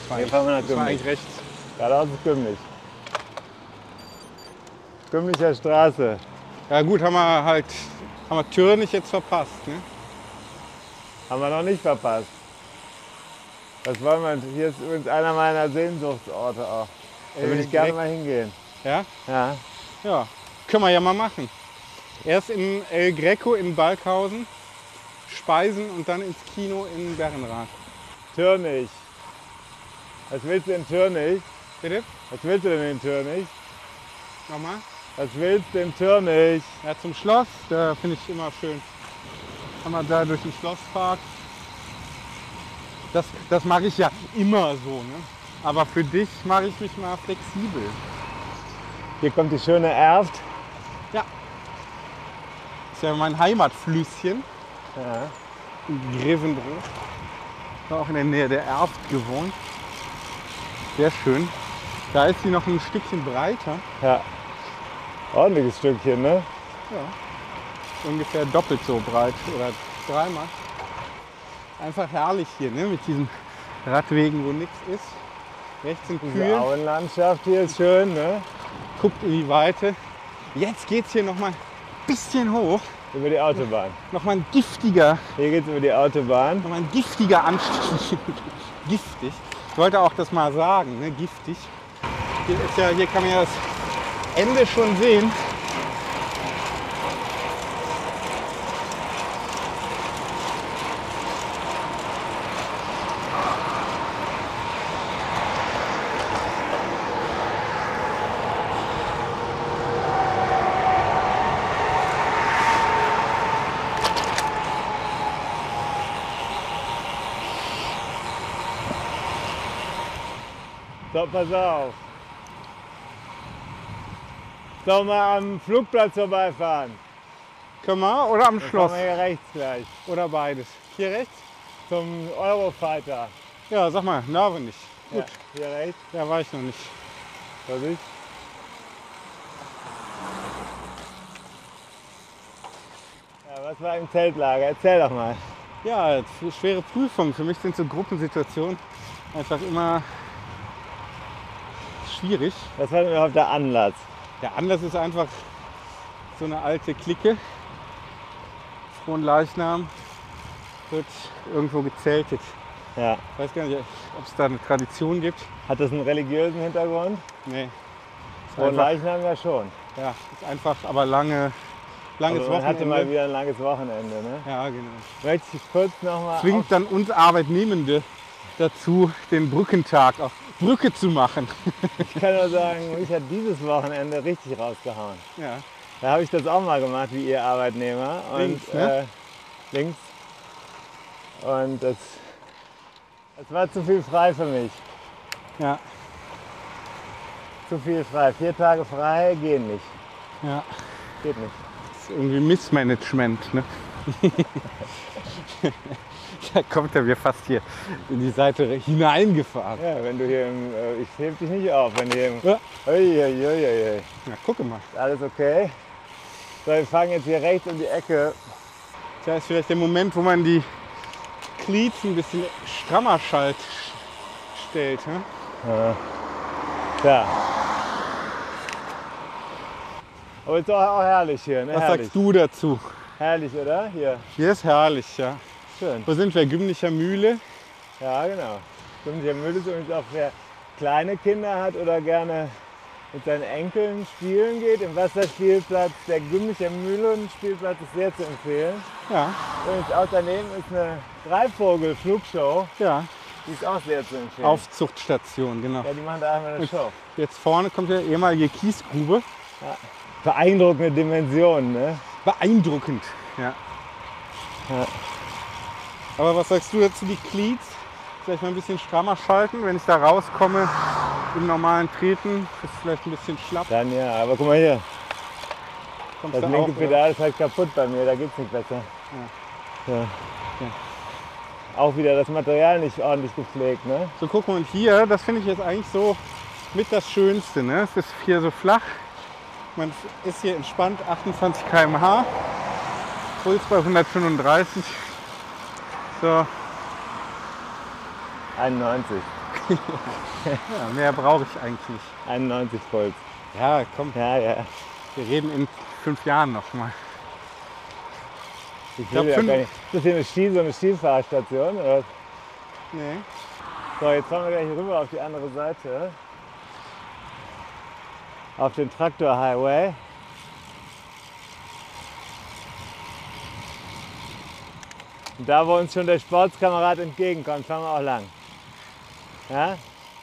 S1: Hier
S2: eigentlich-
S1: fahren wir nach
S2: das war
S1: Gümnich.
S2: eigentlich rechts.
S1: Geradeaus ist Gümlich. Gümlicher Straße.
S2: Ja gut, haben wir halt haben wir Türnich jetzt verpasst. Ne?
S1: Haben wir noch nicht verpasst. Das wollen wir. Hier ist übrigens einer meiner Sehnsuchtsorte auch. Da würde ich gerne mal hingehen.
S2: Ja?
S1: Ja.
S2: ja, können wir ja mal machen. Erst in El Greco in Balkhausen, speisen und dann ins Kino in Berrenrath.
S1: Türnich. Was willst du in Türnich?
S2: Bitte?
S1: Was willst du denn in Türnich?
S2: Nochmal?
S1: Was willst du in Türnich?
S2: Ja, zum Schloss, da finde ich immer schön. Wenn man da durch den Schlosspark. Das, das mache ich ja immer so, ne? Aber für dich mache ich mich mal flexibel.
S1: Hier kommt die schöne Erft.
S2: Das ist ja mein Heimatflüsschen
S1: Ja.
S2: in Grevenbroich. Da auch in der Nähe der Erft gewohnt. Sehr schön. Da ist sie noch ein Stückchen breiter.
S1: ja. Ordentliches Stückchen, ne?
S2: ungefähr doppelt so breit oder dreimal. Einfach herrlich hier, ne? mit diesen Radwegen, wo nichts ist. Rechts sind
S1: Diese
S2: Kühe,
S1: Auenlandschaft hier ist schön, ne?
S2: guckt in die Weite. Jetzt geht's hier noch mal ein bisschen hoch.
S1: Über die Autobahn.
S2: Noch mal ein giftiger,
S1: Hier geht's über die Autobahn.
S2: noch mal ein giftiger Anstieg. [laughs] Giftig. Ich wollte auch das mal sagen, ne? giftig. Hier, ist ja, hier kann man ja das Ende schon sehen.
S1: So, pass auf. Sollen wir am Flugplatz vorbeifahren?
S2: Können wir oder am
S1: Kommen
S2: Schloss
S1: wir hier rechts gleich.
S2: oder beides. Hier rechts?
S1: Zum Eurofighter.
S2: Ja, sag mal, Nerve nicht.
S1: Ja,
S2: Gut,
S1: hier rechts.
S2: ja, war ich noch nicht.
S1: Vorsicht. Ja, was war im Zeltlager? Erzähl doch mal.
S2: Ja, f- schwere Prüfung. Für mich sind so Gruppensituationen einfach immer schwierig.
S1: Was war denn überhaupt der Anlass?
S2: Der Anlass ist einfach so eine alte Clique. Frohen Leichnam wird irgendwo gezeltet.
S1: Ja.
S2: Ich weiß gar nicht, ob es da eine Tradition gibt.
S1: Hat das einen religiösen Hintergrund?
S2: Nee. Ist
S1: Und
S2: einfach,
S1: Leichnam ja schon.
S2: ja, ist einfach, aber lange, langes
S1: Also man
S2: Wochenende.
S1: hatte mal wieder ein langes Wochenende. Ne?
S2: ja, genau.
S1: Möchte ich kurz nochmal
S2: zwingt dann uns Arbeitnehmende dazu, den Brückentag auf Brücke zu machen.
S1: Ich kann nur sagen, mich hat dieses Wochenende richtig rausgehauen.
S2: Ja.
S1: Da habe ich das auch mal gemacht, wie ihr Arbeitnehmer. Und,
S2: Links, ne?
S1: äh, links. Und das, das war zu viel frei für mich.
S2: Ja,
S1: Zu viel frei. Vier Tage frei gehen nicht.
S2: ja.
S1: Geht nicht.
S2: Das ist irgendwie Missmanagement, ne? [laughs] da kommt er mir fast hier in die Seite hineingefahren.
S1: Ja, wenn du hier im, äh, ich heb dich nicht auf, wenn du hier im,
S2: Ja.
S1: Uiuiuiui.
S2: Na, gucke mal.
S1: Ist alles okay? So, wir fahren jetzt hier rechts um die Ecke.
S2: Da ist vielleicht der Moment, wo man die Kliets ein bisschen strammer schalt sch- stellt. Ne?
S1: Ja. Aber ist doch auch herrlich hier, ne?
S2: Was
S1: herrlich.
S2: sagst du dazu?
S1: Herrlich, oder? Hier.
S2: Hier ist herrlich, ja.
S1: Schön.
S2: Wo sind wir? Gümlicher Mühle?
S1: Ja, genau. Und der Müll ist übrigens auch, wer kleine Kinder hat oder gerne mit seinen Enkeln spielen geht, im Wasserspielplatz, der Gümlicher Mühlenspielplatz ist sehr zu empfehlen.
S2: Ja,
S1: Übrigens auch daneben ist eine Greifvogel-Flugshow,
S2: ja.
S1: die ist auch sehr zu empfehlen.
S2: Aufzuchtstation, genau.
S1: ja, die machen da einmal eine Show.
S2: Jetzt vorne kommt der ehemalige Kiesgrube.
S1: Beeindruckende Dimensionen, ne?
S2: Beeindruckend. Ja.
S1: Ja.
S2: Aber was sagst du dazu, die Cleats? Vielleicht mal ein bisschen strammer schalten, wenn ich da rauskomme im normalen Treten. Ist vielleicht ein bisschen schlapp.
S1: Dann ja, aber guck mal hier,
S2: Kommst
S1: das
S2: du
S1: linke
S2: auch,
S1: Pedal ist halt kaputt bei mir, da geht's nicht besser. Ja. Auch wieder das Material nicht ordentlich gepflegt, ne?
S2: So, guck mal, und hier, das finde ich jetzt eigentlich so mit das Schönste. Ne? Es ist hier so flach. Man f- ist hier entspannt, 28 km/h. Puls bei 135. So, ja,
S1: 91,
S2: mehr brauche ich eigentlich nicht.
S1: 91 Volt.
S2: Ja, komm,
S1: Ja, ja.
S2: wir reden in fünf Jahren nochmal.
S1: Ich
S2: glaub,
S1: will ja
S2: fünf-
S1: gar nicht. Ist das hier eine, Ski, so eine Skifahrstation? Oder? was?
S2: Nee.
S1: So, jetzt fahren wir gleich rüber auf die andere Seite. Auf den Traktor Highway. Und da, wo uns schon der Sportskamerad entgegenkommt, fahren wir auch lang. Ja?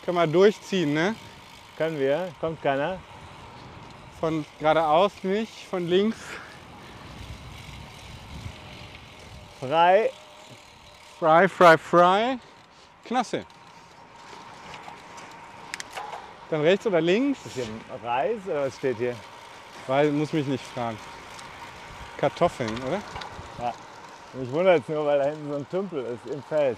S2: Können wir durchziehen, ne?
S1: Können wir? Kommt keiner?
S2: Von geradeaus nicht, von links.
S1: Frei.
S2: Fry, fry, fry. Knasse. Dann rechts oder links?
S1: Ist hier ein Reis oder was steht hier?
S2: Weil, muss mich nicht fragen. Kartoffeln, oder?
S1: Mich wundert es nur, weil da hinten so ein Tümpel ist im Feld.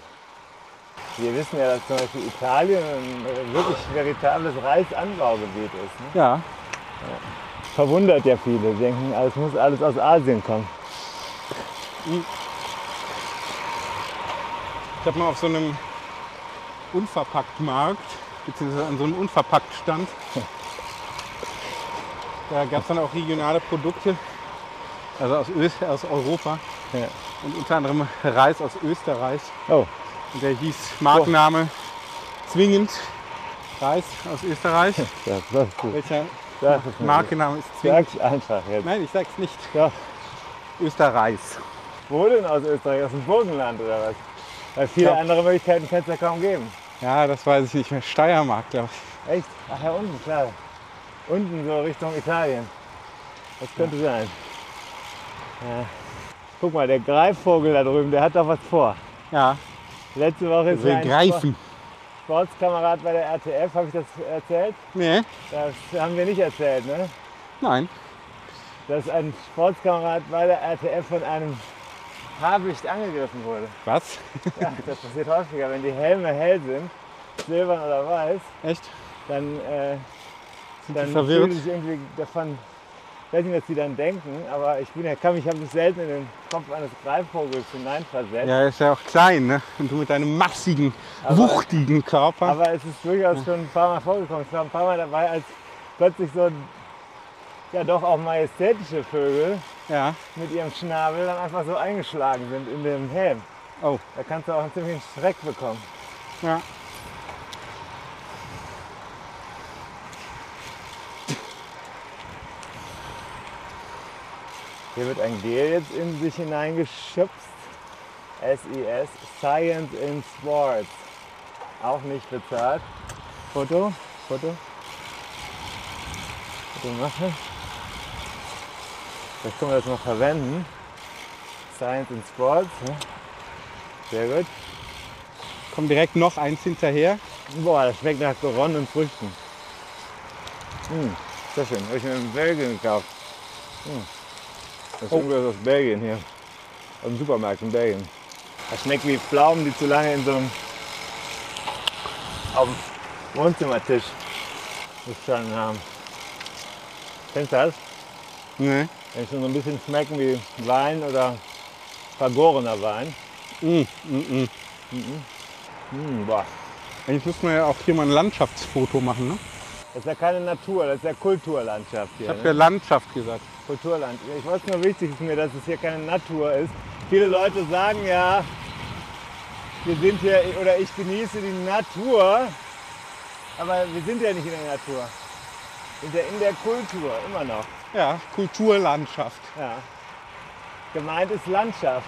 S1: Wir wissen ja, dass zum Beispiel Italien ein äh, wirklich veritables Reisanbaugebiet ist. Ne?
S2: Ja.
S1: Verwundert ja viele. Sie denken, es muss alles aus Asien kommen.
S2: Ich habe mal auf so einem Unverpacktmarkt, beziehungsweise an so einem
S1: [laughs]
S2: Unverpacktstand, da gab es dann auch regionale Produkte, also aus, Ös aus Europa
S1: Ja.
S2: und unter anderem Reis aus Österreich.
S1: Oh,
S2: Und der hieß Markenname Zwingend Reis aus [laughs] Österreich.
S1: das, das ist gut.
S2: Welcher
S1: Das ist
S2: Markenname ist Zwingend?
S1: Sag ich einfach jetzt.
S2: Nein, ich sag's nicht.
S1: Ja.
S2: Österreich.
S1: Wo denn aus Österreich? Aus dem Burgenland oder was? Weil viele
S2: Ja.
S1: andere Möglichkeiten kann es ja kaum geben.
S2: Ja, das weiß ich nicht mehr. Steiermark, glaube ich.
S1: Echt? Ach ja, unten, klar. Unten so Richtung Italien. Das könnte sein. Ja. Guck mal, der Greifvogel da drüben, der hat doch was vor.
S2: Ja,
S1: Letzte Woche ist mir
S2: wir
S1: ein
S2: greifen.
S1: Spor- Sportskamerad bei der RTF, habe ich das erzählt?
S2: Nee,
S1: Das haben wir nicht erzählt, ne?
S2: nein.
S1: Dass ein Sportskamerad bei der RTF von einem Habicht angegriffen wurde.
S2: Was?
S1: Ja, das passiert häufiger, wenn die Helme hell sind, silbern oder weiß,
S2: Echt?
S1: dann, äh, dann
S2: verwirrt?
S1: fühlen sie sich irgendwie davon, ich weiß nicht, was die dann denken, aber ich bin ja Kamm, ich habe mich selten in den Kopf eines Greifvogels hineinversetzt.
S2: Ja, ist ja auch klein, ne? Und du mit deinem massigen, wuchtigen Körper.
S1: Aber es ist durchaus schon ein paar Mal vorgekommen. Ich war ein paar Mal dabei, als plötzlich so ja doch auch majestätische Vögel
S2: ja,
S1: mit ihrem Schnabel dann einfach so eingeschlagen sind in dem Helm.
S2: Oh.
S1: Da kannst du auch einen ziemlichen Schreck bekommen.
S2: ja.
S1: Hier wird ein Gel jetzt in sich hineingeschubst. SES, Science in Sports. Auch nicht bezahlt. Foto, Foto. Foto machen. Vielleicht können wir das noch verwenden. Science in Sports. ne? Sehr gut.
S2: Komm direkt noch eins hinterher.
S1: Boah, das schmeckt nach geronnenen Früchten. Hm, sehr schön. Habe ich mir in Belgien gekauft. Hm. Das ist
S2: Oh.
S1: irgendwas aus Belgien hier. Aus dem Supermarkt in Belgien. Das schmeckt wie Pflaumen, die zu lange in so einem auf dem Wohnzimmertisch gestanden haben. Kennst du das?
S2: Nee.
S1: Wenn schon so ein bisschen schmecken wie Wein oder vergorener Wein.
S2: Mm, mm, mm.
S1: Hm, boah.
S2: Eigentlich müssten wir ja auch hier mal ein Landschaftsfoto machen, ne?
S1: Das ist ja keine Natur, das ist ja Kulturlandschaft hier.
S2: Ich habe
S1: ne?
S2: ja Landschaft gesagt.
S1: Kulturland. Ich weiß nur, wichtig ist mir, dass es hier keine Natur ist. Viele Leute sagen ja, wir sind hier oder ich genieße die Natur, aber wir sind ja nicht in der Natur. Wir sind ja in der Kultur, immer noch.
S2: Ja, Kulturlandschaft.
S1: Ja. Gemeint ist Landschaft.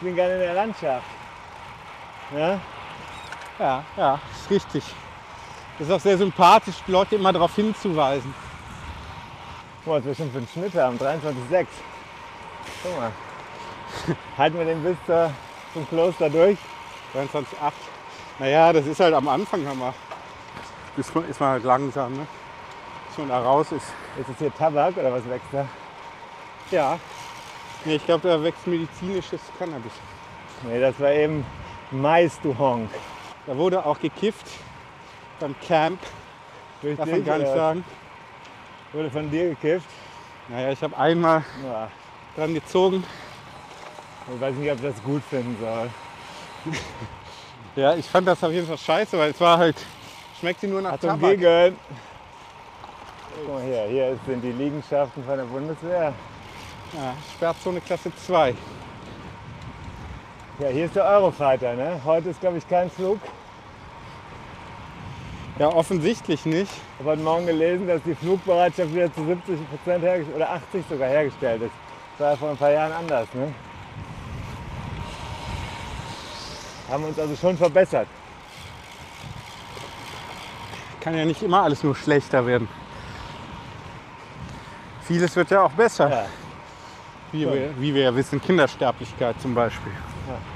S1: Ich bin gerne in der Landschaft. ne? Ja?
S2: Ja, ja, ist richtig. Das ist auch sehr sympathisch, die Leute immer darauf hinzuweisen.
S1: Guck mal, was wir schon für einen Schnitt haben, 23,6. Guck mal. [laughs] Halten wir den bis zur, zum Kloster durch?
S2: 23,8. Naja, das ist halt am Anfang haben wir. Ist man, ist man halt langsam, ne? Bis man da raus ist.
S1: Ist es hier Tabak oder was wächst da?
S2: Ja. Nee, ich glaube, da wächst medizinisches Cannabis.
S1: Nee, das war eben Mais, du Honk.
S2: Da wurde auch gekifft beim Camp,
S1: Durch
S2: darf
S1: dich,
S2: man gar nicht
S1: oder
S2: sagen.
S1: was? Wurde von dir gekifft?
S2: Naja, ich habe einmal
S1: Ja.
S2: dran gezogen.
S1: Ich weiß nicht, ob ich das gut finden soll.
S2: Ja, ich fand das auf jeden Fall scheiße, weil es war halt, schmeckte nur nach
S1: Achtung,
S2: Tabak.
S1: Gegen! Guck mal hier, hier sind die Liegenschaften von der Bundeswehr.
S2: Ja, Sperrzone Klasse 2.
S1: Ja, hier ist der Eurofighter, ne? Heute ist, glaube ich, kein Flug.
S2: Ja, offensichtlich nicht.
S1: Ich habe heute Morgen gelesen, dass die Flugbereitschaft wieder zu 70 Prozent oder 80 sogar hergestellt ist. Das war ja vor ein paar Jahren anders, ne? Haben uns also schon verbessert.
S2: Kann ja nicht immer alles nur schlechter werden. Vieles wird ja auch besser.
S1: Ja.
S2: Wie, wir, wie wir ja wissen, Kindersterblichkeit zum Beispiel.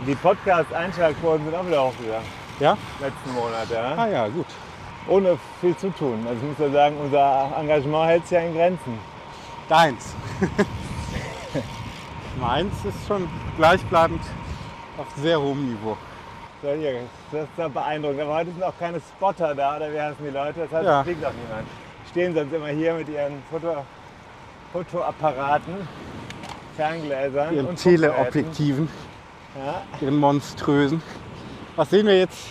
S1: Die Podcast-Einschaltquoten sind auch wieder hochgegangen.
S2: Ja?
S1: Letzten Monat, ja.
S2: Ah ja, gut.
S1: Ohne viel zu tun. Also ich muss ja sagen, unser Engagement hält sich ja in Grenzen. [laughs]
S2: Deins. Meins ist schon gleichbleibend auf sehr hohem Niveau.
S1: So, hier, das ist ja beeindruckend. Aber heute sind auch keine Spotter da, oder wie heißen die Leute? Das heißt,
S2: Ja.
S1: es fliegt auch niemand. Die Stehen sonst immer hier mit ihren Foto, Fotoapparaten, Ferngläsern
S2: Ihren
S1: und Funkgeräten.
S2: Teleobjektiven,
S1: Ja,
S2: ihren monströsen. Was sehen wir jetzt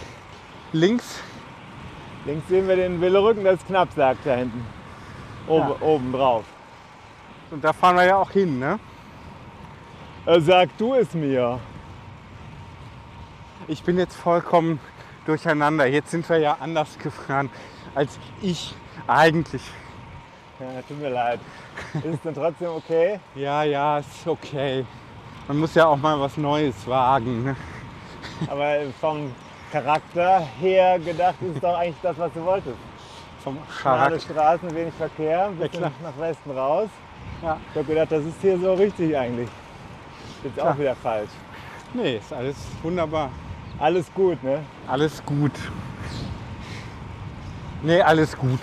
S2: links?
S1: links sehen wir den Willerücken, das ist Knappsack da hinten. Oben, oben drauf.
S2: Und da fahren wir ja auch hin, ne?
S1: Äh, Sag du es mir.
S2: Ich bin jetzt vollkommen durcheinander. Jetzt sind wir ja anders gefahren, als ich eigentlich.
S1: Ja, tut mir leid. Ist es dann trotzdem okay?
S2: Ja, ja, ist okay. Man muss ja auch mal was Neues wagen. Ne?
S1: Aber vom Charakter her gedacht ist es doch eigentlich das, was du wolltest.
S2: Vom
S1: Schmale
S2: Charakter.
S1: Straßen, wenig Verkehr, ein bisschen
S2: klar.
S1: nach Westen raus.
S2: Ja.
S1: Ich habe gedacht, das ist hier so richtig eigentlich. Jetzt auch wieder falsch.
S2: Nee, ist alles wunderbar.
S1: Alles gut, ne?
S2: Alles gut. Nee, alles gut.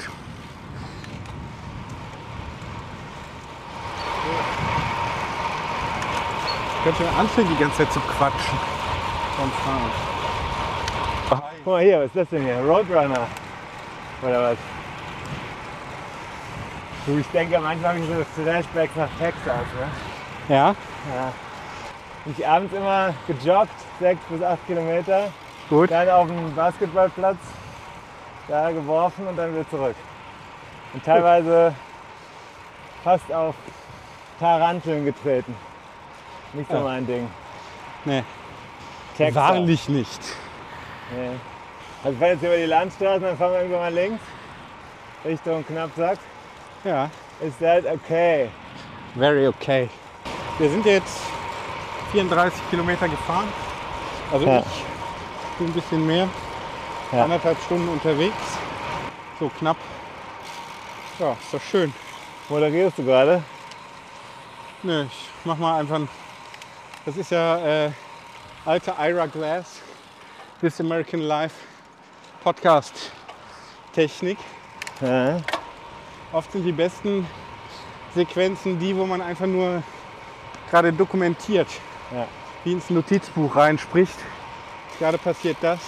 S2: Ich könnte schon anfangen, die ganze Zeit zu quatschen. Vom Fahren.
S1: Guck mal hier, was ist das denn hier? Roadrunner. Oder was? Du, ich denke manchmal habe ich so Flashbacks nach Texas, ne?
S2: Ja,
S1: Ja. Ich abends immer gejoggt, sechs bis acht Kilometer,
S2: gut.
S1: dann auf den Basketballplatz, da geworfen und dann wieder zurück. Und teilweise fast auf Taranteln getreten. Nicht so
S2: Ja.
S1: mein Ding.
S2: Nee,
S1: Texas.
S2: wahrlich nicht.
S1: Nee. Also ich fahre jetzt über die Landstraßen, dann fahren wir irgendwann mal links. Richtung Knappsack.
S2: Ja,
S1: Is that halt okay?
S2: very okay. Wir sind jetzt 34 Kilometer gefahren. Also
S1: Ja.
S2: ich bin ein bisschen mehr.
S1: Ja.
S2: Anderthalb Stunden unterwegs. So knapp. Ja, ist doch schön.
S1: Moderierst du gerade?
S2: Nö, Ne, ich mach mal einfach. ein- Das ist ja äh, alte Ira Glass, This American Life Podcast Technik.
S1: Ja.
S2: Oft sind die besten Sequenzen die, wo man einfach nur gerade dokumentiert,
S1: Ja.
S2: wie ins Notizbuch reinspricht. Gerade passiert das,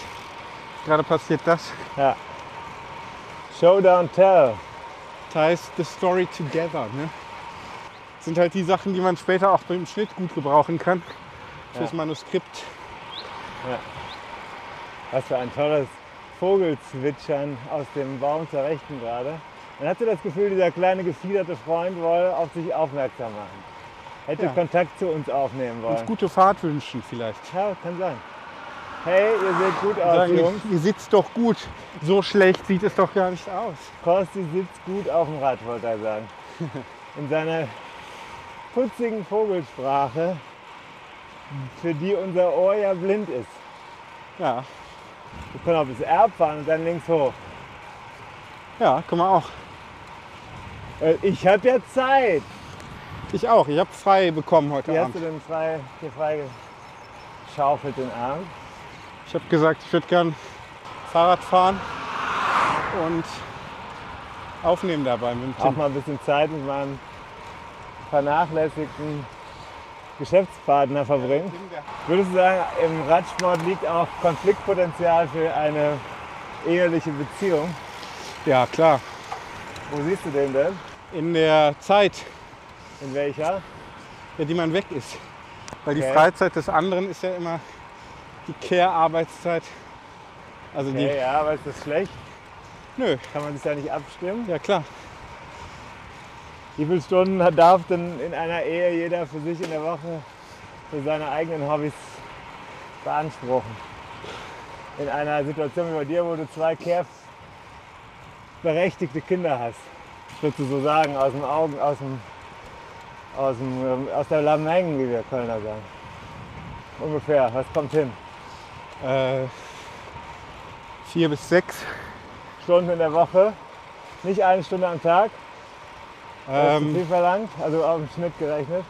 S2: gerade passiert das.
S1: ja. Showdown Tell.
S2: ties the story together. Ne? Sind halt die Sachen, die man später auch beim Schnitt gut gebrauchen kann. Fürs
S1: Ja.
S2: Manuskript.
S1: Was für ein tolles Vogelzwitschern aus dem Baum zur Rechten gerade. Man hatte das Gefühl, dieser kleine gefiederte Freund wolle auf sich aufmerksam machen. Hätte
S2: Ja.
S1: Kontakt zu uns aufnehmen wollen.
S2: Uns gute Fahrt wünschen vielleicht.
S1: Ja, kann sein. Hey, ihr seht gut aus,
S2: Sagen,
S1: Jungs.
S2: ihr sitzt doch gut. So schlecht sieht es doch gar nicht aus.
S1: Kosti sitzt gut auf dem Rad, wollte er sagen. In seiner putzigen Vogelsprache, für die unser Ohr ja blind ist.
S2: Ja,
S1: Wir können auch bis Erb fahren und dann links hoch.
S2: ja, können wir auch.
S1: Äh, Ich habe ja Zeit.
S2: Ich auch. Ich habe frei bekommen heute
S1: Wie hast du
S2: Abend.
S1: denn frei, dir frei geschaufelt den Arm?
S2: Ich habe gesagt, ich würde gern Fahrrad fahren und aufnehmen dabei mit dem
S1: Auch
S2: Tim.
S1: mal ein bisschen Zeit mit meinem vernachlässigten Geschäftspartner verbringen. Würdest du sagen, im Radsport liegt auch Konfliktpotenzial für eine eheliche Beziehung?
S2: Ja, klar.
S1: Wo siehst du den denn?
S2: In der Zeit,
S1: In welcher?
S2: ja, die man weg ist. Weil die
S1: Okay.
S2: Freizeit des anderen ist ja immer die Care-Arbeitszeit. Also
S1: Okay, ja, aber ist das schlecht?
S2: die. Nö,
S1: Kann man sich da nicht abstimmen?
S2: ja klar.
S1: Wie viele Stunden hat- darf denn in einer Ehe jeder für sich in der Woche für seine eigenen Hobbys beanspruchen? In einer Situation wie bei dir, wo du zwei Care berechtigte Kinder hast, würdest du so sagen, aus dem Augen, aus dem, aus dem, ähm, aus der Lamengen, wie wir Kölner sagen. Ungefähr, was kommt hin?
S2: Äh, vier bis sechs.
S1: Stunden in der Woche, nicht eine Stunde am Tag. Das ist zu
S2: Ähm,
S1: viel verlangt, also auf den Schnitt gerechnet.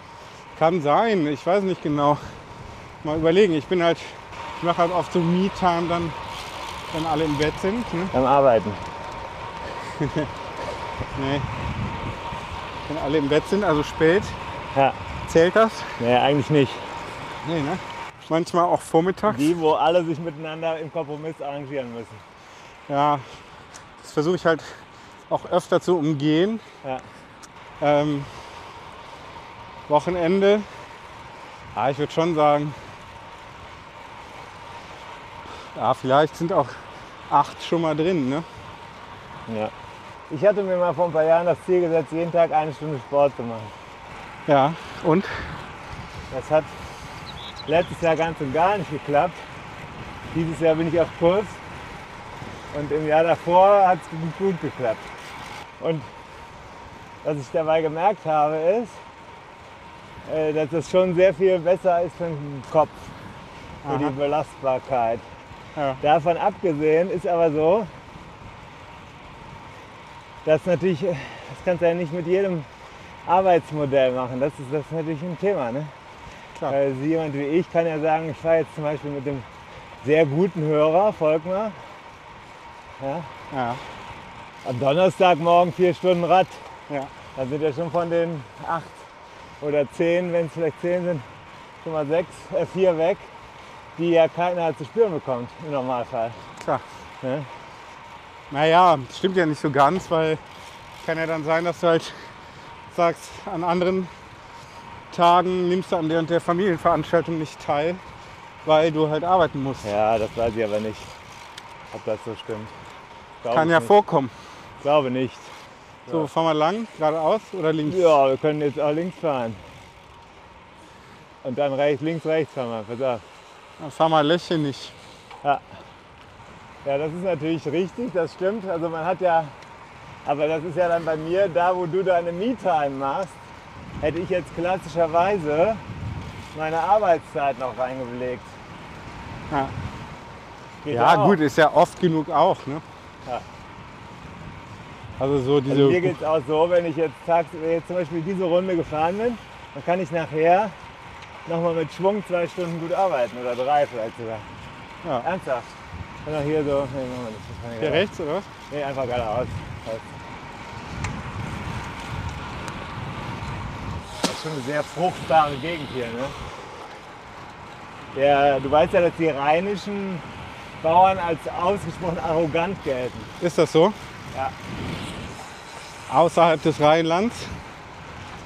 S2: kann sein, ich weiß nicht genau. Mal überlegen, ich bin halt, ich mache halt oft so Me-Time dann, wenn alle im Bett sind. Ne?
S1: Am Arbeiten.
S2: Nee. Wenn alle im Bett sind, also spät,
S1: Ja,
S2: zählt das?
S1: nee, eigentlich nicht.
S2: Nee, ne? Manchmal auch vormittags.
S1: Die, wo alle sich miteinander im Kompromiss arrangieren müssen.
S2: Ja, das versuche ich halt auch öfter zu umgehen.
S1: Ja.
S2: Ähm, Wochenende, ja, ich würde schon sagen, ja, vielleicht sind auch acht schon mal drin. Ne?
S1: Ja. Ich hatte mir mal vor ein paar Jahren das Ziel gesetzt, jeden Tag eine Stunde Sport zu machen.
S2: Ja, und?
S1: Das hat letztes Jahr ganz und gar nicht geklappt. Dieses Jahr bin ich auf Kurs. Und im Jahr davor hat es gut geklappt. Und was ich dabei gemerkt habe, ist, äh, dass das schon sehr viel besser ist für den Kopf, für
S2: Aha.
S1: die Belastbarkeit.
S2: Ja.
S1: Davon abgesehen ist aber so, dass natürlich, äh, das kannst du ja nicht mit jedem Arbeitsmodell machen. Das ist, das ist natürlich ein Thema. Ne?
S2: Klar.
S1: Weil so jemand wie ich kann ja sagen, ich fahre jetzt zum Beispiel mit dem sehr guten Hörer, Volkmar, ja,
S2: Ja,
S1: am Donnerstagmorgen vier Stunden Rad.
S2: ja,
S1: Dann sind ja schon von den acht oder zehn, wenn es vielleicht zehn sind, schon mal sechs, äh, vier weg, die ja keiner zu spüren bekommt im Normalfall.
S2: klar.
S1: Ne?
S2: Naja, das stimmt ja nicht so ganz, weil kann ja dann sein, dass du halt sagst, an anderen Tagen nimmst du an der und der Familienveranstaltung nicht teil, weil du halt arbeiten musst.
S1: Ja, das weiß ich aber nicht, ob das so stimmt. Glaube
S2: Kann
S1: ich
S2: ja
S1: nicht.
S2: vorkommen.
S1: Glaube nicht.
S2: So, fahren wir lang, geradeaus oder links?
S1: Ja, wir können jetzt auch links fahren. Und dann rechts, links, rechts fahren wir. Pass auf.
S2: Dann fahren wir Lächeln nicht.
S1: Ja, das ist natürlich richtig, das stimmt. Also man hat ja, aber das ist ja dann bei mir, da wo du deine Me-Time machst, hätte ich jetzt klassischerweise meine Arbeitszeit noch reingelegt.
S2: Ja,
S1: Geht
S2: ja
S1: auch.
S2: gut, ist ja oft genug auch. Ne?
S1: Ja.
S2: Also so
S1: Also
S2: diese.
S1: mir geht es auch so, wenn ich jetzt, tags, wenn jetzt zum Beispiel diese Runde gefahren bin, dann kann ich nachher nochmal mit Schwung zwei Stunden gut arbeiten oder drei vielleicht sogar.
S2: Ja.
S1: Ernsthaft. Und auch hier so, nee, machen wir nicht. Das kann ich
S2: hier
S1: gar-
S2: rechts, oder was?
S1: Nee, einfach geradeaus. Das ist schon eine sehr fruchtbare Gegend hier, ne? Ja, du weißt ja, dass die rheinischen Bauern als ausgesprochen arrogant gelten.
S2: Ist das so?
S1: Ja.
S2: Außerhalb des Rheinlands?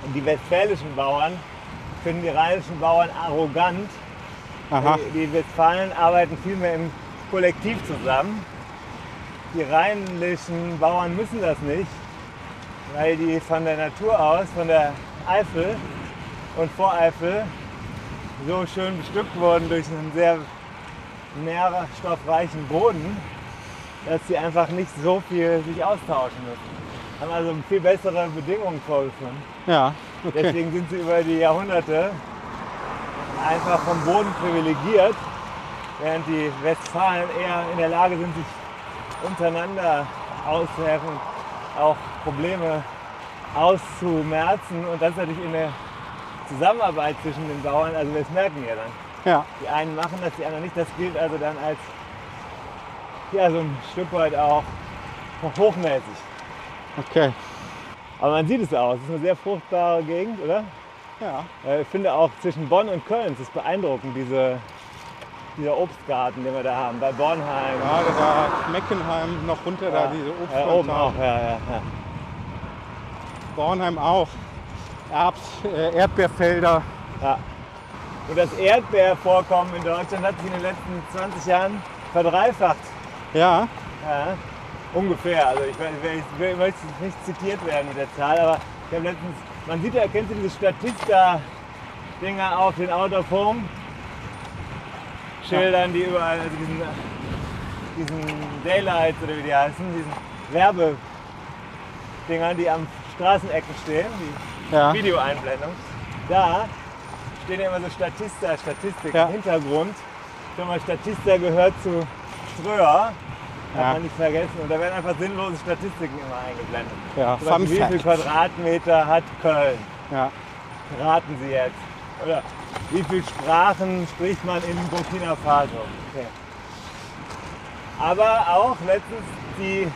S1: Und die westfälischen Bauern finden die rheinischen Bauern arrogant.
S2: Aha.
S1: Die, die Westfalen arbeiten viel mehr im Kollektiv zusammen. Die rheinischen Bauern müssen das nicht, weil die von der Natur aus, von der Eifel und Voreifel so schön bestückt wurden durch einen sehr nährstoffreichen Boden, dass sie einfach nicht so viel sich austauschen müssen. Haben also viel bessere Bedingungen vorgefunden.
S2: Ja, okay.
S1: Deswegen sind sie über die Jahrhunderte einfach vom Boden privilegiert, während die Westfalen eher in der Lage sind, sich untereinander auszuhelfen, auch Probleme auszumerzen. Und das ist natürlich in der Zusammenarbeit zwischen den Bauern, also das merken wir dann.
S2: Ja,
S1: Die einen machen das, die anderen nicht. Das gilt also dann als ja, so ein Stück weit auch hochmäßig.
S2: okay.
S1: Aber man sieht es auch, es ist eine sehr fruchtbare Gegend, oder?
S2: Ja.
S1: Äh, Ich finde auch zwischen Bonn und Köln es ist beeindruckend, diese, dieser Obstgarten, den wir da haben, bei Bornheim.
S2: Ja, da war Meckenheim noch runter, da diese
S1: ja, Äh, oben auch,
S2: Obstplantage.
S1: ja, ja, ja.
S2: Bornheim auch. Erbs, äh, Erdbeerfelder.
S1: Und das Erdbeervorkommen in Deutschland hat sich in den letzten 20 Jahren verdreifacht.
S2: Ja,
S1: Ja, ne? ungefähr. Also ich, weiß- ich, will- ich möchte jetzt nicht zitiert werden mit der Zahl, aber ich habe letztens, man sieht ja, kennst du diese Statista-Dinger auf den Out of Home? Schildern, die überall, also diesen, diesen Daylights oder wie die heißen, diesen Werbedingern, die am Straßenecken stehen, die
S2: ja.
S1: Videoeinblendung. Da stehen ja immer so Statista, Statistik
S2: Ja.
S1: im Hintergrund. Ich sag mal, Statista gehört zu Ströer.
S2: Ja.
S1: Darf man nicht vergessen. Und da werden einfach sinnlose Statistiken immer eingeblendet.
S2: Ja,
S1: Zum Beispiel,
S2: Fun
S1: wie viel
S2: Fact.
S1: Quadratmeter hat Köln?
S2: Ja.
S1: Raten Sie jetzt. Oder wie viele Sprachen spricht man in Burkina Faso? Okay. Aber auch letztens die,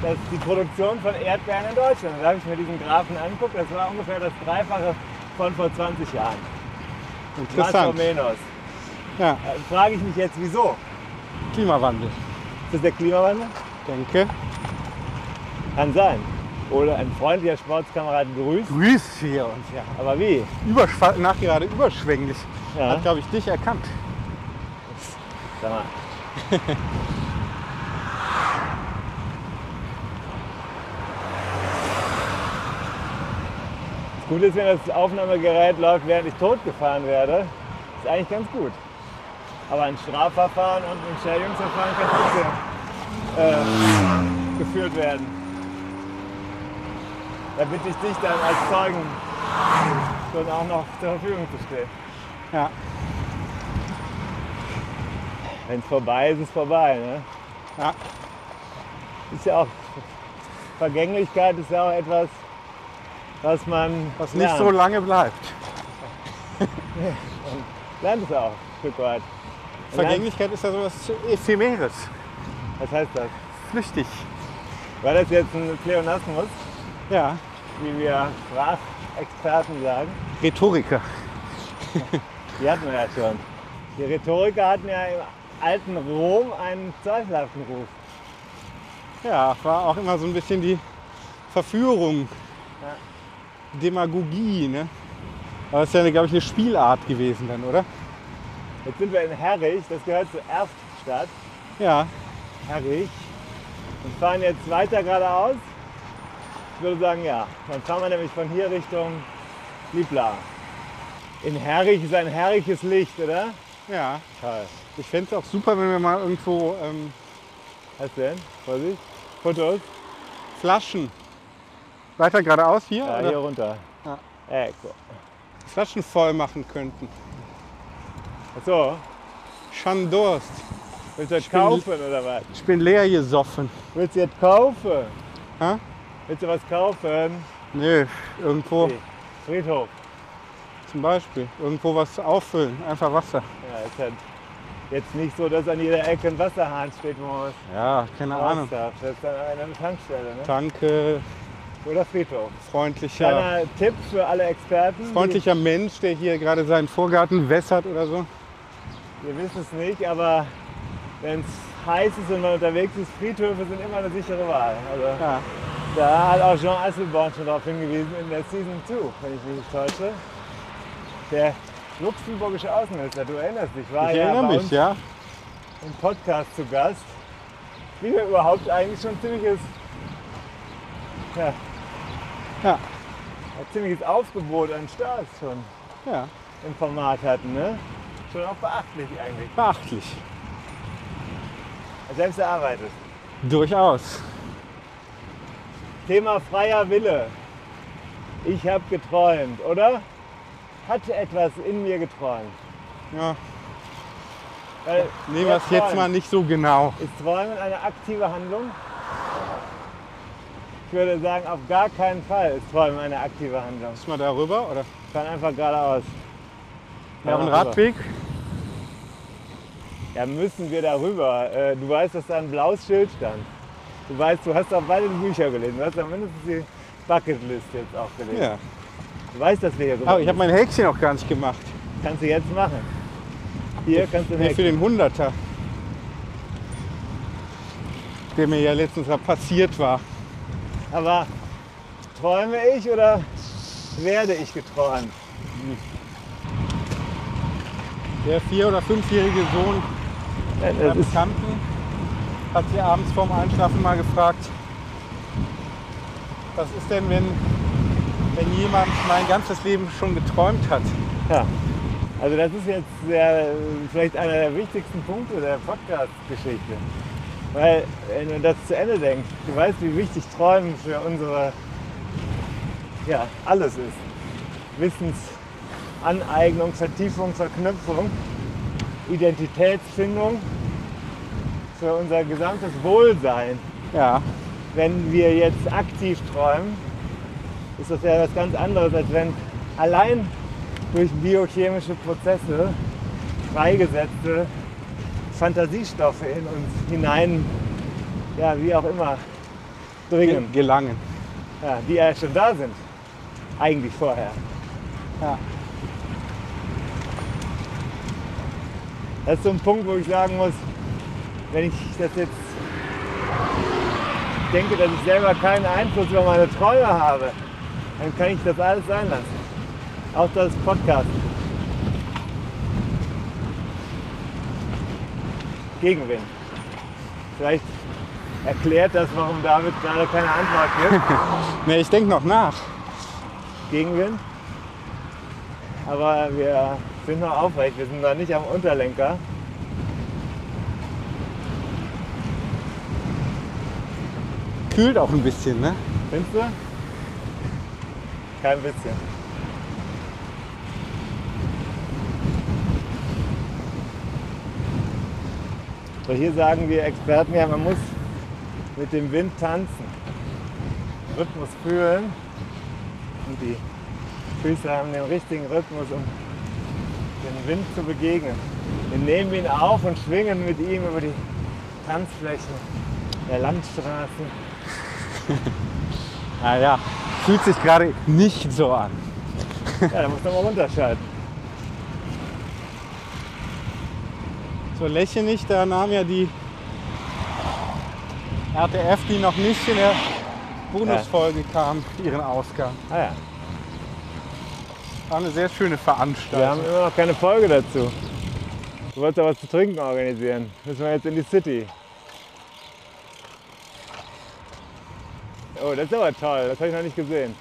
S1: das, die Produktion von Erdbeeren in Deutschland. Da habe ich mir diesen Graphen angeguckt. Das war ungefähr das Dreifache von vor 20 Jahren. Más o
S2: Interessant.
S1: menos.
S2: Ja,
S1: Da frage ich mich jetzt, wieso?
S2: Klimawandel.
S1: Ist das der Klimawandel?
S2: Denke.
S1: Kann sein. Oder ein freundlicher Sportskamerad grüßt.
S2: Grüß hier uns ja.
S1: Aber wie?
S2: Überschwa nachgerade überschwänglich.
S1: Ja.
S2: Hat, glaube ich, dich erkannt.
S1: Sag mal. [laughs] Das Gute ist, wenn das Aufnahmegerät läuft, während ich totgefahren werde. Ist eigentlich ganz gut. Aber ein Strafverfahren und ein Schädigungsverfahren kann trotzdem äh, geführt werden. Da bitte ich dich dann als Zeugen schon auch noch zur Verfügung zu stehen.
S2: Ja.
S1: Wenn es vorbei ist, ist es vorbei. Ne?
S2: ja.
S1: ist ja auch Vergänglichkeit ist ja auch etwas, was man
S2: Was nicht
S1: lernt.
S2: so lange bleibt.
S1: lernt es auch ein Stück weit.
S2: Vergänglichkeit ist ja sowas Ephemeres.
S1: Was heißt das?
S2: Flüchtig.
S1: War das jetzt ein Pleonasmus,
S2: Ja.
S1: wie wir Sprachexperten sagen?
S2: Rhetoriker.
S1: Die hatten wir ja schon. Die Rhetoriker hatten ja im alten Rom einen zweifelhaften Ruf.
S2: Ja, war auch immer so ein bisschen die Verführung. Demagogie, ne? Aber ist ja, glaube ich, eine Spielart gewesen dann, oder?
S1: Jetzt sind wir in Herrich, das gehört zur Erftstadt,
S2: Ja.
S1: Herrich. Und fahren jetzt weiter geradeaus. Ich würde sagen, ja. Dann fahren wir nämlich von hier Richtung Liebla. In Herrich ist ein herrliches Licht, oder?
S2: Ja.
S1: Toll.
S2: Ich fände es auch super, wenn wir mal irgendwo ähm,
S1: Was denn? Vorsicht. Fotos?
S2: Flaschen. Weiter geradeaus hier?
S1: Ja,
S2: oder?
S1: hier runter.
S2: Ja.
S1: Ecco.
S2: Flaschen voll machen könnten.
S1: Achso,
S2: Schon Durst.
S1: willst du jetzt
S2: Ich bin-
S1: kaufen oder was?
S2: Ich bin leer gesoffen.
S1: Willst du jetzt kaufen?
S2: Hä?
S1: Willst du was kaufen?
S2: Nö, irgendwo
S1: Nee. Friedhof.
S2: zum Beispiel. Irgendwo was auffüllen. Einfach Wasser.
S1: Ja, ist halt jetzt nicht so, dass an jeder Ecke ein Wasserhahn steht, wo man
S2: Ja, keine
S1: was raus
S2: Ahnung.
S1: darf. Das ist dann am Ende eine Tankstelle, ne?
S2: Danke,
S1: Oder Friedhof.
S2: freundlicher,
S1: Kleiner Tipp für alle Experten.
S2: freundlicher Mensch, der hier gerade seinen Vorgarten wässert oder so.
S1: Die, ihr wisst es nicht, aber wenn es heiß ist und man unterwegs ist, Friedhöfe sind immer eine sichere Wahl. Also,
S2: Ja.
S1: da hat auch Jean Asselborn schon darauf hingewiesen in der Season 2, wenn ich mich nicht täusche. Der luxemburgische Außenminister, du erinnerst dich, war
S2: Ich
S1: ja
S2: erinnere
S1: bei
S2: mich,
S1: uns
S2: ja.
S1: im Podcast zu Gast. Wie wir überhaupt eigentlich schon ziemliches, ja,
S2: Ja.
S1: ein ziemliches Aufgebot an Stars schon
S2: ja.
S1: im Format hatten. Ne? Schon auch beachtlich eigentlich.
S2: Beachtlich.
S1: Also Selbst erarbeitet.
S2: Durchaus.
S1: Thema freier Wille. Ich habe geträumt, oder? Hatte etwas in mir geträumt.
S2: Ja.
S1: Weil
S2: Nehmen wir
S1: wer
S2: es jetzt
S1: träumt?
S2: mal nicht so genau.
S1: Ist Träumen eine aktive Handlung? Ich würde sagen, auf gar keinen Fall ist Träumen eine aktive Handlung.
S2: Müssen wir darüber oder?
S1: Fahren einfach geradeaus.
S2: Ja, und
S1: Fahren einfach.
S2: Radweg?
S1: Ja, müssen wir darüber. Äh, Du weißt, dass da ein blaues Schild stand. Du weißt, du hast auch beide die Bücher gelesen. Du hast ja mindestens die Bucketlist jetzt auch gelesen.
S2: Ja.
S1: Du weißt, dass wir hier
S2: Aber Oh, ich habe
S1: gekommen
S2: mein Häkchen noch gar nicht gemacht.
S1: sind. Kannst du jetzt machen. Hier kannst du
S2: Nee,
S1: nicht.
S2: für den Hunderter. Der mir ja letztens mal passiert war.
S1: Aber träume ich oder werde ich geträumt?
S2: Der vier- oder fünfjährige Sohn einer Bekannten hat sie abends vorm Einschlafen mal gefragt, was ist denn, wenn, wenn jemand mein ganzes Leben schon geträumt hat?
S1: Ja. Also das ist jetzt sehr, äh, vielleicht einer der wichtigsten Punkte der Podcast-Geschichte. Weil, wenn du das zu Ende denkst, du weißt, wie wichtig Träumen für unsere, ja, alles ist. Wissensaneignung, Vertiefung, Verknüpfung, Identitätsfindung, für unser gesamtes Wohlsein.
S2: Ja,
S1: Wenn wir jetzt aktiv träumen, ist das ja was ganz anderes, als wenn allein durch biochemische Prozesse freigesetzte Fantasiestoffe in uns hinein, ja, wie auch immer,
S2: Ge-
S1: dringen,
S2: gelangen.
S1: ja, die ja schon da sind, eigentlich vorher.
S2: Ja.
S1: Das ist so ein Punkt, wo ich sagen muss, wenn ich das jetzt denke, dass ich selber keinen Einfluss über meine Träume habe, dann kann ich das alles sein lassen. Auch das Podcast. Gegenwind. Vielleicht erklärt das, warum David gerade keine Antwort gibt.
S2: Nee, ich denke noch nach.
S1: Gegenwind. Aber wir sind noch aufrecht, wir sind noch nicht am Unterlenker.
S2: Kühlt auch ein bisschen, ne?
S1: Findest du? Kein bisschen. So, hier sagen wir Experten ja, man muss mit dem Wind tanzen, Rhythmus fühlen und die Füße haben den richtigen Rhythmus, um dem Wind zu begegnen. Wir nehmen ihn auf und schwingen mit ihm über die Tanzflächen der Landstraßen.
S2: Naja, Ah fühlt sich gerade nicht so an.
S1: Ja, da muss man mal runterschalten.
S2: So lächeln nicht, da nahm ja die RTF, die noch nicht in der Bonusfolge kam, ihren Ausgang.
S1: Ah ja.
S2: War eine sehr schöne
S1: Wir haben
S2: Veranstaltung.
S1: immer noch keine Folge dazu. Du wolltest doch was zu trinken organisieren. Müssen wir jetzt in die City. Oh, das ist aber toll. Das habe ich noch nicht gesehen.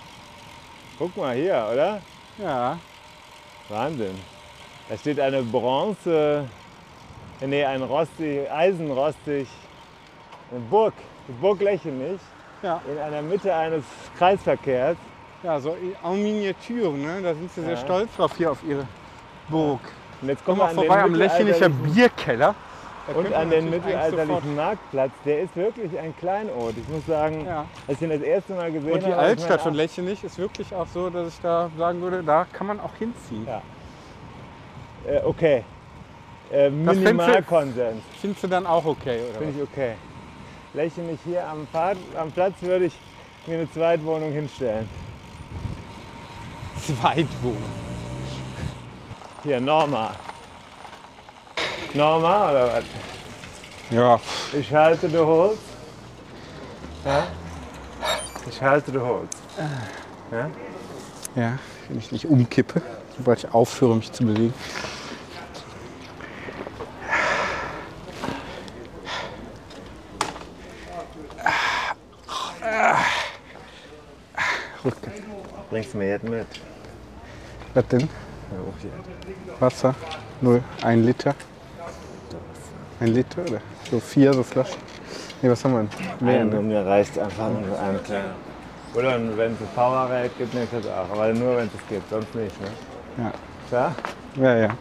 S1: Guck mal hier, oder?
S2: Ja,
S1: Wahnsinn. Da steht eine Bronze, äh, nee, ein rostig, eisenrostig, eine Burg, die Burg Lächeln nicht,
S2: ja,
S1: in einer Mitte eines Kreisverkehrs.
S2: ja, so en Miniature, ne? Da sind sie sehr
S1: Ja.
S2: stolz drauf hier auf ihre Burg.
S1: Und jetzt kommen
S2: Komm
S1: wir
S2: mal
S1: an den
S2: vorbei am Lächelnischer
S1: mittelalterlichen-
S2: Bierkeller. Da
S1: Und
S2: könnte
S1: an
S2: man
S1: den
S2: natürlich eigentlich
S1: mittelalterlichen Marktplatz, der ist wirklich ein Kleinod. Ich muss sagen,
S2: sofort- Ja.
S1: als ich ihn das erste Mal gesehen
S2: Und die
S1: habe. hab ich mir
S2: Altstadt von
S1: gedacht,
S2: Lächenich ist wirklich auch so, dass ich da sagen würde, da kann man auch hinziehen.
S1: Ja. Äh, okay. Äh,
S2: Das findest du-
S1: Minimalkonsens
S2: Findest du dann auch okay, oder?
S1: finde
S2: was?
S1: ich okay. Lächle mich hier am, Pfad, am Platz, würde ich mir eine Zweitwohnung hinstellen.
S2: Zweitwohn.
S1: Hier, Norma. Norma oder was?
S2: Ja.
S1: Ich halte, du holst. Ja? Ich halte, du holst. Ja?
S2: Ja, wenn ich nicht umkippe, sobald ich aufhöre, mich zu bewegen. Rücken.
S1: Bringst du mir jetzt mit?
S2: Was denn?
S1: Ja, ruf ich an.
S2: Wasser? Null. Ein Liter? Ein Liter oder? So vier, so Flaschen. Nee, was haben wir denn? Mehr,
S1: Nein,
S2: ne?
S1: mir reicht einfach nur ein kleiner. Oder wenn es ein Powerade gibt, nehme ich das auch. Aber nur wenn es es gibt, sonst nicht. Ne?
S2: Ja.
S1: Klar?
S2: Ja, ja.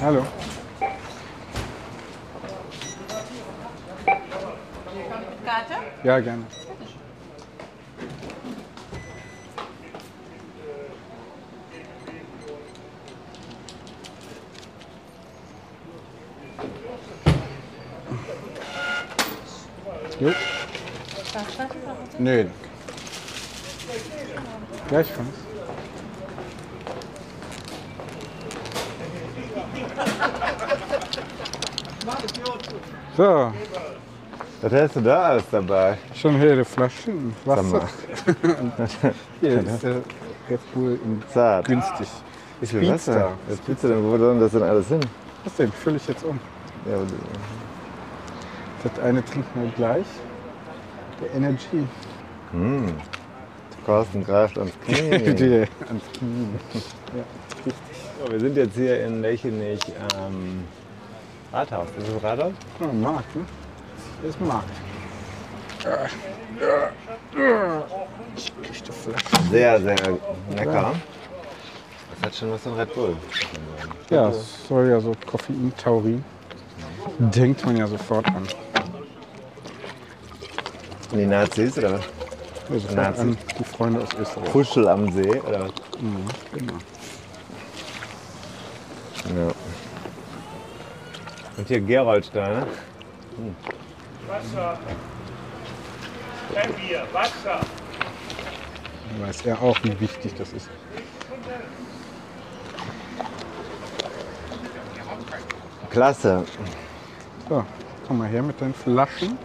S2: Hallo.
S3: Karte?
S2: Ja, gerne. Jo. Nee. Gleichfalls. So,
S1: Was hast du da alles dabei?
S2: schon wieder die Flaschen. Wasser. [laughs] Hier ist der Red Bull in
S1: Zart.
S2: günstig.
S1: Wie viel
S2: Speedstar.
S1: Wasser? Was willst du denn? Wo soll das denn alles hin?
S2: Was denn? Fülle ich jetzt um.
S1: Ja, aber-
S2: Das eine trinken wir gleich. Der Energy.
S1: Carsten greift ans
S2: [laughs]
S1: Knie.
S2: Die-
S1: So, wir sind jetzt hier in Lechenich ähm, Rathaus. Ist es Rathaus?
S2: Ja, Markt, ne? Hier ist Markt. Ich krieg das Fleisch.
S1: Sehr, sehr lecker. Das hat schon was von Red Bull. muss man sagen.
S2: Ja, es soll ja so Koffein, Taurin. Denkt man ja sofort an.
S1: Und Die Nazis oder was?
S2: Ja, sofort
S1: Nazi.
S2: an die Freunde aus Österreich.
S1: Puschel am See oder was? Mhm.
S2: Genau.
S1: Ja. Und hier ne? Geroldsteine.
S4: Wasser. Kein Bier, Wasser.
S2: Weiß er auch, wie wichtig das ist.
S1: Klasse.
S2: So, komm mal her mit deinen Flaschen.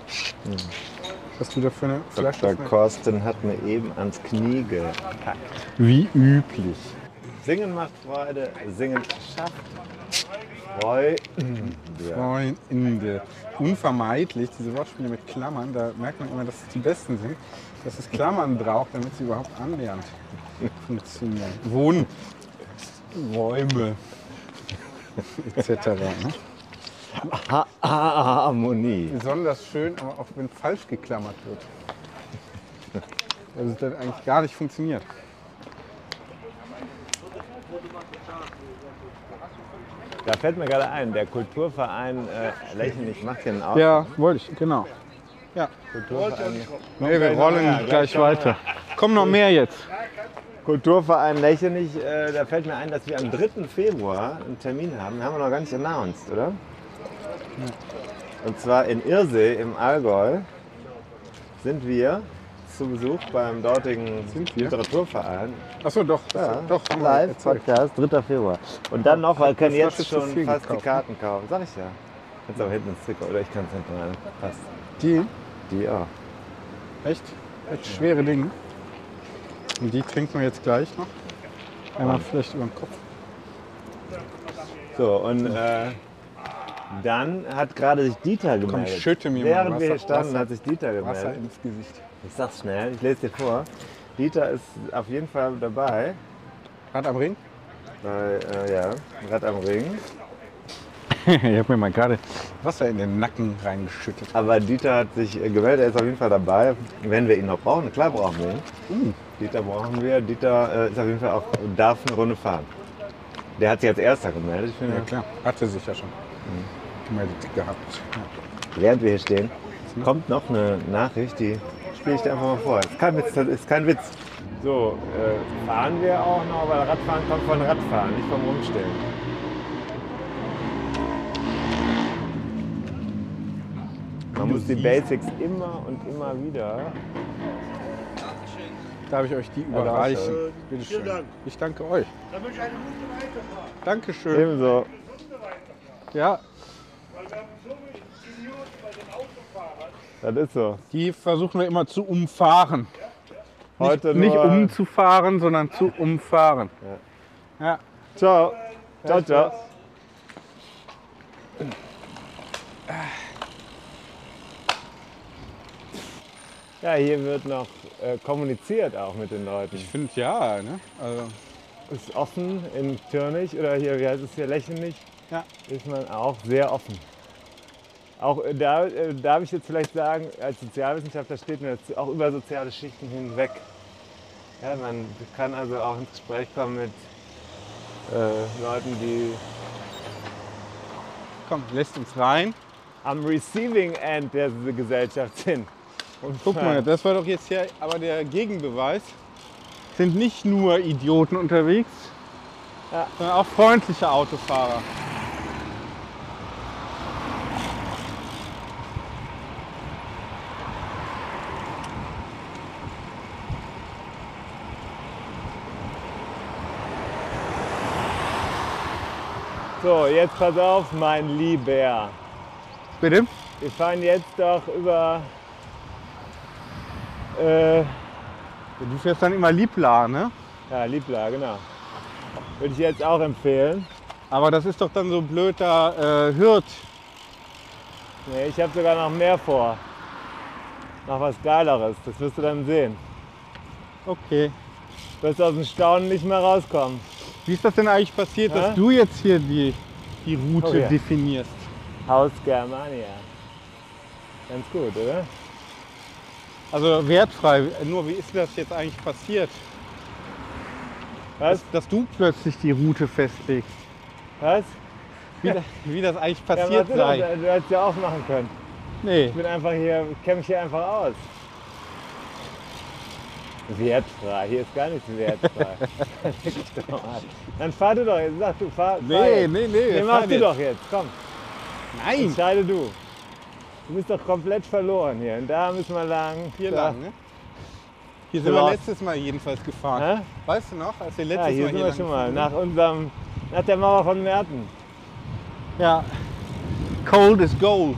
S2: Was du da für eine Flasche
S1: Dr.
S2: hast, ne?
S1: Korsten hat mir eben ans Knie gepackt.
S2: Wie üblich.
S1: Singen macht Freude, singen schafft Freude.
S2: Freunde. Unvermeidlich, diese Wortspiele mit Klammern, da merkt man immer, dass es die Besten sind, dass es Klammern braucht, damit sie überhaupt [laughs] annähernd funktionieren. [laughs] Wohnräume etc. Ne?
S1: Ha ha Harmonie.
S2: Besonders schön, aber auch wenn falsch geklammert wird. Also das eigentlich gar nicht funktioniert.
S1: Da fällt mir gerade ein, der Kulturverein äh, Lächeln, macht hier einen Aufruf.
S2: Ja, wollte ich, genau. Ja,
S1: Kulturverein,
S2: nee, wir rollen gleich weiter. Kommen noch mehr jetzt.
S1: Kulturverein Lächeln, äh, da fällt mir ein, dass wir am 3. Februar einen Termin haben. Den haben wir noch gar nicht announced, oder? Und zwar in Irsee im Allgäu sind wir zu Besuch beim dortigen
S2: Sind wir?
S1: Literaturverein.
S2: Achso, doch,
S1: Ja,
S2: doch, haben wir
S1: live,
S2: erzählt.
S1: Podcast, 3. Februar. Und dann noch, weil können
S2: eine Flasche
S1: jetzt
S2: zu
S1: schon
S2: viel
S1: fast die
S2: gekauft, ne?
S1: Karten kaufen. Sag ich ja. Jetzt aber hinten ins Trikot, oder ich kann es hinten rein. Passt.
S2: Die,
S1: Die auch.
S2: echt, echt schwere Dinge. Und die trinken wir jetzt gleich noch. Einmal vielleicht über den Kopf.
S1: So, und äh, dann hat gerade sich Dieter gemeldet.
S2: schütte mir mal
S1: Während wir
S2: Wasser-
S1: hier standen,
S2: Wasser-
S1: hat sich Dieter gemeldet.
S2: Wasser ins Gesicht.
S1: Ich sag's schnell, ich lese dir vor. Dieter ist auf jeden Fall dabei.
S2: Rad am Ring?
S1: Bei, äh, ja, Rad am Ring.
S2: [laughs] ich habe mir mal gerade Wasser in den Nacken reingeschüttet.
S1: Aber Dieter hat sich äh, gemeldet, er ist auf jeden Fall dabei. Wenn wir ihn noch brauchen, klar brauchen wir ihn.
S2: Uh.
S1: Dieter brauchen wir. Dieter äh, ist auf jeden Fall auch, darf eine Runde fahren. Der hat sich als erster gemeldet. Ich finde,
S2: Ja Mhm. klar, hatte sich ja schon gemeldet gehabt.
S1: Während wir hier stehen, kommt noch eine Nachricht, die spiele ich dir einfach mal vor. Ist kein Witz. Das ist kein Witz. So, äh, fahren wir auch noch, weil Radfahren kommt von Radfahren, nicht vom Rumstellen. Man muss die Basics immer und immer wieder.
S2: Darf ich euch die
S1: äh,
S2: überreichen? Bitte schön. Ich danke euch. Dankeschön.
S1: Ebenso.
S2: Ja,
S1: Das ist so.
S2: die versuchen wir immer zu umfahren.
S1: Heute
S2: nicht, nicht
S1: nur.
S2: umzufahren, sondern zu umfahren. Ja.
S1: Ciao. Ciao, ciao. Ja, hier wird noch äh, kommuniziert auch mit den Leuten.
S2: Ich finde ja, ne? Also,
S1: Ist offen in Türnich oder hier, wie heißt es hier, Lächelnich,
S2: ja.
S1: ist man auch sehr offen. Auch äh, da äh, darf ich jetzt vielleicht sagen, als Sozialwissenschaftler steht mir das auch über soziale Schichten hinweg. Ja, man kann also auch ins Gespräch kommen mit äh, Leuten, die
S2: Komm, lässt uns rein.
S1: am Receiving End der Gesellschaft sind.
S2: Und guck mal, das war doch jetzt hier aber der Gegenbeweis. Sind nicht nur Idioten unterwegs,
S1: Ja.
S2: sondern auch freundliche Autofahrer.
S1: So, jetzt pass auf, mein Lieber.
S2: Bitte?
S1: Wir fahren jetzt doch über. Äh,
S2: Du fährst dann immer Liebla, ne?
S1: ja, Liebla, genau. Würde ich jetzt auch empfehlen.
S2: Aber das ist doch dann so blöder äh, Hirt.
S1: Nee, ich habe sogar noch mehr vor. Noch was Geileres, das wirst du dann sehen.
S2: Okay.
S1: wirst aus dem Staunen nicht mehr rauskommen.
S2: Wie ist das denn eigentlich passiert,
S1: Hä?
S2: dass du jetzt hier die, die Route
S1: Oh ja.
S2: definierst?
S1: Haus Germania. Ganz gut, oder?
S2: Also wertfrei. Nur wie ist das jetzt eigentlich passiert?
S1: Was?
S2: Dass, dass du plötzlich die Route festlegst.
S1: Was?
S2: Wie, da- wie das eigentlich
S1: Ja,
S2: passiert
S1: was ist das?
S2: sei.
S1: Du hättest ja auch machen können.
S2: Nee.
S1: Ich bin einfach hier, kenne mich hier einfach aus. Wertfrei, hier ist gar nichts
S2: [laughs]
S1: wertfrei. [laughs] Dann fahr du doch jetzt, sag du, fahr. fahr
S2: Nee,
S1: jetzt.
S2: nee, nee.
S1: nee
S2: wir
S1: mach
S2: fahren
S1: du
S2: jetzt.
S1: doch jetzt, komm.
S2: Nein.
S1: Entscheide du. Du bist doch komplett verloren hier. Und da müssen wir lang.
S2: Hier
S1: da.
S2: lang, ne? Hier sind wir
S1: Lost.
S2: letztes Mal jedenfalls gefahren.
S1: Hä?
S2: Weißt du noch, als wir letztes
S1: Ja, hier
S2: Mal
S1: sind
S2: hier
S1: wir
S2: lang
S1: schon mal.
S2: gefahren
S1: Nach unserem, nach der Mauer von Merten.
S2: sind? Ja. Cold is gold.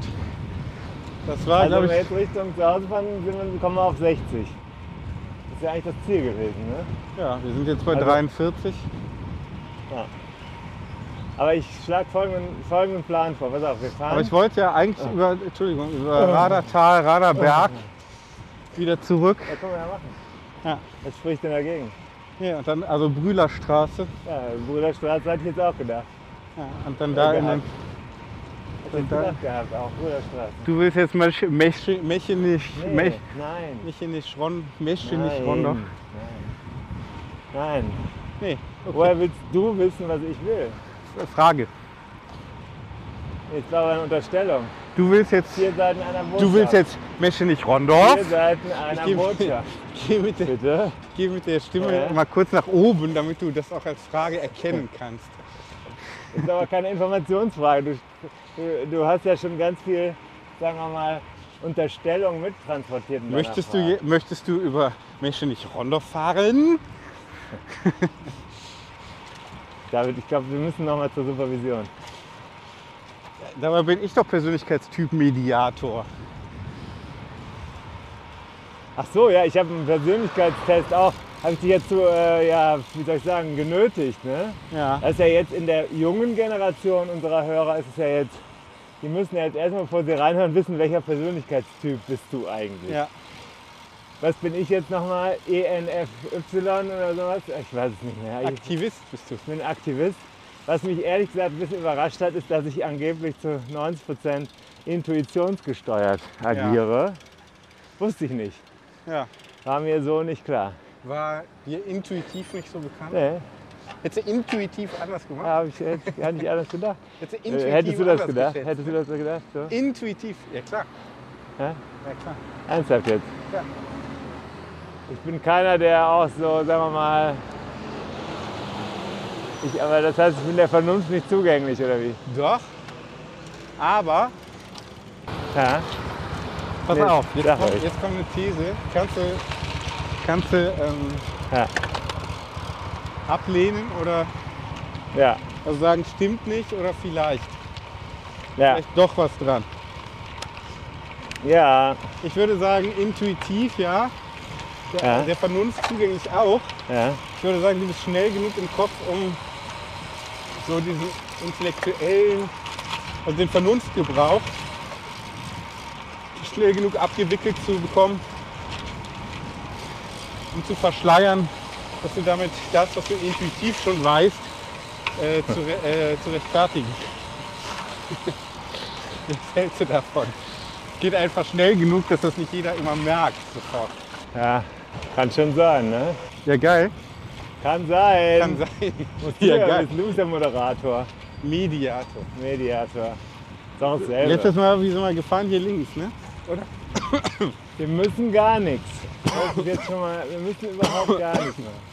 S2: Das war,
S1: Also
S2: glaub
S1: wenn wir
S2: ich,
S1: jetzt Richtung zu Hause fahren, sind wir, kommen wir auf 60. Das ist ja eigentlich das Ziel gewesen, ne?
S2: ja, wir sind jetzt bei
S1: Also-
S2: 43.
S1: Aber ich schlage folgenden, folgenden Plan vor. Pass auf, wir fahren.
S2: Aber ich wollte ja eigentlich über, Entschuldigung, über Radertal, Raderberg wieder zurück.
S1: ja, können wir ja machen.
S2: Ja.
S1: Was spricht denn dagegen?
S2: Ja, und dann also Brühlerstraße.
S1: Ja, Bruderstraße hatte ich jetzt auch gedacht.
S2: Ja, und dann da in den,
S1: Hätte ich
S2: und dann,
S1: gedacht gehabt, auch Bruderstraße.
S2: Du willst jetzt mal Sch- Mech- Mechenisch,
S1: Nee,
S2: Mech,
S1: nein.
S2: Mechenisch, Ron, Mechenisch,
S1: Nein.
S2: Rondorf.
S1: Nein. Nein.
S2: Nee, okay.
S1: Woher willst du wissen, was ich will?
S2: Frage.
S1: Jetzt war aber eine Unterstellung.
S2: Du willst jetzt,
S1: Vier Seiten einer Botschaft.
S2: du willst jetzt Mechenisch,
S1: Vier
S2: Rondorf?
S1: Seiten einer
S2: geb- [laughs]
S1: Botschaft.
S2: Geh mit, der,
S1: Bitte?
S2: geh mit der Stimme
S1: Ja.
S2: mal kurz nach oben, damit du das auch als Frage erkennen kannst.
S1: Das ist aber keine Informationsfrage. Du, du, du hast ja schon ganz viel, sagen wir mal, Unterstellung mittransportiert. in deiner
S2: Möchtest du,
S1: Frage.
S2: je, möchtest du über Mechenisch, Rondorf fahren?
S1: David, ich glaube, wir müssen nochmal zur Supervision.
S2: Dabei bin ich doch Persönlichkeitstyp Mediator.
S1: Ach so, ja, ich habe einen Persönlichkeitstest auch. Habe ich dich jetzt zu, äh, ja, wie soll ich sagen, genötigt, ne?
S2: Ja.
S1: Das ist ja jetzt in der jungen Generation unserer Hörer, ist es ja jetzt, die müssen ja jetzt erstmal, bevor sie reinhören, wissen, welcher Persönlichkeitstyp bist du eigentlich.
S2: Ja.
S1: Was bin ich jetzt nochmal? E ENFY oder sowas? Ich weiß es nicht mehr. Ich
S2: Aktivist bist du.
S1: bin Aktivist. Was mich ehrlich gesagt ein bisschen überrascht hat, ist, dass ich angeblich zu 90% intuitionsgesteuert agiere. Wusste ich nicht.
S2: Ja.
S1: War mir so nicht klar.
S2: War dir intuitiv nicht so bekannt?
S1: Nee,
S2: Hätte intuitiv anders
S1: da
S2: gemacht?
S1: habe Ah, ich jetzt gar nicht anders gedacht.
S2: Hätte intuitiv
S1: Äh, Hättest du das
S2: anders
S1: gedacht?
S2: geschätzt.
S1: Hättest du das gedacht? So?
S2: Intuitiv, ja klar.
S1: Hä?
S2: Ja klar.
S1: Ernsthaft jetzt?
S2: Ja.
S1: Ich bin keiner, der auch so, sagen wir mal. Ich, aber das heißt, ich bin der Vernunft nicht zugänglich, oder wie?
S2: Doch. Aber,
S1: Ja?
S2: pass
S1: Nee,
S2: auf, jetzt
S1: sag
S2: kommt,
S1: ruhig.
S2: jetzt kommt eine These. Kannst du, kannst du ähm,
S1: Ja.
S2: ablehnen oder
S1: Ja.
S2: also sagen, stimmt nicht oder vielleicht.
S1: Ja.
S2: Vielleicht doch was dran.
S1: Ja.
S2: Ich würde sagen, intuitiv ja. Der,
S1: Ja.
S2: der Vernunft zugänglich auch.
S1: ja.
S2: Ich würde sagen, du bist schnell genug im Kopf, um so diesen intellektuellen, also den Vernunftgebrauch schnell genug abgewickelt zu bekommen, um zu verschleiern, dass du damit das, was du intuitiv schon weißt, äh, zu, re- äh, zu rechtfertigen. [laughs] Was hältst du davon? Geht einfach schnell genug, dass das nicht jeder immer merkt sofort.
S1: Ja. Kann schon sein, ne?
S2: Ja, geil.
S1: Kann sein.
S2: Kann sein.
S1: Musst du
S2: Ja,
S1: ja,
S2: geil.
S1: bist du bist der Moderator,
S2: Mediator.
S1: Mediator. Ist auch selber.
S2: Letztes Mal, wie sind wir gefahren? Hier links, ne?
S1: Wir müssen gar nichts. Das ist jetzt schon mal, wir müssen überhaupt gar nichts machen.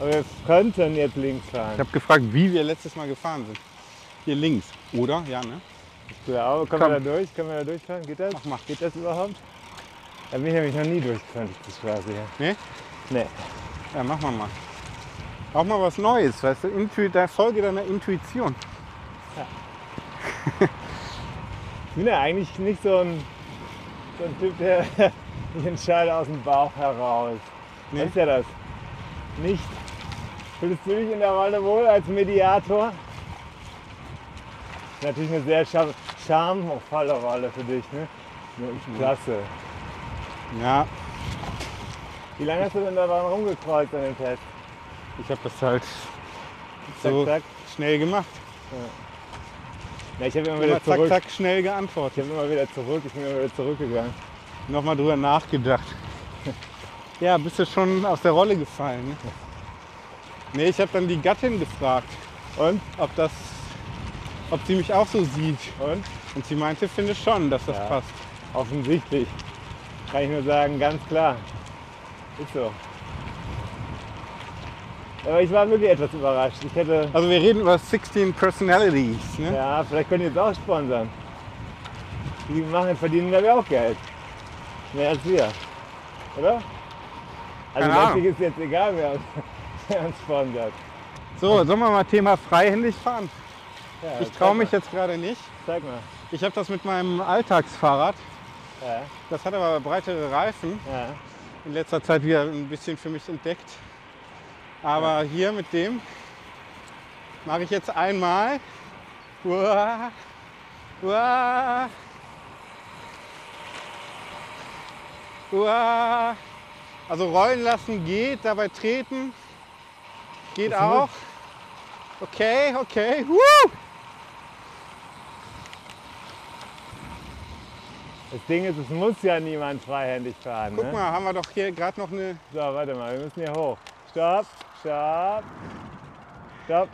S1: Aber wir könnten jetzt links
S2: Ich
S1: fahren.
S2: habe gefragt, wie wir letztes Mal gefahren sind. Hier links, oder? Ja, ne?
S1: Ja, aber können
S2: Komm.
S1: wir da durch? Können wir da durchfahren? Geht das?
S2: Mach mal.
S1: Geht das überhaupt? Da bin ich nämlich noch nie durchgefahren, die Straße hier.
S2: Nee?
S1: Nee.
S2: Ja, machen wir mal. Auch mal was Neues, weißt du? Intu da Folge deiner Intuition.
S1: Ich bin ja eigentlich nicht so ein, so ein Typ, der [laughs] ich entscheide aus dem Bauch heraus.
S2: Nee.
S1: Weißt du ja das? Nicht. Fühlst du dich in der Rolle wohl als Mediator? Ist Natürlich eine sehr scham schamvolle Rolle für dich, ne? Klasse.
S2: Ja.
S1: Wie lange hast du denn da dran rumgekreuzt an dem Test?
S2: Ich habe das halt so
S1: Zack, zack.
S2: schnell gemacht.
S1: Na, ich habe immer wieder
S2: Immer zack,
S1: zurück.
S2: zack, schnell
S1: Ich
S2: geantwortet.
S1: habe immer wieder zurück, ich bin immer wieder zurückgegangen.
S2: Nochmal drüber nachgedacht. Ja, bist du schon aus der Rolle gefallen? Ne? Nee, ich habe dann die Gattin gefragt,
S1: Und?
S2: ob das, ob sie mich auch so sieht.
S1: Und?
S2: Und sie meinte, finde schon, dass das
S1: Ja.
S2: passt.
S1: Offensichtlich. Kann ich nur sagen, ganz klar. Ist so. Aber ich war wirklich etwas überrascht. Ich hätte.
S2: Also wir reden über 16 Personalities. Ne?
S1: Ja, vielleicht können die jetzt auch sponsern. Die machen, verdienen glaube ich auch Geld. Mehr als wir. Oder? Also
S2: Keine Ahnung.
S1: letztlich ist jetzt egal, wer uns, [laughs] wer uns sponsert.
S2: So, sollen wir mal Thema freihändig fahren?
S1: Ja,
S2: Ich
S1: zeig
S2: traue
S1: mal,
S2: mich jetzt gerade nicht.
S1: Zeig mal.
S2: Ich habe das mit meinem Alltagsfahrrad.
S1: Ja,
S2: Das hat aber breitere Reifen.
S1: ja.
S2: In letzter Zeit wieder ein bisschen für mich entdeckt. Aber hier mit dem mache ich jetzt einmal. Uah, uah, uah. Also rollen lassen geht, dabei treten geht
S1: Das muss.
S2: auch. Okay, okay. Woo!
S1: Das Ding ist, es muss ja niemand freihändig fahren.
S2: Guck
S1: ne?
S2: mal, haben wir doch hier gerade noch eine
S1: So, warte mal, wir müssen hier hoch. Stopp, stopp, stopp.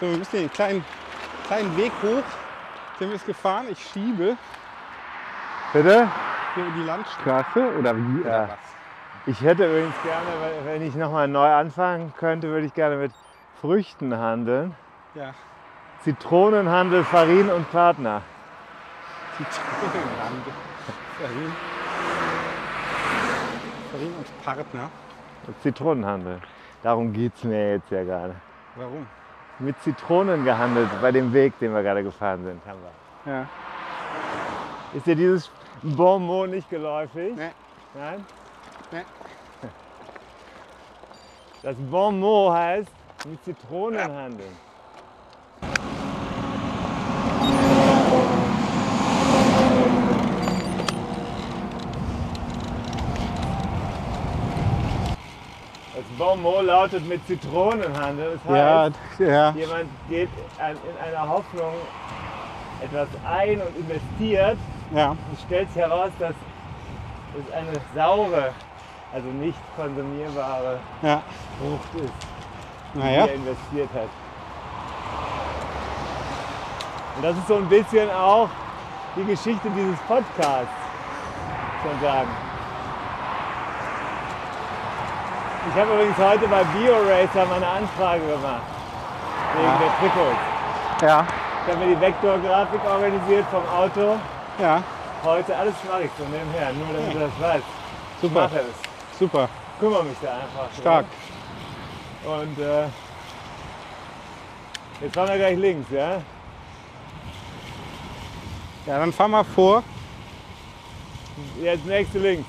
S2: So, wir müssen den kleinen, kleinen Weg hoch. Den ist gefahren. Ich schiebe
S1: Bitte?
S2: hier über die Landstraße.
S1: Klasse oder wie? Äh,
S2: oder
S1: Ja.
S2: was.
S1: Ich hätte übrigens gerne, weil- wenn ich nochmal neu anfangen könnte, würde ich gerne mit Früchten handeln.
S2: Ja.
S1: Zitronenhandel, Farin und Partner.
S2: Zitronenrande. Farin. Farin und Partner.
S1: Zitronenhandel. Darum geht es mir jetzt ja gerade.
S2: Warum?
S1: Mit Zitronen gehandelt bei dem Weg, den wir gerade gefahren sind, haben wir.
S2: Ja.
S1: Ist dir dieses Bonbon nicht geläufig?
S2: Nee.
S1: Nein?
S2: Nee.
S1: Das Bon mot heißt mit Zitronen handeln. Das Bon mot lautet mit Zitronen handeln. Das
S2: Ja,
S1: heißt,
S2: ja.
S1: jemand geht an- in einer Hoffnung etwas ein und investiert
S2: ja.
S1: es stellt sich heraus, dass es eine saure, also nicht konsumierbare
S2: ja.
S1: Frucht ist, die
S2: Naja.
S1: er investiert hat. Und das ist so ein bisschen auch die Geschichte dieses Podcasts, schon sagen. Ich habe übrigens heute bei BioRacer meine Anfrage gemacht, wegen
S2: Ah.
S1: der Trikots.
S2: Ja.
S1: Ich habe mir die Vektorgrafik organisiert vom Auto.
S2: Ja.
S1: Heute alles mache ich von dem her, nur damit du das weißt.
S2: Super.
S1: Mache es.
S2: Super.
S1: Kümmere mich da einfach. drum.
S2: Stark.
S1: Und äh, jetzt fahren wir gleich links, ja?
S2: Ja, dann fahr mal vor.
S1: Jetzt nächste links.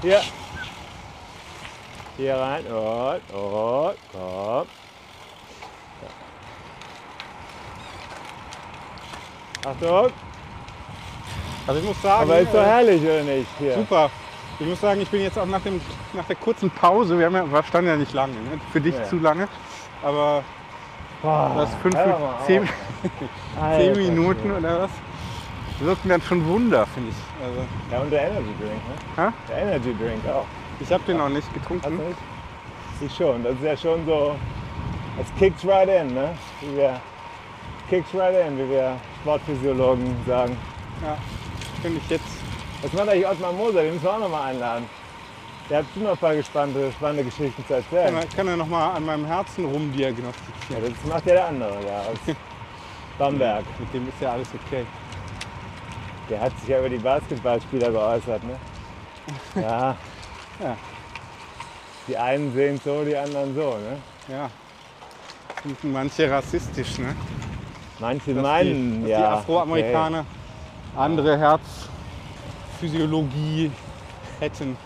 S1: Hier. Hier rein und, und, komm. Achtung.
S2: Also ich muss sagen.
S1: Aber ist doch
S2: äh,
S1: herrlich, oder nicht? Hier.
S2: Super. Ich muss sagen, ich bin jetzt auch nach, dem, nach der kurzen Pause, wir haben ja, wir standen ja nicht lange, ne? für dich
S1: Ja.
S2: zu lange, aber
S1: Boah,
S2: das fünf,
S1: hör doch mal auf.
S2: zehn,
S1: Ah, Alter
S2: zehn
S1: Schwede.
S2: Minuten oder was, wirkten dann schon Wunder, finde ich. Also,
S1: Ja, und der Energy Drink, ne?
S2: Hä? Hm?
S1: Der Energy Drink auch.
S2: ich habe den auch nicht
S1: Hast du
S2: getrunken.
S1: nicht? Ich schon. Das ist ja schon so. Es kicks right in, ne? Wie wir, kicks right in, wie wir Sportphysiologen sagen.
S2: Ja, finde ich jetzt.
S1: Was macht eigentlich Ottmar Moser? Den müssen wir auch nochmal einladen. Der hat schon noch ein paar gespannte, spannende Geschichten zu
S2: Kann
S1: erzählen.
S2: er, kann er noch mal an meinem Herzen rumdiagnostizieren.
S1: Ja, das macht ja der andere da aus
S2: [laughs]
S1: Bamberg.
S2: Mit dem ist ja alles okay.
S1: Der hat sich ja über die Basketballspieler geäußert, ne? Ja.
S2: [laughs] Ja.
S1: Die einen sehen so, die anderen so, ne?
S2: Ja. Finden manche rassistisch, ne?
S1: Manche
S2: dass
S1: meinen,
S2: die, dass
S1: ja.
S2: die Afroamerikaner andere Herzphysiologie hätten.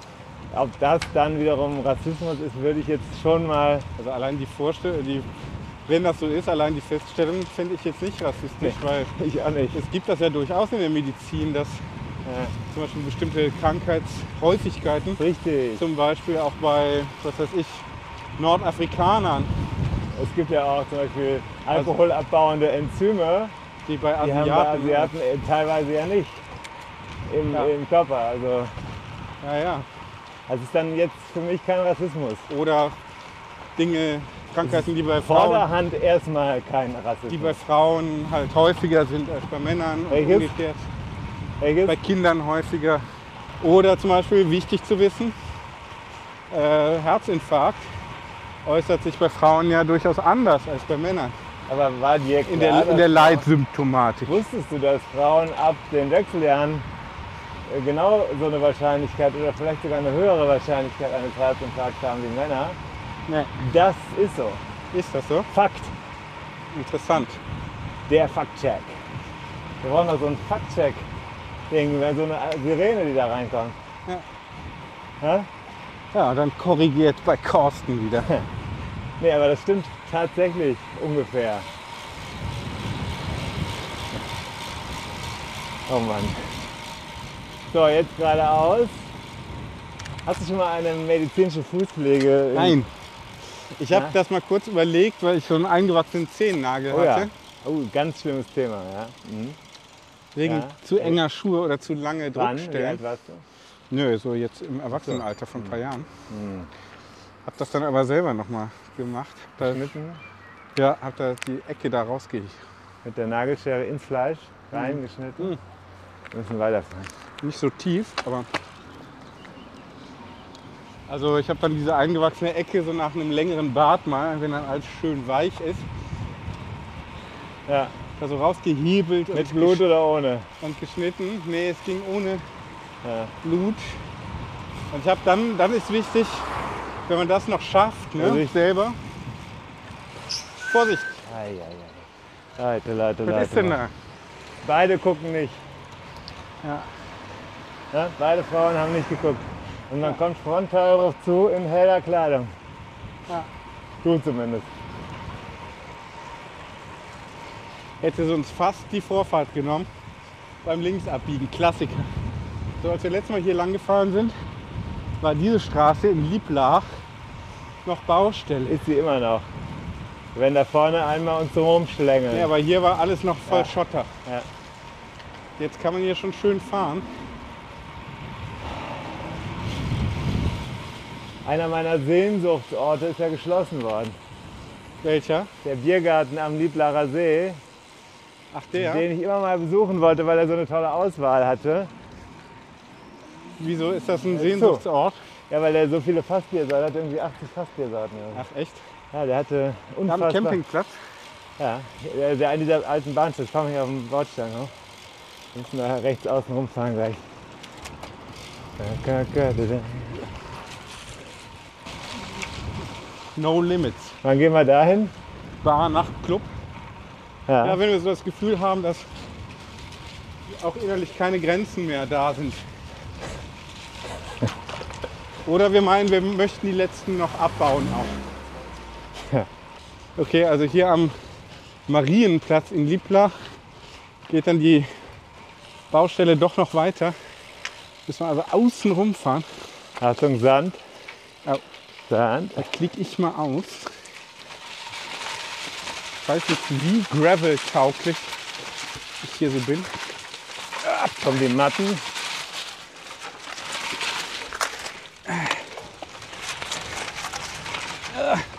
S1: Okay. Ob das dann wiederum Rassismus ist, würde ich jetzt schon mal.
S2: Also allein die Vorstellung, die, wenn das so ist, allein die Feststellung finde ich jetzt nicht rassistisch, weil
S1: Ich auch nicht.
S2: es gibt das ja durchaus in der Medizin, dass
S1: Ja,
S2: zum Beispiel bestimmte Krankheitshäufigkeiten,
S1: richtig.
S2: zum Beispiel auch bei, was weiß ich, Nordafrikanern,
S1: Es gibt ja auch zum Beispiel
S2: Also-
S1: alkoholabbauende Enzyme,
S2: die bei
S1: die haben wir
S2: Asiaten,
S1: Asiaten äh, teilweise ja nicht im,
S2: Ja.
S1: im Körper. Also
S2: ja, ja,
S1: das ist dann jetzt für mich kein Rassismus.
S2: oder Dinge, Krankheiten, die bei Frauen
S1: Vorderhand erstmal kein Rassismus.
S2: die bei Frauen halt häufiger sind als bei Männern und
S1: Bei Gips?
S2: umgekehrt.
S1: Ey, gibt's-
S2: Bei Kindern häufiger. Oder zum Beispiel, wichtig zu wissen, äh, Herzinfarkt äußert sich bei Frauen ja durchaus anders als bei Männern.
S1: aber war dir klar,
S2: In der, in
S1: dass
S2: der
S1: Frauen-
S2: Leitsymptomatik.
S1: Wusstest du, dass Frauen ab den Wechseljahren äh, genau so eine Wahrscheinlichkeit oder vielleicht sogar eine höhere Wahrscheinlichkeit eines Herzinfarkts haben wie Männer?
S2: Nee.
S1: Das ist so.
S2: Ist das so?
S1: Fakt.
S2: Interessant.
S1: Der Faktcheck. Wir brauchen noch so einen Faktcheck-Ding, wenn so eine Sirene, die da reinkommt.
S2: Ja.
S1: Hä?
S2: Ja, dann korrigiert bei Carsten wieder.
S1: Nee, aber das stimmt tatsächlich ungefähr. Oh Mann. So, jetzt geradeaus. Hast du schon mal eine medizinische Fußpflege? in-
S2: Nein. Ich habe
S1: Ja.
S2: das mal kurz überlegt, weil ich so einen eingewachsenen Zehennagel
S1: Oh ja.
S2: hatte.
S1: Oh, ganz schlimmes Thema, ja. Mhm.
S2: Wegen
S1: Ja.
S2: zu enger Schuhe oder zu lange
S1: Wann? Wie
S2: Druckstellen.
S1: alt warst du?
S2: Nö, so jetzt im Erwachsenenalter von ein paar Jahren.
S1: Hm.
S2: Hab das dann aber selber nochmal gemacht. Da,
S1: Geschnitten?
S2: ja, hab da die Ecke da rausgehe ich.
S1: Mit der Nagelschere ins Fleisch reingeschnitten.
S2: Mhm.
S1: Wir müssen weiterfahren.
S2: Nicht so tief, aber. Also ich habe dann diese eingewachsene Ecke so nach einem längeren Bart mal, wenn dann alles schön weich ist,
S1: Ja.
S2: da so rausgehebelt
S1: Mit
S2: und,
S1: Blut
S2: gesch
S1: oder ohne?
S2: und geschnitten. Nee, es ging ohne
S1: Ja.
S2: Blut. Und ich habe dann, dann ist wichtig, wenn man das noch schafft, ne?
S1: Also ich-
S2: selber. Vorsicht,
S1: Ei, ei, ei. Leute, Leute, Leute.
S2: was ist denn da?
S1: Beide gucken nicht.
S2: Ja.
S1: Ja, beide Frauen haben nicht geguckt. Und man kommt frontal drauf zu in heller Kleidung.
S2: Ja.
S1: Du zumindest.
S2: hätte sie uns fast die Vorfahrt genommen beim Linksabbiegen. Klassiker. So, als wir letztes Mal hier lang gefahren sind, war diese Straße in Lieblach noch Baustelle.
S1: Ist sie immer noch. Wenn da vorne einmal uns so rumschlängelt.
S2: Ja, aber hier war alles noch voll
S1: Ja.
S2: Schotter.
S1: Ja.
S2: Jetzt kann man hier schon schön fahren.
S1: Einer meiner Sehnsuchtsorte ist ja geschlossen worden.
S2: Welcher?
S1: Der Biergarten am Lieblacher See,
S2: Ach der?
S1: den ich immer mal besuchen wollte, weil er so eine tolle Auswahl hatte.
S2: Wieso ist das ein
S1: so.
S2: Sehnsuchtsort?
S1: Ja, weil er so viele Fassbiersorten hat, irgendwie 80 Fassbiersorten. oder so.
S2: Ach echt?
S1: Ja, der hatte
S2: Wir haben
S1: unfassbar...
S2: einen Campingplatz.
S1: Ja, äh, der, der an dieser alten Bahn steht. Fahren wir hier auf dem Bordstein hoch. Wir müssen da rechts außen rumfahren gleich.
S2: No Limits.
S1: Wann gehen wir dahin?
S2: Bar, Nacht, Club.
S1: Ja.
S2: Ja, wenn wir so das Gefühl haben, dass auch innerlich keine Grenzen mehr da sind. Oder wir meinen, wir möchten die letzten noch abbauen auch.
S1: Ja.
S2: Okay, also hier am Marienplatz in Lieblach geht dann die Baustelle doch noch weiter. Müssen wir also außen rumfahren.
S1: Achtung, Sand.
S2: Au.
S1: Sand.
S2: Da klicke ich mal aus. Ich weiß nicht, wie gravel-tauglich ich hier so bin.
S1: Kommen die Matten.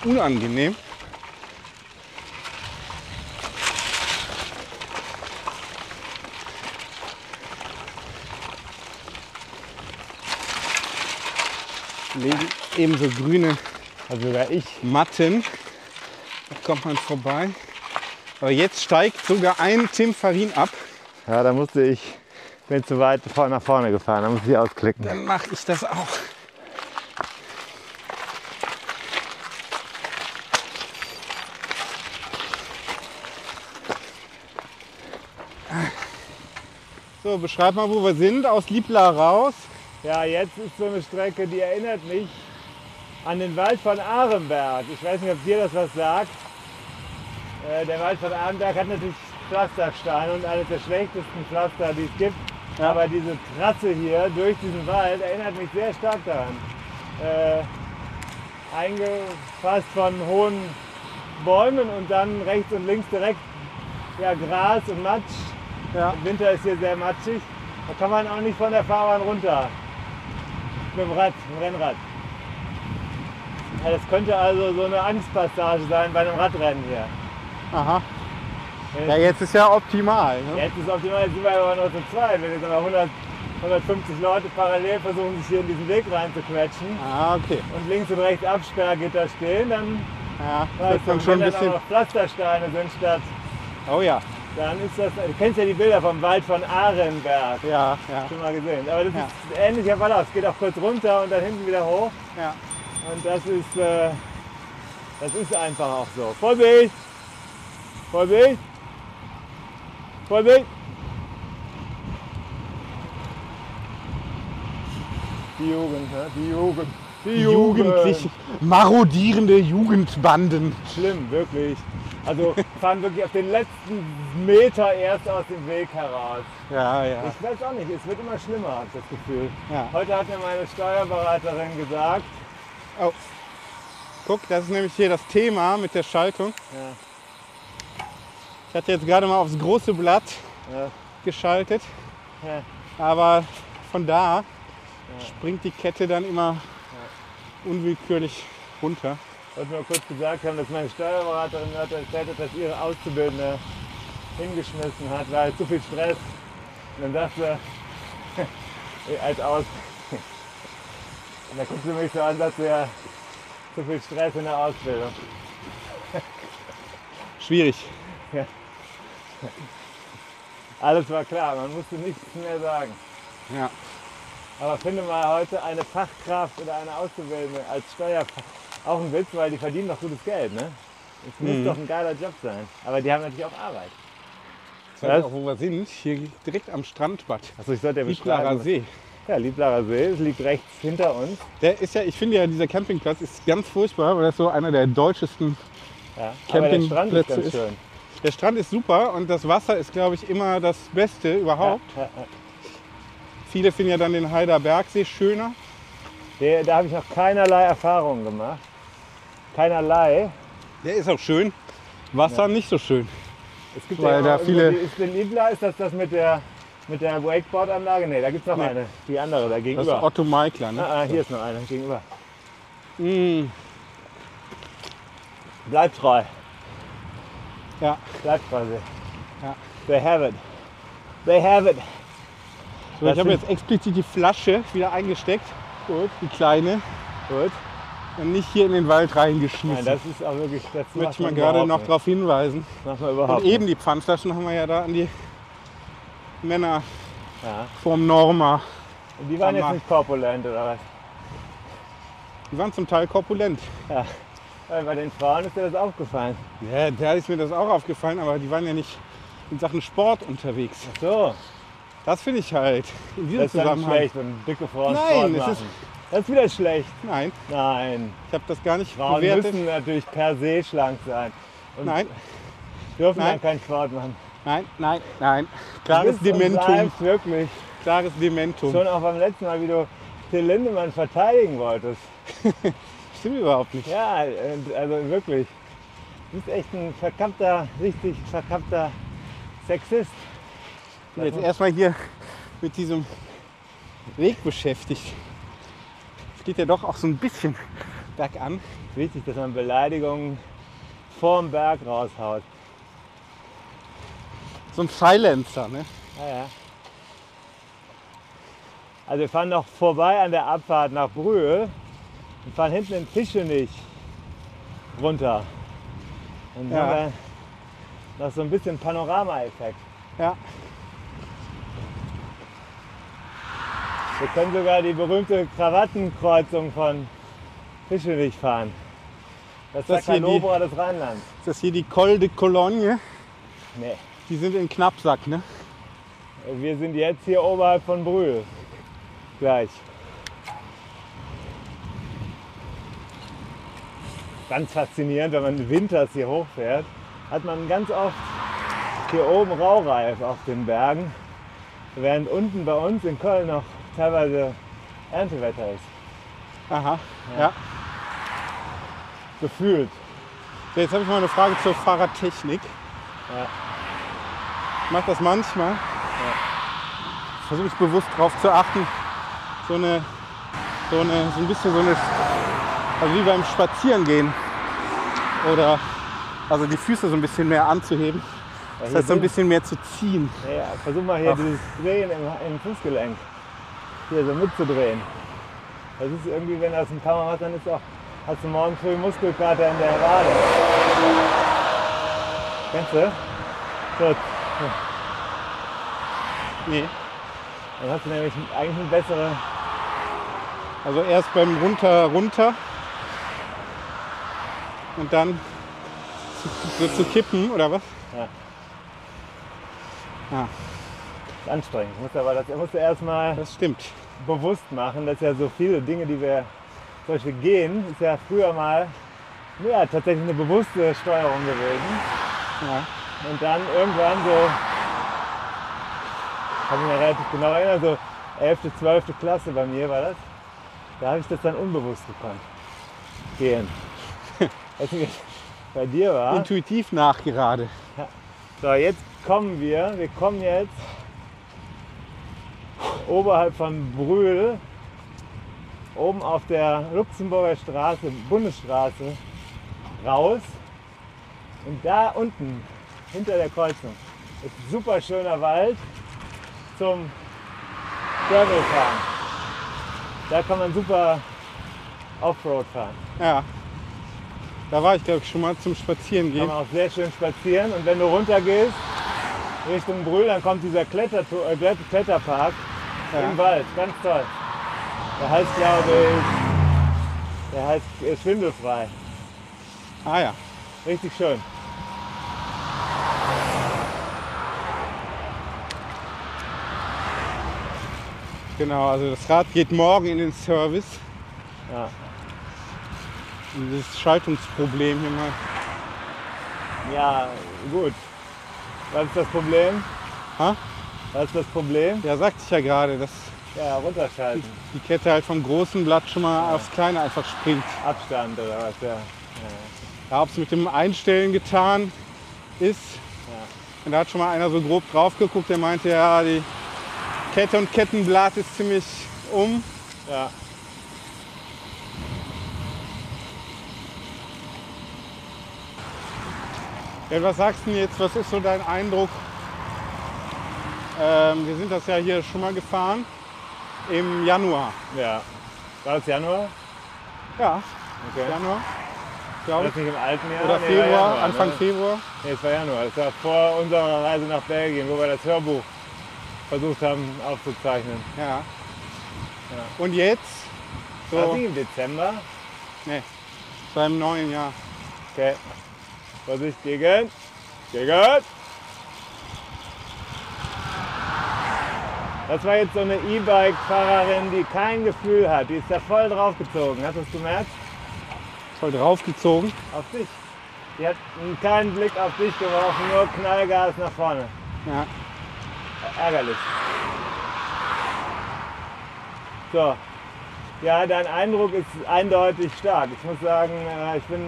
S2: Unangenehm. Legen ebenso grüne
S1: Also sogar ich.
S2: Matten. Da kommt man vorbei. Aber jetzt steigt sogar ein Tim Farin ab.
S1: Ja, da musste ich. Bin zu weit vor- nach vorne gefahren. Da musste ich ausklicken.
S2: Dann mache ich das auch. So, beschreib mal, wo wir sind. Aus Liebla raus.
S1: Ja, jetzt ist so eine Strecke, die erinnert mich an den Wald von Ahrenberg. Ich weiß nicht, ob dir das was sagt. Äh, der Wald von Ahrenberg hat natürlich Pflastersteine und eines der schlechtesten Pflaster, die es gibt. Aber diese Trasse hier durch diesen Wald erinnert mich sehr stark daran. Äh, eingefasst von hohen Bäumen und dann rechts und links direkt ja, Gras und Matsch.
S2: Ja.
S1: Im Winter ist hier sehr matschig. Da kann man auch nicht von der Fahrbahn runter. Mit dem Rad, mit dem Rennrad. Ja, das könnte also so eine Angstpassage sein bei einem Radrennen hier.
S2: Aha. Ja, jetzt ist ja optimal. Ne?
S1: Jetzt ist optimal, jetzt sind wir aber nur zu zweit. Wenn jetzt aber 100, 150 Leute parallel versuchen, sich hier in diesen Weg reinzuquetschen
S2: Ah, okay.
S1: und links und rechts Absperrgitter stehen, dann
S2: Ja, das
S1: weiß
S2: ist
S1: man,
S2: dann schon
S1: wenn
S2: ein
S1: dann
S2: bisschen.
S1: auch noch Pflastersteine sind statt,
S2: Oh ja,
S1: dann ist das, du kennst ja die Bilder vom Wald von Ahrenberg.
S2: ja, ja.
S1: Schon mal gesehen. Aber das
S2: Ja.
S1: ist ein ähnlicher Verlauf. Es geht auch kurz runter und dann hinten wieder hoch.
S2: ja.
S1: Und das ist, äh, das ist einfach auch so. Vorbild! Vorbild! Vorbild! Die Jugend, ne? die Jugend. Die
S2: Jugendliche, marodierende Jugendbanden.
S1: Schlimm, wirklich. Also fahren wirklich auf den letzten Meter erst aus dem Weg heraus.
S2: Ja, ja.
S1: Ich weiß auch nicht, es wird immer schlimmer, habe ich das Gefühl.
S2: Ja.
S1: Heute hat mir meine Steuerberaterin gesagt,
S2: Oh. Guck, das ist nämlich hier das Thema mit der Schaltung.
S1: Ja.
S2: Ich hatte jetzt gerade mal aufs große Blatt
S1: Ja.
S2: geschaltet,
S1: Ja.
S2: aber von da springt die Kette dann immer unwillkürlich runter.
S1: wollte nur kurz gesagt haben, dass meine Steuerberaterin mir heute erzählt hat, dass ihre Auszubildende hingeschmissen hat, weil zu viel Stress. Und dann sagte sie, [laughs] als Aus... Und dann guckte sie mich so an, dass ja zu viel Stress in der Ausbildung.
S2: Schwierig.
S1: Alles war klar, man musste nichts mehr sagen.
S2: Ja.
S1: Aber finde mal heute eine Fachkraft oder eine Auszubildende als Steuerfach. Auch ein Witz, weil die verdienen doch gutes Geld, ne? Es muss doch ein geiler Job sein. Aber die haben natürlich auch Arbeit.
S2: Ich weiß
S1: Was?
S2: auch, wo wir sind. Hier direkt am Strandbad.
S1: Achso, ich sollte ja
S2: Lieblarer
S1: beschreiben.
S2: See.
S1: Ja, Lieblarer See, es liegt rechts hinter uns.
S2: Der ist ja, ich finde ja, dieser Campingplatz ist ganz furchtbar, weil das so einer der deutschesten.
S1: Ja. Aber der Strand ist
S2: Campingplätze
S1: ganz
S2: ist-
S1: schön.
S2: Der Strand ist super und das Wasser ist, glaube ich, immer das Beste überhaupt.
S1: Ja, ja.
S2: Viele finden ja dann den Heider Bergsee schöner.
S1: Der, da habe ich noch keinerlei Erfahrung gemacht. Keinerlei.
S2: Der ist auch schön. Wasser nicht so schön.
S1: Es gibt
S2: Weil
S1: ja
S2: da
S1: immer
S2: viele-
S1: irgendwie- Ist der Liebler, ist das das mit der, mit der Wakeboard-Anlage? Nee, da gibt es noch eine. Die andere, da
S2: Das
S1: gegenüber.
S2: ist Otto Meikler. Ne?
S1: ah, ah, hier ist noch eine, gegenüber.
S2: Mm,
S1: Bleib treu.
S2: ja,
S1: Bleib treu, See.
S2: Ja.
S1: They have it. They have it.
S2: so, ich
S1: Das
S2: habe
S1: sind-
S2: jetzt explizit die Flasche wieder eingesteckt.
S1: Gut,
S2: Die kleine.
S1: gut.
S2: Und nicht hier in den Wald
S1: Nein,
S2: reingeschmissen.
S1: das ist auch wirklich. Das
S2: möchte
S1: macht
S2: ich mal
S1: man
S2: gerade
S1: überhaupt
S2: noch
S1: nicht.
S2: darauf hinweisen.
S1: Macht man überhaupt
S2: Und eben die Pfandflaschen haben wir ja da an die Männer
S1: Nicht. Ja.
S2: vom Norma.
S1: Und die waren
S2: Sag
S1: jetzt
S2: mal.
S1: nicht korpulent oder was?
S2: Die waren zum Teil korpulent.
S1: Weil bei den Frauen ist dir das aufgefallen.
S2: Ja, da ist mir das auch aufgefallen, aber die waren ja nicht in Sachen Sport unterwegs.
S1: So,
S2: Das finde ich halt in diesem
S1: das ist dann
S2: Zusammenhang.
S1: schlecht, wenn dicke Frauen
S2: Nein,
S1: Sport
S2: es ist-
S1: machen. das ist wieder schlecht.
S2: Nein,
S1: Nein,
S2: ich habe das gar nicht
S1: Frauen
S2: bewertet.
S1: müssen natürlich per se schlank sein. Und
S2: Nein,
S1: dürfen
S2: nein.
S1: dann keinen Sport machen.
S2: nein, nein, nein. Klares
S1: Bist und
S2: Dementum.
S1: bleibst wirklich.
S2: Klares Dementum.
S1: Schon auch beim letzten Mal, wie du Till Lindemann verteidigen wolltest.
S2: Stimmt überhaupt nicht.
S1: Ja, äh, also wirklich. Du bist echt ein verkappter, richtig verkappter Sexist.
S2: bin jetzt erstmal hier mit diesem Weg beschäftigt. Es geht ja doch auch so ein bisschen bergan.
S1: Wichtig, dass man Beleidigungen vorm Berg raushaut.
S2: So ein Silencer, ne?
S1: Ja, Ah, ja. Also wir fahren noch vorbei an der Abfahrt nach Brühe und fahren hinten in Fischenich runter. Und
S2: Ja.
S1: haben wir noch so ein bisschen Panoramaeffekt.
S2: Ja.
S1: Wir können sogar die berühmte Krawattenkreuzung von Fischenich fahren. Das
S2: Das
S1: ist
S2: hier
S1: der
S2: die-
S1: Kalobra des Rheinlands.
S2: Ist das hier die Col de Cologne?
S1: Nee.
S2: Die sind in Knappsack, ne?
S1: Wir sind jetzt hier oberhalb von Brühl. Gleich. Ganz faszinierend, wenn man winters hier hochfährt, hat man ganz oft hier oben Raureif auf den Bergen, während unten bei uns in Köln noch teilweise Erntewetter ist.
S2: Aha, ja.
S1: Gefühlt.
S2: So, Jetzt habe ich mal eine Frage zur Fahrradtechnik.
S1: Ja.
S2: Ich mache das manchmal. Versuche ich bewusst darauf zu achten. So eine, so eine, so ein bisschen so eine, also wie beim Spazierengehen. Oder, also die Füße so ein bisschen mehr anzuheben. Das heißt, so ein bisschen mehr zu ziehen.
S1: Ja, versuch mal hier
S2: Ach.
S1: dieses Drehen im, im Fußgelenk. Hier so mitzudrehen. Das ist irgendwie, wenn du das ein paar Mal machst, dann ist auch, hast du morgen früh Muskelkater in der Wade. Kennst du? So,
S2: Nee.
S1: dann hast du nämlich eigentlich eine bessere.
S2: Also erst beim runter, runter. Und dann so zu kippen, oder was?
S1: Ist anstrengend. Musst aber das musst du erstmal
S2: Das stimmt.
S1: bewusst machen, dass ja so viele Dinge, die wir zum Beispiel gehen, ist ja früher mal ja, tatsächlich eine bewusste Steuerung gewesen.
S2: Ja.
S1: Und dann irgendwann so, kann ich mich relativ genau erinnern, so 11., 12. Klasse bei mir war das. Da habe ich das dann unbewusst gekonnt. Gehen. Weiß nicht, wie es bei dir war.
S2: Intuitiv nachgerade.
S1: So, jetzt kommen wir. Wir kommen jetzt oberhalb von Brühl, oben auf der Luxemburger Straße, Bundesstraße, raus. Und da unten, hinter der Kreuzung, ist super schöner Wald zum Gravel fahren. Da kann man super Offroad fahren.
S2: Ja. Da war ich, glaube ich, schon mal zum Spazierengehen.
S1: kann man auch sehr schön spazieren. Und wenn du runter gehst Richtung Brühl, dann kommt dieser Kletter äh, Klet- Kletterpark im Wald. Ganz toll. Der heißt, glaube ich, der heißt äh, Schwindelfrei.
S2: Ah ja.
S1: Richtig schön.
S2: Genau, also das Rad geht morgen in den Service.
S1: Ja.
S2: Um dieses Schaltungsproblem hier mal.
S1: Ja, gut. Was ist das Problem?
S2: Ha?
S1: Was ist das Problem?
S2: Ja, sagte ich ja gerade, dass
S1: Ja, runterschalten.
S2: die Kette halt vom großen Blatt schon mal aufs kleine einfach springt.
S1: Abstand oder was, ja.
S2: Ja, ob es mit dem Einstellen getan ist. Und da hat schon mal einer so grob drauf geguckt, der meinte, ja, die Kette und Kettenblatt ist ziemlich um.
S1: ja.
S2: Ja, was sagst du denn jetzt, was ist so dein Eindruck? Ähm, wir sind das ja hier schon mal gefahren im Januar.
S1: Ja. War es Januar?
S2: Ja,
S1: Okay.
S2: Januar,
S1: War
S2: glaube
S1: das
S2: ich.
S1: nicht im alten Jahr?
S2: Oder
S1: Nee, war
S2: Februar,
S1: Januar, ne?
S2: Anfang Februar.
S1: Nee, es war Januar. Es war vor unserer Reise nach Belgien, wo wir das Hörbuch versucht haben aufzuzeichnen.
S2: Ja. Und jetzt?
S1: So. War das
S2: So
S1: nicht im Dezember?
S2: beim neuen Jahr.
S1: Okay. Vorsicht, gegen. Gegen. Das war jetzt so eine E-Bike-Fahrerin, die kein Gefühl hat. Die ist da voll draufgezogen. Hast du es gemerkt?
S2: Voll draufgezogen.
S1: Auf dich. Die hat einen kleinen Blick auf dich geworfen, nur Knallgas nach vorne.
S2: Ja.
S1: Ärgerlich. So. Ja, dein Eindruck ist eindeutig stark. Ich muss sagen, äh, ich bin.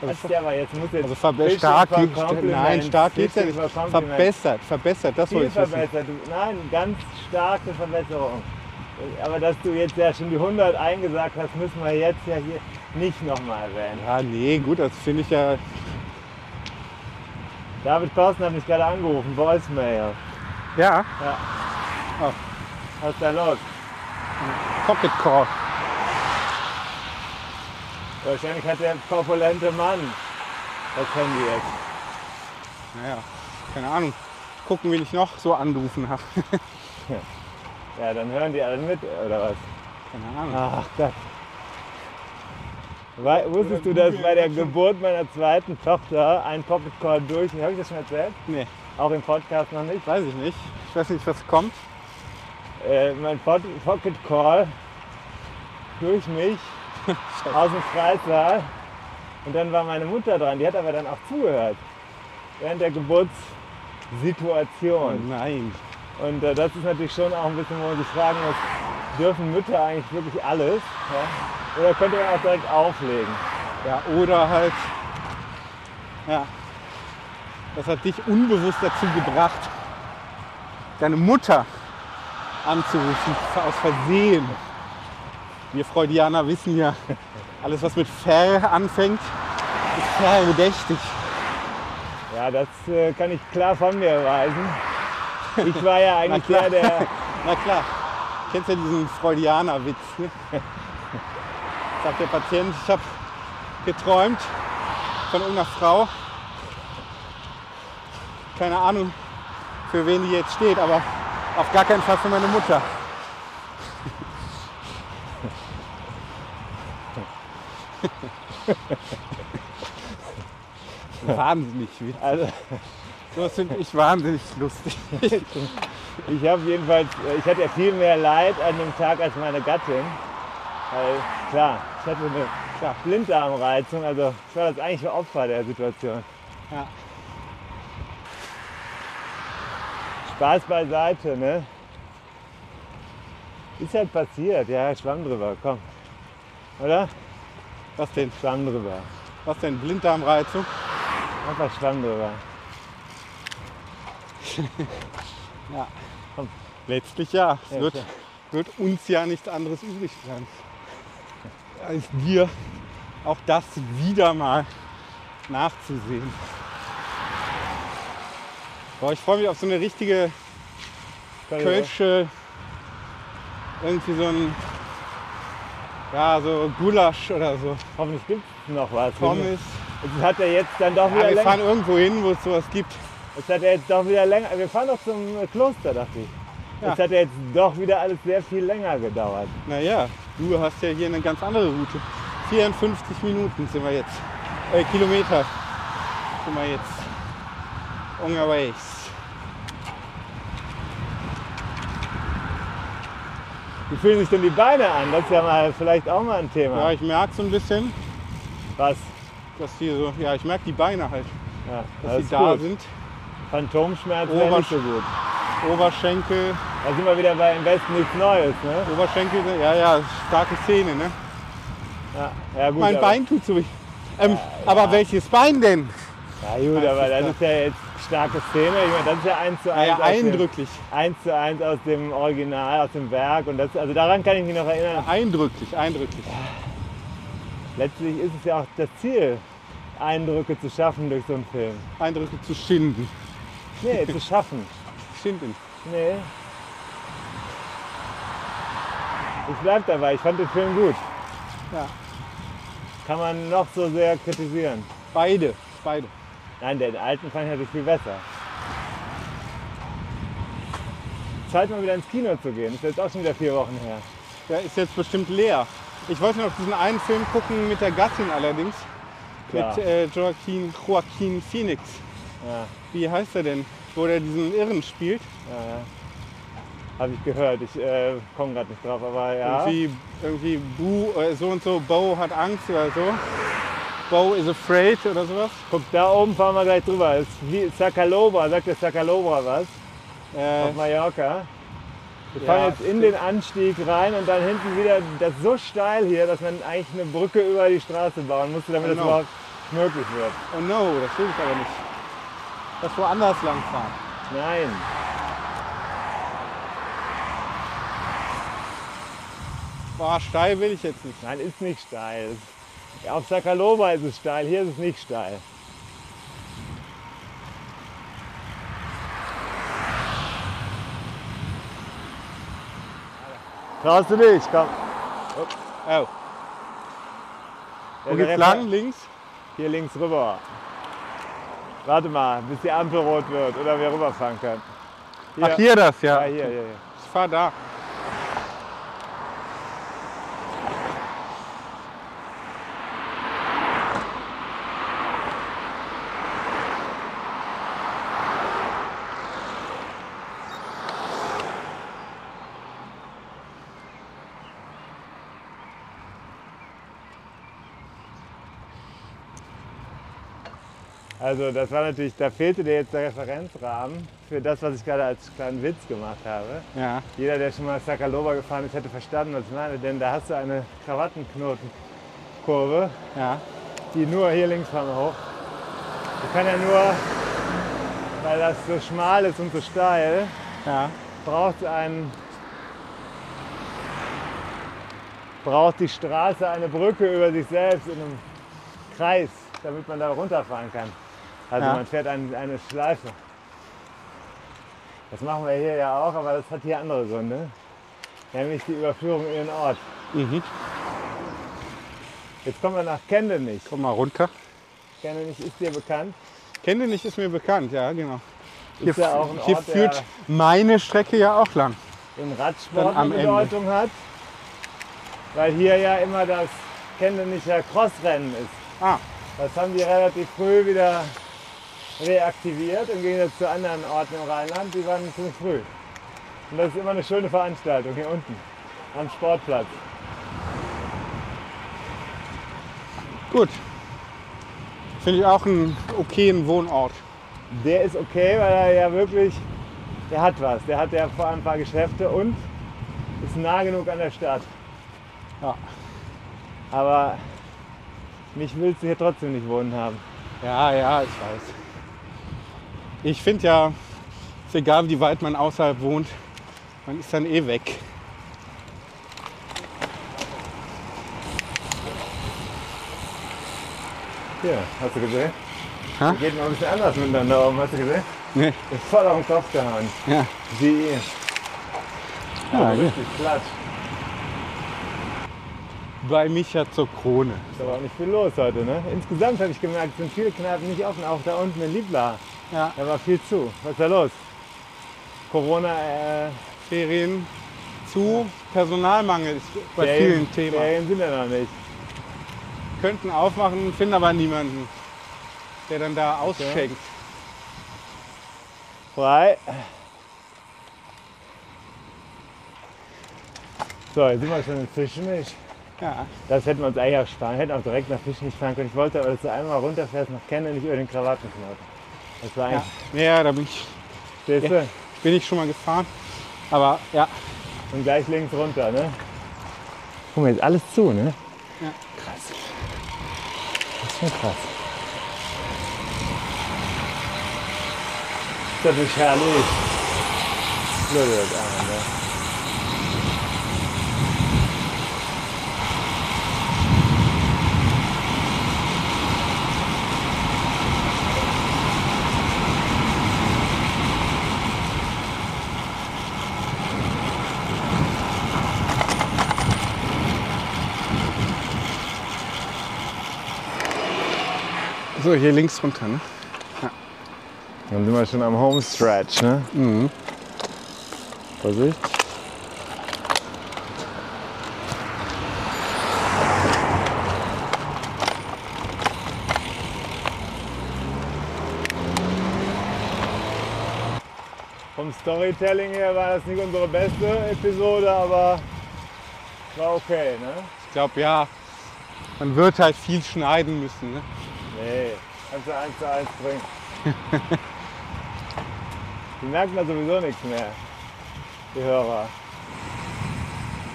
S1: Also, der war jetzt muss jetzt.
S2: Also verbe-
S1: Bildschirm
S2: stark
S1: ver-
S2: geht, nein,
S1: Kompliment,
S2: stark geht's ja nicht.
S1: Bildschirm ver- Kompliment.
S2: Verbessert, verbessert, das wollte
S1: Viel
S2: ich wissen.
S1: verbessert. Du, nein, ganz starke Verbesserung. Aber dass du jetzt ja schon die 100 eingesagt hast, müssen wir jetzt ja hier nicht nochmal erwähnen.
S2: Ja, nee, gut, das finde ich ja,
S1: David Klausen hat mich gerade angerufen, Voicemail.
S2: ja,
S1: Was ist da los?
S2: Pocket Core.
S1: Wahrscheinlich hat der korpulente Mann das Handy jetzt.
S2: Naja, keine Ahnung. Gucken, wen ich noch so angerufen habe.
S1: Ja, dann hören die alle mit, oder was?
S2: keine Ahnung.
S1: Ach Gott. Wei- Wusstest du, dass bei der Geburt meiner zweiten Tochter ein Pocketcord durch... Habe ich das schon erzählt?
S2: Nee.
S1: Auch im Podcast noch nicht.
S2: Weiß ich nicht. Ich weiß nicht, was kommt.
S1: Äh, mein Pod Pocket Call durch
S2: [laughs]
S1: mich aus dem Kreissaal. Und dann war meine Mutter dran. Die hat aber dann auch zugehört. Während der Geburtssituation.
S2: nein.
S1: Und äh, das ist natürlich schon auch ein bisschen, wo man sich fragen muss, dürfen Mütter eigentlich wirklich alles? Ja? Oder könnte man auch direkt auflegen?
S2: Ja, oder halt. Ja. Das hat dich unbewusst dazu gebracht, deine Mutter anzurufen, aus Versehen. Wir Freudianer wissen ja, alles was mit Ver anfängt, ist verdächtig.
S1: Ja, das äh, kann ich klar von mir weisen. Ich war ja eigentlich
S2: Na
S1: der,
S2: klar. [laughs]
S1: der
S2: Na klar, kennst ja diesen Freudianer-Witz. [laughs] Ne? Sagt der Patient, ich habe geträumt von irgendeiner Frau. Keine Ahnung, für wen die jetzt steht, aber auf gar keinen Fall für meine Mutter. [laughs] Wahnsinnig witzig.
S1: also,
S2: Das finde ich wahnsinnig lustig.
S1: Ich habe jedenfalls, äh, ich hatte ja viel mehr Leid an dem Tag als meine Gattin. Weil, klar, ich hatte eine klar, Blinddarmreizung, also ich war das eigentliche Opfer der Situation.
S2: Ja.
S1: Spaß beiseite, ne? Ist halt passiert, ja, schwamm drüber, komm. Oder?
S2: Was denn?
S1: Schwamm drüber.
S2: Was denn? Blinddarmreizung?
S1: Einfach schwamm drüber.
S2: Letztlich ja. Es
S1: Ja,
S2: wird,
S1: klar.
S2: wird uns ja nichts anderes übrig bleiben. Als dir auch das wieder mal nachzusehen. Boah, ich freue mich auf so eine richtige
S1: Komm,
S2: kölsche, irgendwie so ein, ja, so Gulasch oder so,
S1: ne? Hoffentlich gibt's noch was.
S2: Pommes.
S1: Es hat ja jetzt dann doch wieder
S2: Ja, wir
S1: länger.
S2: fahren irgendwo hin, wo es sowas gibt.
S1: Es hat ja jetzt doch wieder länger. Wir fahren doch zum äh, Kloster, dachte ich.
S2: Ja.
S1: Es hat ja jetzt doch wieder alles sehr viel länger gedauert.
S2: Naja, du hast ja hier eine ganz andere Route. 54 Minuten sind wir jetzt. Äh, Kilometer sind wir jetzt. Unterwegs.
S1: Wie fühlen sich denn die Beine an? Das ist ja mal vielleicht auch mal ein Thema.
S2: Ja, ich merke so ein bisschen,
S1: Was?
S2: dass die so, ja, ich merke die Beine halt,
S1: Ja,
S2: dass
S1: das
S2: die
S1: ist
S2: da
S1: gut.
S2: sind. Oh,
S1: Phantomschmerz wäre
S2: Ober-
S1: nicht so gut.
S2: Oberschenkel,
S1: Da sind wir wieder bei im Westen nichts Neues, ne?
S2: Oberschenkel, ja, ja, starke Szene, ne?
S1: Ja, ja gut.
S2: mein
S1: aber,
S2: Bein tut so weh. Ähm, aber welches Bein denn?
S1: Ja gut, aber das ist ja jetzt starke Szene. Ich meine, das ist ja eins zu eins.
S2: Naja,
S1: aus dem-
S2: eindrücklich.
S1: Eins zu eins aus dem Original, aus dem Werk. Und das, also daran kann ich mich noch erinnern.
S2: Eindrücklich, eindrücklich.
S1: Letztlich ist es ja auch das Ziel, Eindrücke zu schaffen durch so einen Film.
S2: Eindrücke zu schinden.
S1: Nee, zu
S2: [laughs]
S1: schaffen.
S2: Schinden.
S1: Nee. Ich bleib dabei, ich fand den Film gut.
S2: Ja.
S1: Kann man noch so sehr kritisieren.
S2: Beide, beide.
S1: Nein, den alten fand ich natürlich viel besser. Zeit mal wieder ins Kino zu gehen. Ist jetzt auch schon wieder vier Wochen her.
S2: Der ist jetzt bestimmt leer. Ich wollte noch diesen einen Film gucken mit der Gattin allerdings.
S1: Klar.
S2: Mit äh, Joaquin, Joaquin Phoenix.
S1: Ja,
S2: Wie heißt er denn? Wo der diesen Irren spielt.
S1: ja, ja. Habe ich gehört. Ich äh, komme gerade nicht drauf, aber ja.
S2: Irgendwie, irgendwie Boo, äh, so und so, Bo hat Angst oder so. Bo is afraid oder sowas.
S1: Guck, da oben fahren wir gleich drüber. Ist wie Sakalobra, sagt der Sakalobra was?
S2: Äh,
S1: Auf Mallorca. Wir
S2: Ja,
S1: fahren jetzt in
S2: stimmt.
S1: den Anstieg rein und dann hinten wieder, das ist so steil hier, dass man eigentlich eine Brücke über die Straße bauen musste, damit
S2: Genau.
S1: das überhaupt möglich wird.
S2: oh no, das will ich aber nicht. Lass woanders lang fahren.
S1: Nein.
S2: Boah, steil will ich jetzt nicht.
S1: Nein, ist nicht steil. Auf Sakaloba ist es steil, hier ist es nicht steil. Traust du dich? Komm.
S2: Oh,
S1: Der
S2: wo geht's
S1: Rest-
S2: lang? Links?
S1: Hier links rüber. Warte mal, bis die Ampel rot wird oder wir rüberfahren können. Hier.
S2: Ach, hier das, ja.
S1: Ja, hier, hier, hier.
S2: Ich fahr da.
S1: Also das war natürlich, da fehlte dir jetzt der Referenzrahmen für das, was ich gerade als kleinen Witz gemacht habe.
S2: Ja.
S1: Jeder, der schon mal Sakaloba gefahren ist, hätte verstanden, was ich meine. Denn da hast du eine Krawattenknotenkurve,
S2: Ja.
S1: die nur hier links fahren hoch. Ich kann ja nur, weil das so schmal ist und so steil,
S2: Ja.
S1: braucht ein braucht die Straße eine Brücke über sich selbst in einem Kreis, damit man da runterfahren kann. Also
S2: Ja.
S1: man fährt ein, eine Schleife. Das machen wir hier ja auch, aber das hat hier andere Gründe. Nämlich die Überführung in den Ort.
S2: Mhm.
S1: Jetzt kommen wir nach Kendenich.
S2: Komm mal runter.
S1: Kendenich ist dir bekannt.
S2: Kendenich ist mir bekannt, ja, genau. Hier,
S1: Ist ja auch ein
S2: hier
S1: Ort,
S2: führt
S1: der
S2: meine Strecke ja auch lang.
S1: im
S2: dann
S1: Radsport
S2: am
S1: eine Bedeutung hat. Weil hier ja immer das Kendenicher Crossrennen ist.
S2: Ah,
S1: Das haben die relativ früh wieder reaktiviert, im Gegensatz zu anderen Orten im Rheinland. Die waren ziemlich früh. Und das ist immer eine schöne Veranstaltung hier unten am Sportplatz.
S2: gut. Finde ich auch einen okayen Wohnort.
S1: Der ist okay, weil er ja wirklich, der hat was. Der hat ja vor allem ein paar Geschäfte und ist nah genug an der Stadt.
S2: Ja.
S1: Aber mich willst du hier trotzdem nicht wohnen haben.
S2: Ja, ja, ich weiß. Ich finde ja, ist egal wie weit man außerhalb wohnt, man ist dann eh weg.
S1: Hier, hast du gesehen?
S2: Hä?
S1: Die geht noch ein bisschen anders miteinander um, hast du gesehen?
S2: Nee.
S1: Ist voll auf den Kopf gehauen.
S2: Ja.
S1: Die
S2: Ja, Ah, ja.
S1: richtig platt.
S2: Bei Micha zur Krone.
S1: Ist aber auch nicht viel los heute, ne? Insgesamt habe ich gemerkt, sind viele Kneipen nicht offen, auch da unten in Liebla.
S2: Ja.
S1: Da war viel zu. Was ist da los? Corona, äh,
S2: Ferien zu, Personalmangel ist bei
S1: Ferien-
S2: vielen Thema.
S1: Ferien sind ja noch nicht.
S2: Könnten aufmachen, finden aber niemanden, der dann da ausschenkt.
S1: Frei. So, jetzt sind wir schon in Fischmisch.
S2: Ja.
S1: Das hätten wir uns eigentlich auch sparen, hätten auch direkt nach Fischmisch fahren können. Ich wollte aber, dass du einmal runterfährst nach Kenne, nicht über den Krawattenknoten. Das war
S2: Ja.
S1: eigentlich,
S2: ja, da bin ich,
S1: stehst du?
S2: bin ich schon mal gefahren. Aber ja,
S1: Und gleich links runter, ne? Guck mal, jetzt alles zu, ne?
S2: Ja.
S1: Krass. Das ist schon krass. Das ist herrlich. Blöde das an, ne?
S2: so hier links runter. Ne?
S1: Dann sind wir schon am Homestretch, ne?
S2: Mhm.
S1: Vorsicht. Vom Storytelling her war das nicht unsere beste Episode, aber war okay, ne?
S2: Ich glaube, ja, man wird halt viel schneiden müssen. Ne?
S1: Nee, kannst du eins zu eins bringen. Die merken da sowieso nichts mehr, die Hörer.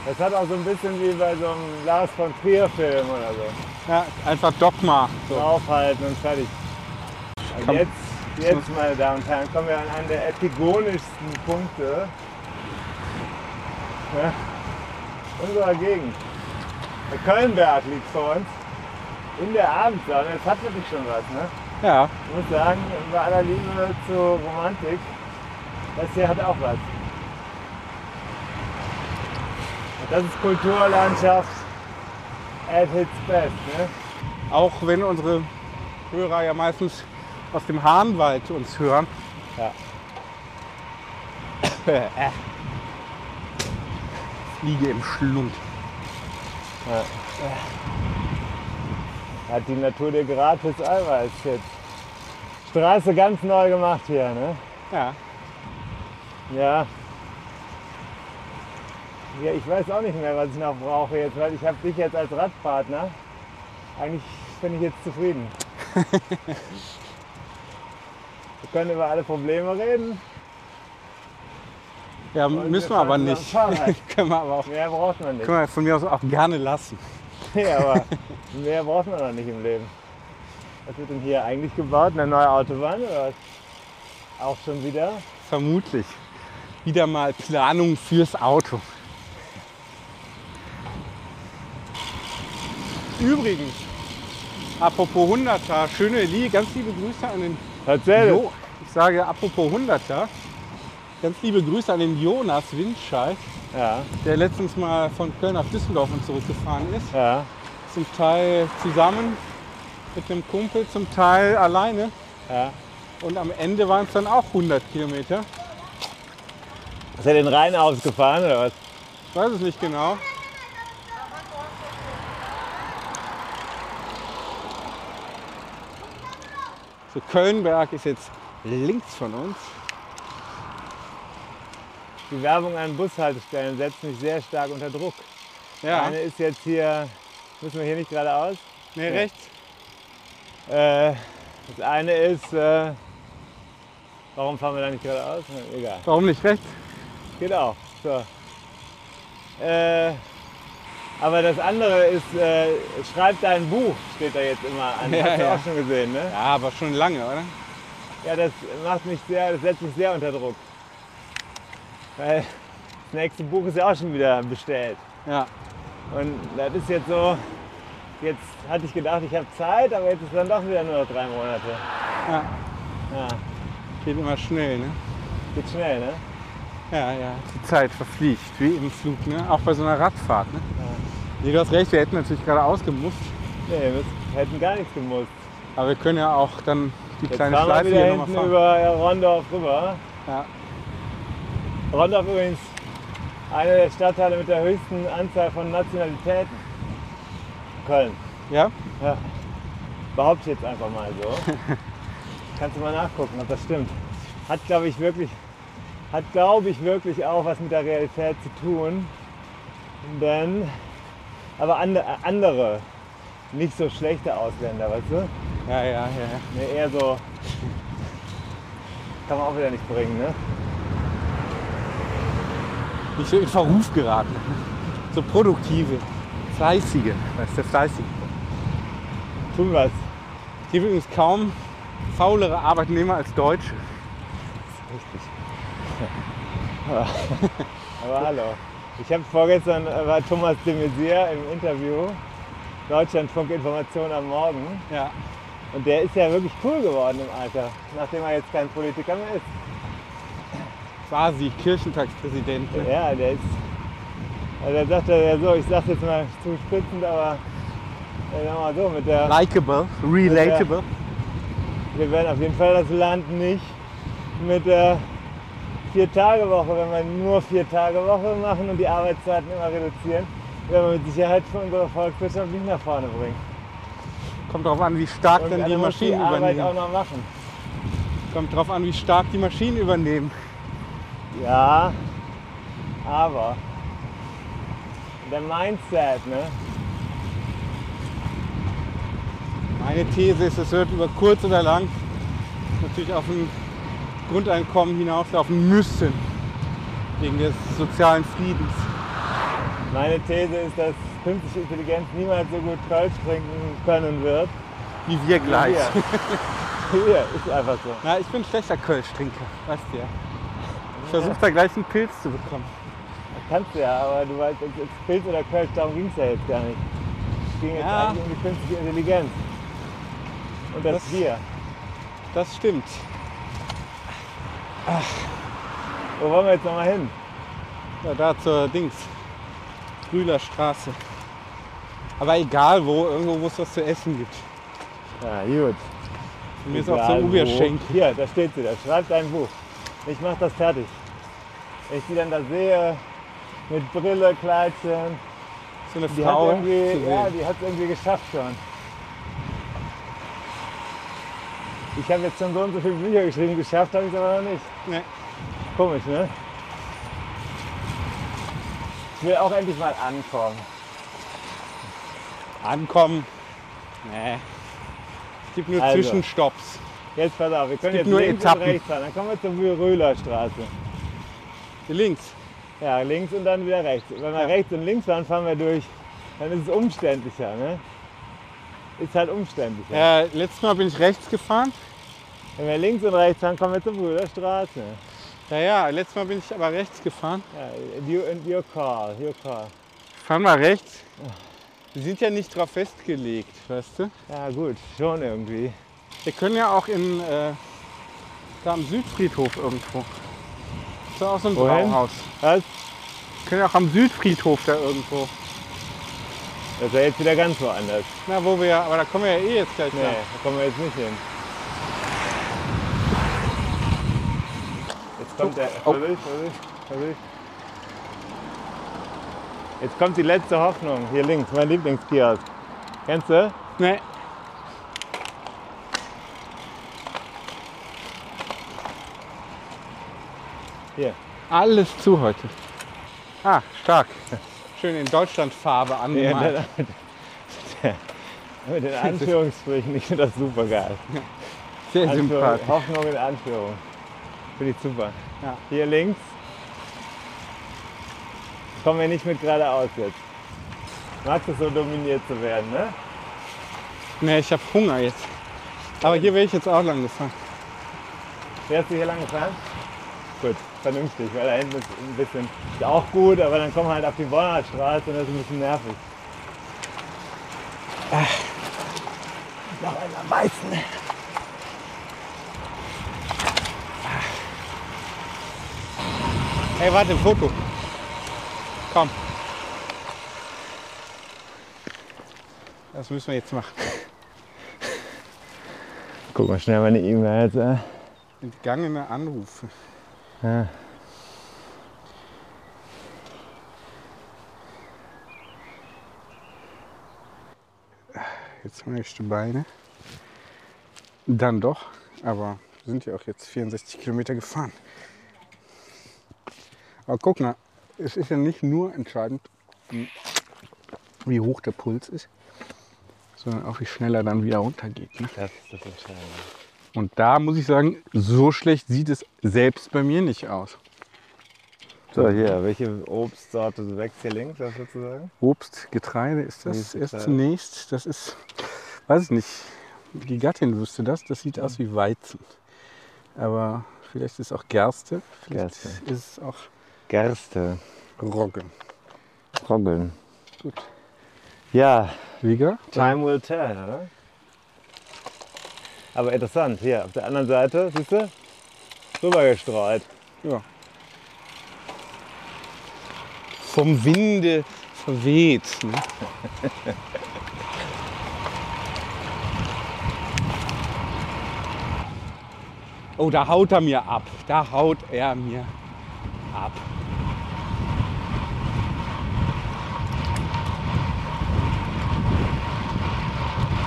S1: Das hat auch so ein bisschen wie bei so einem Lars von Trier-Film oder so.
S2: Ja, einfach Dogma. So.
S1: Draufhalten und fertig. Und
S2: Komm.
S1: jetzt, jetzt, meine Damen und Herren, kommen wir an einen der epigonischsten Punkte ne, unserer Gegend. Der Kölnberg liegt vor uns. In der Abendsonne, das hat wirklich schon was, ne?
S2: Ja,
S1: Ich muss sagen, bei aller Liebe zur Romantik, das hier hat auch was. Und das ist Kulturlandschaft at its best. Ne?
S2: auch wenn unsere Hörer ja meistens aus dem Hahnwald uns hören. Ja. Fliege im Schlund.
S1: Hat die Natur dir gratis Eiweiß jetzt. Straße ganz neu gemacht hier, ne?
S2: Ja,
S1: Ja. Ja, ich weiß auch nicht mehr, was ich noch brauche jetzt, weil ich habe dich jetzt
S2: [laughs]
S1: als Radpartner. Eigentlich bin ich jetzt zufrieden. Wir können über alle Probleme reden.
S2: Ja,
S1: wir
S2: müssen wir aber
S1: fahren
S2: nicht. [laughs]
S1: am Fahrrad.
S2: können wir aber auch.
S1: Mehr braucht man nicht.
S2: Können wir von mir aus auch gerne lassen.
S1: Nee, aber mehr braucht man doch nicht im Leben. Was wird denn hier eigentlich gebaut? Eine neue Autobahn oder was? Auch schon wieder?
S2: Vermutlich. Wieder mal Planung fürs Auto. Übrigens, apropos 100er, schöne Elie, ganz liebe Grüße an den
S1: Erzähl!
S2: Jo, ich sage apropos 100er, ganz liebe Grüße an den Jonas Windscheid,
S1: Ja,
S2: der letztens mal von Köln nach Düsseldorf und zurückgefahren ist.
S1: ja.
S2: Zum Teil zusammen mit einem Kumpel, zum Teil alleine.
S1: Ja.
S2: Und am Ende waren es dann auch 100 Kilometer.
S1: Ist er den Rhein ausgefahren oder was?
S2: Ich weiß es nicht genau. So, Kölnberg ist jetzt links von uns.
S1: Die Werbung an Bushaltestellen setzt mich sehr stark unter Druck.
S2: Ja,
S1: Eine ist jetzt hier, müssen wir hier nicht geradeaus?
S2: nee, rechts.
S1: Äh, das eine ist, äh, warum fahren wir da nicht geradeaus? Na, Egal,
S2: Warum nicht rechts?
S1: geht auch. So. Äh, aber das andere ist, äh, schreib dein Buch, steht da jetzt immer an.
S2: Ja,
S1: Hast du
S2: ja.
S1: auch schon gesehen, ne?
S2: Ja, aber schon lange, oder?
S1: Ja, das macht mich sehr, das setzt mich sehr unter Druck. Weil das nächste Buch ist ja auch schon wieder bestellt.
S2: Ja.
S1: Und das ist jetzt so, jetzt hatte ich gedacht, ich habe Zeit, aber jetzt ist dann doch wieder nur noch drei Monate.
S2: Ja.
S1: Ja,
S2: Geht immer schnell, ne?
S1: geht schnell, ne?
S2: Ja, ja. Die Zeit verfliegt, wie im Flug, ne? Auch bei so einer Radfahrt, ne? Nee, du hast recht, wir hätten natürlich gerade ausgemusst,
S1: Nee, wir hätten gar nichts gemusst.
S2: aber wir können ja auch dann die
S1: Jetzt
S2: kleine
S1: fahren
S2: Schleife
S1: wir wieder
S2: hier nochmal
S1: hinten
S2: fahren.
S1: über ja, Rondorf rüber.
S2: Ja.
S1: Rondorf übrigens einer der Stadtteile mit der höchsten Anzahl von Nationalitäten. Köln.
S2: ja?
S1: Ja. Behaupte ich jetzt einfach mal so. Kannst du mal nachgucken, ob das stimmt. Hat, glaube ich, wirklich, hat, glaube ich, wirklich auch was mit der Realität zu tun. Denn, aber ande, äh, andere, nicht so schlechte Ausländer, weißt du?
S2: Ja, ja, ja. ja.
S1: Nee, eher so, kann man auch wieder nicht bringen, ne?
S2: Nicht so in Verruf geraten. So produktive, fleißige. Das ist der fleißige.
S1: Tun was.
S2: Es gibt übrigens kaum faulere Arbeitnehmer als Deutsche.
S1: Richtig. Aber hallo. Ich habe vorgestern äh, war Thomas de Maizière im Interview Deutschlandfunk Information am Morgen
S2: Ja.
S1: und der ist ja wirklich cool geworden im Alter, nachdem er jetzt kein Politiker mehr ist.
S2: Quasi Kirchentagspräsident. Ne?
S1: Ja, der ist. Also er sagte ja so, ich sag's jetzt mal zuspitzend, aber äh, sagen wir mal so, mit der
S2: Likeable, relatable.
S1: Wir werden auf jeden Fall das Land nicht mit der Vier-Tage-Woche, wenn wir nur Vier-Tage-Woche machen und die Arbeitszeiten immer reduzieren, werden wir mit Sicherheit für unsere Volkswirtschaft nicht nach vorne bringen.
S2: Kommt darauf an, wie stark
S1: Und
S2: dann die
S1: alle muss
S2: Maschinen
S1: die Arbeit
S2: übernehmen.
S1: auch noch machen.
S2: Kommt drauf an, wie stark die Maschinen übernehmen.
S1: Ja, aber der Mindset, ne?
S2: Meine These ist, es wird über kurz oder lang natürlich auf ein Grundeinkommen hinauslaufen müssen. Wegen des sozialen Friedens.
S1: Meine These ist, dass künstliche Intelligenz niemals so gut Kölsch trinken können wird.
S2: Wie wir
S1: wie
S2: gleich.
S1: Wir. Hier, ist einfach so.
S2: Na, ich bin ein schlechter Kölsch-Trinker, weißt du ja. Ich versuche da gleich einen Pilz zu bekommen.
S1: Kannst du ja, aber du weißt, jetzt jetzt Pilz oder Kölsch, darum ging es ja jetzt gar nicht. Es ging jetzt
S2: Ja.
S1: eigentlich um die künstliche Intelligenz. Und das,
S2: Das-
S1: Bier.
S2: Das stimmt.
S1: Wo wollen wir jetzt nochmal hin?
S2: Ja, da zur Dings. Grüler Straße. Aber egal wo, irgendwo, wo es was zu essen gibt.
S1: Ja, gut.
S2: Von mir ist auch so ein Uberschenk.
S1: Hier, da steht sie, da schreibt dein Buch. Ich mach das fertig. Wenn ich die dann da sehe, mit Brille, Kleidchen,
S2: So eine
S1: die
S2: Frau.
S1: hat
S2: zu
S1: irgendwie,
S2: sehen.
S1: ja, die hat irgendwie geschafft schon. Ich habe jetzt schon so und so viele Bücher geschrieben, geschafft habe ich es aber noch nicht.
S2: Nee.
S1: Komisch, ne? Ich will auch endlich mal ankommen.
S2: Ankommen. Nee. Es gibt nur
S1: Also.
S2: Zwischenstopps.
S1: Jetzt pass auf, wir können
S2: gibt
S1: jetzt
S2: nur
S1: links
S2: Etappen.
S1: und rechts fahren. Dann kommen wir zur Wühlröhlerstraße.
S2: Links.
S1: Ja, links und dann wieder rechts. Wenn wir rechts und links fahren, fahren wir durch. Dann ist es umständlicher, ne? Ist halt umständlicher.
S2: Äh, letztes Mal bin ich rechts gefahren.
S1: Wenn wir links und rechts fahren, kommen wir zur Brüderstraße.
S2: Ja, ja, letztes Mal bin ich aber rechts gefahren.
S1: Ja, you and your car, your car.
S2: Fahren wir rechts. Wir sind ja nicht drauf festgelegt, weißt du?
S1: Ja gut, schon irgendwie.
S2: Wir können ja auch in äh, da am Südfriedhof irgendwo. Ist da auch so ein
S1: Wohin?
S2: Brauhaus.
S1: Was?
S2: Wir können ja auch am Südfriedhof da irgendwo.
S1: Das war jetzt wieder ganz woanders.
S2: Na, wo wir ja, aber da kommen wir ja eh jetzt gleich
S1: Nee,
S2: nach.
S1: da kommen wir jetzt nicht hin. Jetzt kommt der.
S2: Oh.
S1: Vorsicht, Vorsicht, Vorsicht. Jetzt kommt die letzte Hoffnung. Hier links, mein Lieblingskiosk. Kennst du?
S2: Nee.
S1: Hier.
S2: Alles zu heute. Ah, stark. Schön in Deutschlandfarbe angemalt.
S1: Ja, [laughs] Mit den Anführungsstrichen, ich finde das super geil.
S2: Sehr
S1: Anführung,
S2: sympathisch.
S1: Also Hoffnung in Anführung. Finde ich super.
S2: Ja.
S1: Hier links. Kommen wir nicht mit geradeaus jetzt. Magst es so dominiert zu werden, ne?
S2: Nee, ich habe Hunger jetzt. Aber hier wäre ich jetzt auch lang gefahren.
S1: Fährst du hier lang gefahren? Gut, vernünftig, weil da hinten ist ein bisschen, ist auch gut, aber dann kommen wir halt auf die Wolnerstraße und das ist ein bisschen nervig. Ach, noch einer am Weißen.
S2: Hey, warte, Foto. Komm. Das müssen wir jetzt machen.
S1: Guck mal schnell meine E-Mails. Äh.
S2: Entgangene Anrufe.
S1: Ja.
S2: Jetzt mache ich die Beine. Dann doch, aber wir sind ja auch jetzt 64 Kilometer gefahren. Aber guck mal, es ist ja nicht nur entscheidend, wie hoch der Puls ist, sondern auch wie schnell er dann wieder runtergeht. Ne?
S1: Das ist das Entscheidende.
S2: Und da muss ich sagen, so schlecht sieht es selbst bei mir nicht aus.
S1: So, hier, welche Obstsorte wächst hier links, was würdest du sagen?
S2: Obst, Getreide ist das
S1: Nächstes
S2: erst
S1: Teil.
S2: zunächst. Das ist, weiß ich nicht, die Gattin wüsste das. Das sieht aus wie Weizen. Aber vielleicht ist es auch Gerste. Vielleicht
S1: Gerste.
S2: ist es auch
S1: Gerste,
S2: Rogge.
S1: Roggeln.
S2: Gut.
S1: Ja,
S2: Wieger?
S1: time will tell, oder? Aber interessant, hier auf der anderen Seite, siehst du? Rübergestreut.
S2: Ja. Vom Winde verweht. Ne? oh, da haut er mir ab. Da haut er mir ab.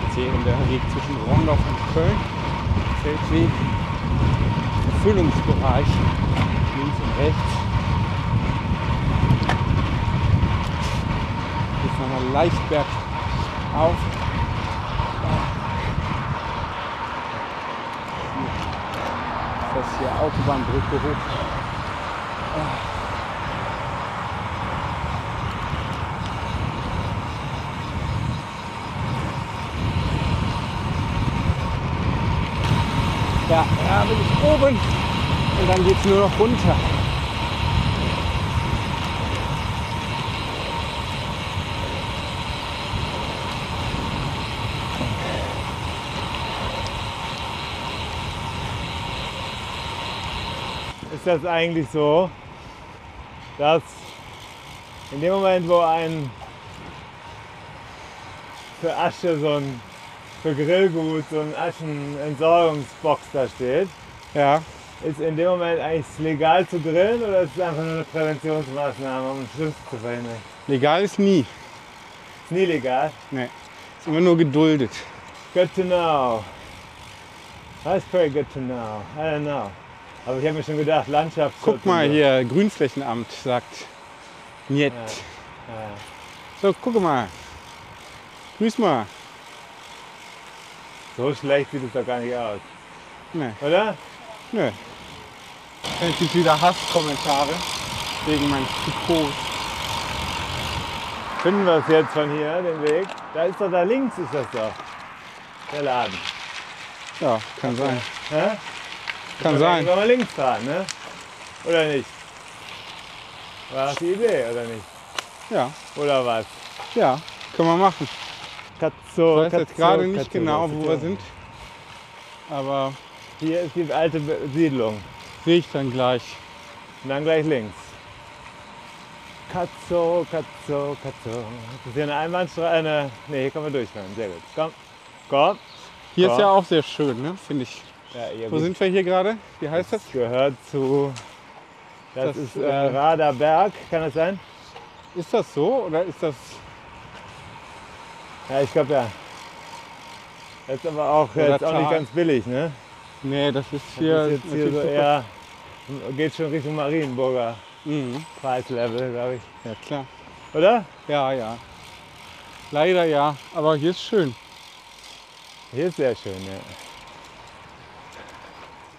S2: Jetzt hier in der Weg zwischen Rondorf und Köln. Feldweg. Erfüllungsbereich. Links und rechts. Jetzt nochmal leicht bergauf. Das ist hier Autobahnbrücke hoch. Ja, da bin ich oben und dann geht es nur noch runter.
S1: ist das eigentlich so, dass in dem Moment, wo ein für Asche so ein, für Grillgut so ein Aschenentsorgungsbox da steht,
S2: Ja,
S1: ist in dem Moment eigentlich legal zu grillen oder ist es einfach nur eine Präventionsmaßnahme, um das Schlimmste zu verhindern?
S2: legal ist nie.
S1: Ist nie legal.
S2: Nee, ist immer nur geduldet.
S1: Good to know. That's very good to know. I don't know. Aber ich habe mir schon gedacht, Landschaftsschutz.
S2: Guck mal
S1: und so.
S2: hier, Grünflächenamt sagt Niet.
S1: Ja.
S2: So, guck mal. Grüß mal.
S1: So schlecht sieht es doch gar nicht aus.
S5: Nee.
S1: Oder?
S5: Nö. Wenn es jetzt wieder Hasskommentare wegen meines Trikots.
S1: Finden wir es jetzt von hier, den Weg? Da ist doch da links, ist das doch. Der Laden.
S5: Ja, kann sein.
S1: Hä? Sollen
S5: Kann sein.
S1: wir mal links fahren, ne? Oder nicht? War das die Idee, oder nicht?
S5: Ja,
S1: Oder was?
S5: ja, können wir machen. Ich
S1: Katzo,
S5: weiß jetzt gerade nicht genau, wo wir sind, aber
S1: Hier ist die alte Be- Siedlung.
S5: sehe ich dann gleich.
S1: Und dann gleich links. Katzo, Katzo, Katzo. Ist das hier eine Einbahnstraße? Eine... Ne, hier können wir durchfahren. Sehr gut. Komm. Komm.
S5: Hier ist
S1: Ja.
S5: ja auch sehr schön, ne? finde ich.
S1: Ja, ihr
S5: Wo sind wir hier gerade? Wie heißt das?
S1: gehört zu. Das,
S5: Das,
S1: ist äh,
S5: äh,
S1: Raderberg, kann das sein?
S5: Ist das so oder ist das
S1: Ja, ich glaube ja. Das ist aber auch,
S5: Oder
S1: jetzt auch nicht
S5: Tal.
S1: ganz billig, ne?
S5: Nee, das ist
S1: Das
S5: hier,
S1: ist jetzt hier
S5: natürlich
S1: so
S5: super.
S1: eher, geht schon Richtung Marienburger
S5: Mhm.
S1: Preislevel, glaube ich.
S5: Ja, klar.
S1: Oder?
S5: Ja, ja. Leider ja, aber hier ist schön.
S1: Hier ist sehr schön, ja.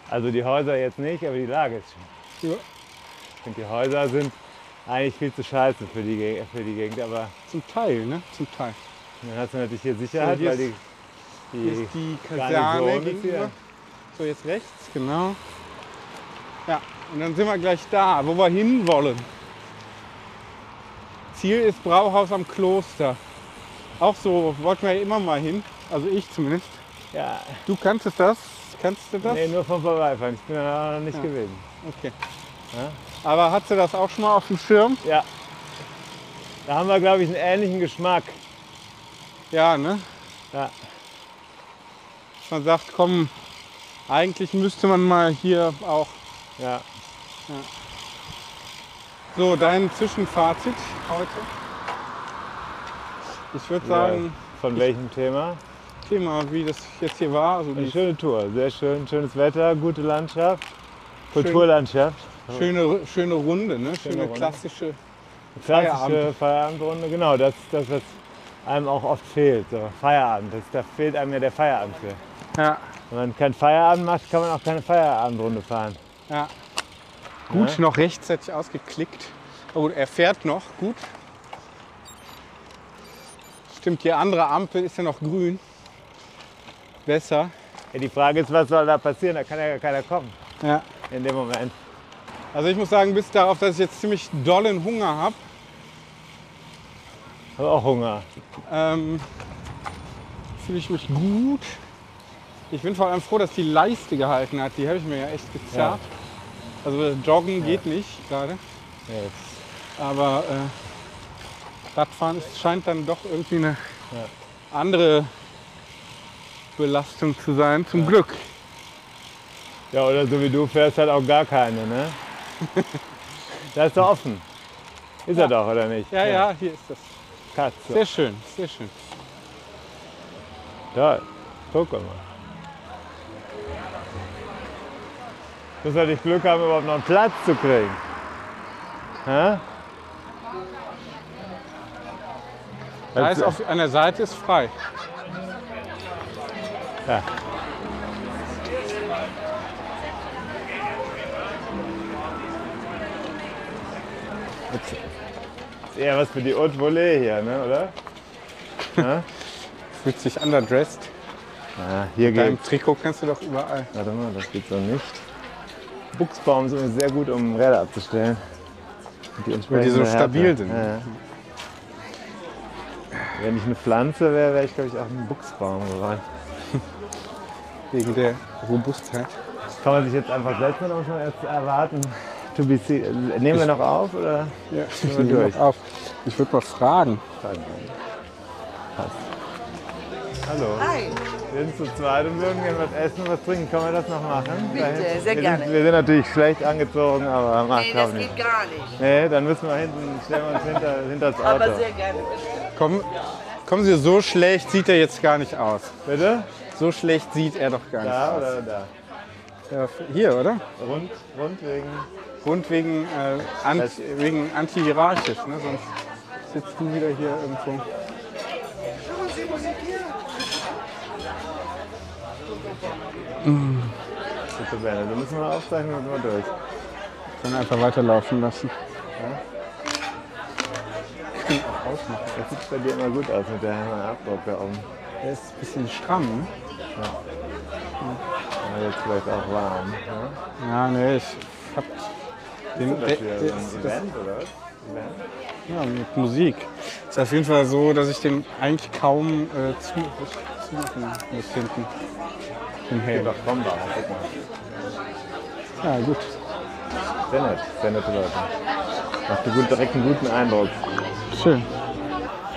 S1: Also die Häuser jetzt nicht, aber die Lage ist schön.
S5: Ja.
S1: Ich finde, die Häuser sind eigentlich viel zu scheiße für die, Geg- für die Gegend, aber
S5: Zum Teil, ne? Zum Teil.
S1: dann hast du natürlich hier Sicherheit,
S5: hier
S1: weil die,
S5: ist- Hier
S1: die
S5: ist die
S1: Garnison
S5: Kaserne
S1: ist hier.
S5: gegenüber. So, jetzt rechts, genau. Ja, und dann sind wir gleich da, wo wir hinwollen. Ziel ist Brauhaus am Kloster. Auch so wollten wir ja immer mal hin. Also ich zumindest.
S1: Ja,
S5: Du kannst es das? Kannst du das?
S1: nee, nur vom Vorbeifahren. Ich bin da noch nicht gewesen.
S5: Okay.
S1: Ja.
S5: Aber hast du das auch schon mal auf dem Schirm?
S1: Ja. Da haben wir, glaube ich, einen ähnlichen Geschmack.
S5: Ja, ne?
S1: Ja.
S5: Man sagt, komm, eigentlich müsste man mal hier auch.
S1: Ja.
S5: So, dein Zwischenfazit heute? Ich würde sagen,
S1: Von welchem Thema?
S5: Thema, wie das jetzt hier war. Also
S1: Eine
S5: die
S1: schöne Tour. Sehr schön. Schönes Wetter, gute Landschaft, Kulturlandschaft.
S5: schöne, schöne Runde, ne? schöne,
S1: Runde.
S5: klassische.
S1: Klassische
S5: Feierabend.
S1: Feierabendrunde. Genau, das, das was einem auch oft fehlt. So, Feierabend. Das, da fehlt einem ja der Feierabend für.
S5: Ja,
S1: Wenn man keinen Feierabend macht, kann man auch keine Feierabendrunde fahren.
S5: ja. Gut,
S1: Ja.
S5: noch rechtzeitig ausgeklickt. Oh, er fährt noch, gut. Stimmt, die andere Ampel ist ja noch grün. Besser.
S1: Ja, die Frage ist, was soll da passieren? Da kann ja gar keiner kommen
S5: Ja.
S1: in dem Moment.
S5: Also ich muss sagen, bis darauf, dass ich jetzt ziemlich dollen Hunger habe.
S1: Ich habe auch Hunger.
S5: ähm, fühle ich mich gut. Ich bin vor allem froh, dass die Leiste gehalten hat. Die habe ich mir ja echt gezerrt. Also joggen geht nicht gerade.
S1: Ja, das
S5: Aber äh, Radfahren ist, scheint dann doch irgendwie eine andere Belastung zu sein. Zum Glück.
S1: Ja, oder so wie du fährst halt auch gar keine,
S5: [laughs]
S1: ne? da ist doch offen. Ist er doch, oder nicht?
S5: Ja, ja, hier ist das.
S1: Katze.
S5: Sehr schön, sehr schön.
S1: Toll. Guck mal. Muss natürlich Glück haben, überhaupt noch einen Platz zu kriegen. Hä?
S5: Da
S1: Also-
S5: ist auf, an der Seite ist frei.
S1: Ja. Jetzt- Ist eher was für die Haute Volée hier, ne, oder?
S5: Fühlt sich underdressed.
S1: Ja, hier geht's.
S5: Deinem Trikot kannst du doch überall.
S1: Warte mal, das geht so nicht. Buchsbaum ist übrigens sehr gut, um Räder abzustellen. Und Die
S5: Weil die so
S1: entsprechende Härte.
S5: stabil sind.
S1: Ja, ja. Wenn ich eine Pflanze wäre, wäre ich, glaube ich, auch ein Buchsbaum geworden.
S5: Wegen der [laughs] Robustheit.
S1: Kann man sich jetzt einfach setzen oder muss man erst erwarten? To be seen. Nehmen wir noch auf? Oder?
S5: Ja, ich
S1: wir
S5: nehme
S1: durch.
S5: noch auf. Ich würde mal fragen.
S1: Passt. Hallo.
S6: Hi,
S1: Wir sind zu zweit und würden gerne was essen, was trinken. Können wir das noch machen?
S6: Bitte,
S1: Da hinten?
S6: sehr
S1: wir Sind,
S6: gerne.
S1: wir sind natürlich schlecht angezogen, aber macht
S6: nee, das
S1: glaube nicht.
S6: geht gar nicht.
S1: Nee, dann müssen wir hinten, stellen wir uns hinter, hinter das Auto.
S6: Aber sehr gerne.
S5: Komm, kommen Sie, so schlecht sieht er jetzt gar nicht aus.
S1: Bitte?
S5: So schlecht sieht er doch gar nicht
S1: Da
S5: aus.
S1: oder da?
S5: Ja, hier, oder?
S1: Rund, rund wegen.
S5: Grund wegen, äh,
S1: Das-
S5: anti, wegen anti-hierarchisch, ne? sonst sitzt du wieder hier irgendwo.
S1: Bitte, Berne, du musst mal aufzeichnen und mal durch.
S5: Dann einfach weiterlaufen lassen.
S1: Das sieht bei dir immer gut aus mit der Hammer-Abdruck da oben.
S5: Der ist ein bisschen stramm. ne?
S1: Aber jetzt vielleicht auch warm. Ne?
S5: Ja, ne, ich hab
S1: Das
S5: den, der,
S1: ist wieder
S5: der,
S1: so ein
S5: das,
S1: Event, oder was?
S5: ja, mit Musik. Ist auf jeden Fall so, dass ich dem eigentlich kaum äh, zu, zumachen muss hinten. Den
S1: Hey,
S5: Helm.
S1: doch, komm da, guck mal.
S5: Ja, gut.
S1: Sehr nett, sehr nette Leute. Macht dir gut, direkt einen guten Eindruck.
S5: Schön.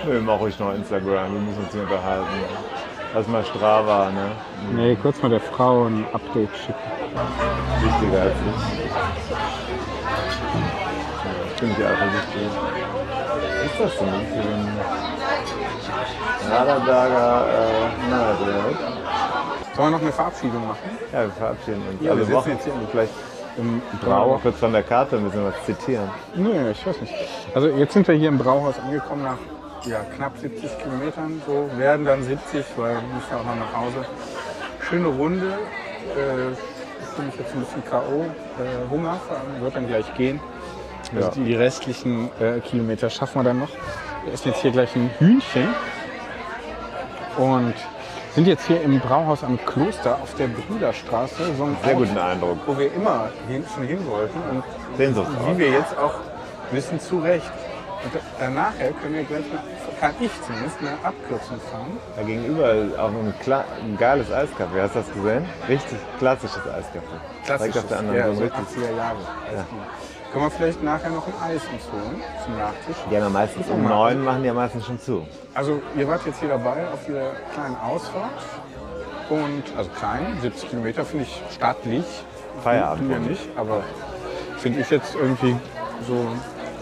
S1: Nö, mach ruhig noch Instagram, wir müssen uns hier unterhalten. Lass mal Strava, ne?
S5: Nee, kurz mal der Frau ein Update schicken.
S1: Wichtiger als ich. Ja, Ich bin dir eifersüchtig. Was ist das denn für ein Raderberger äh, Neuheit?
S5: Sollen wir noch eine Verabschiedung machen?
S1: Ja, wir verabschieden uns.
S5: Ja, wir
S1: also
S5: sitzen
S1: Wochen,
S5: jetzt hier im-
S1: vielleicht
S5: Im
S1: brauchen wir kurz von der Karte ein bisschen was zitieren.
S5: Nö, ich weiß nicht. Also jetzt sind wir hier im Brauhaus angekommen nach ja, knapp 70 Kilometern. So werden dann 70, weil wir müssen ja auch noch nach Hause. Schöne Runde. Äh, ich fühle mich jetzt ein bisschen K.O. Äh, Hunger, vor allem, wird dann gleich gehen. Also
S1: Ja.
S5: die, die restlichen äh, Kilometer schaffen wir dann noch. Wir essen jetzt hier gleich ein Hühnchen. Und sind jetzt hier im Brauhaus am Kloster auf der Brüderstraße. So ein
S1: Sehr
S5: Ort,
S1: guten Eindruck.
S5: Wo wir immer hin, schon hin wollten. Und wie
S1: Sehnsuchtsort.
S5: wir jetzt auch wissen, zu Recht. Und da- danach können wir gleich, mal- kann ich zumindest eine Abkürzung fahren.
S1: Da gegenüber auch ein, kla- ein geiles Eiscafé. Hast du das gesehen? Richtig klassisches Eiscafé. Direkt auf der anderen
S5: ja,
S1: so
S5: so
S1: richtig.
S5: 80er Jahre. Ja. Können wir vielleicht nachher noch ein Eis uns holen zum Nachtisch?
S1: Die haben ja meistens um neun, machen die ja meistens schon zu.
S5: Also ihr wart jetzt hier dabei auf dieser kleinen Ausfahrt. Und, also klein, 70 Kilometer finde ich stattlich.
S1: Feierabend,
S5: Nur
S1: ja.
S5: nicht, aber finde ich jetzt irgendwie so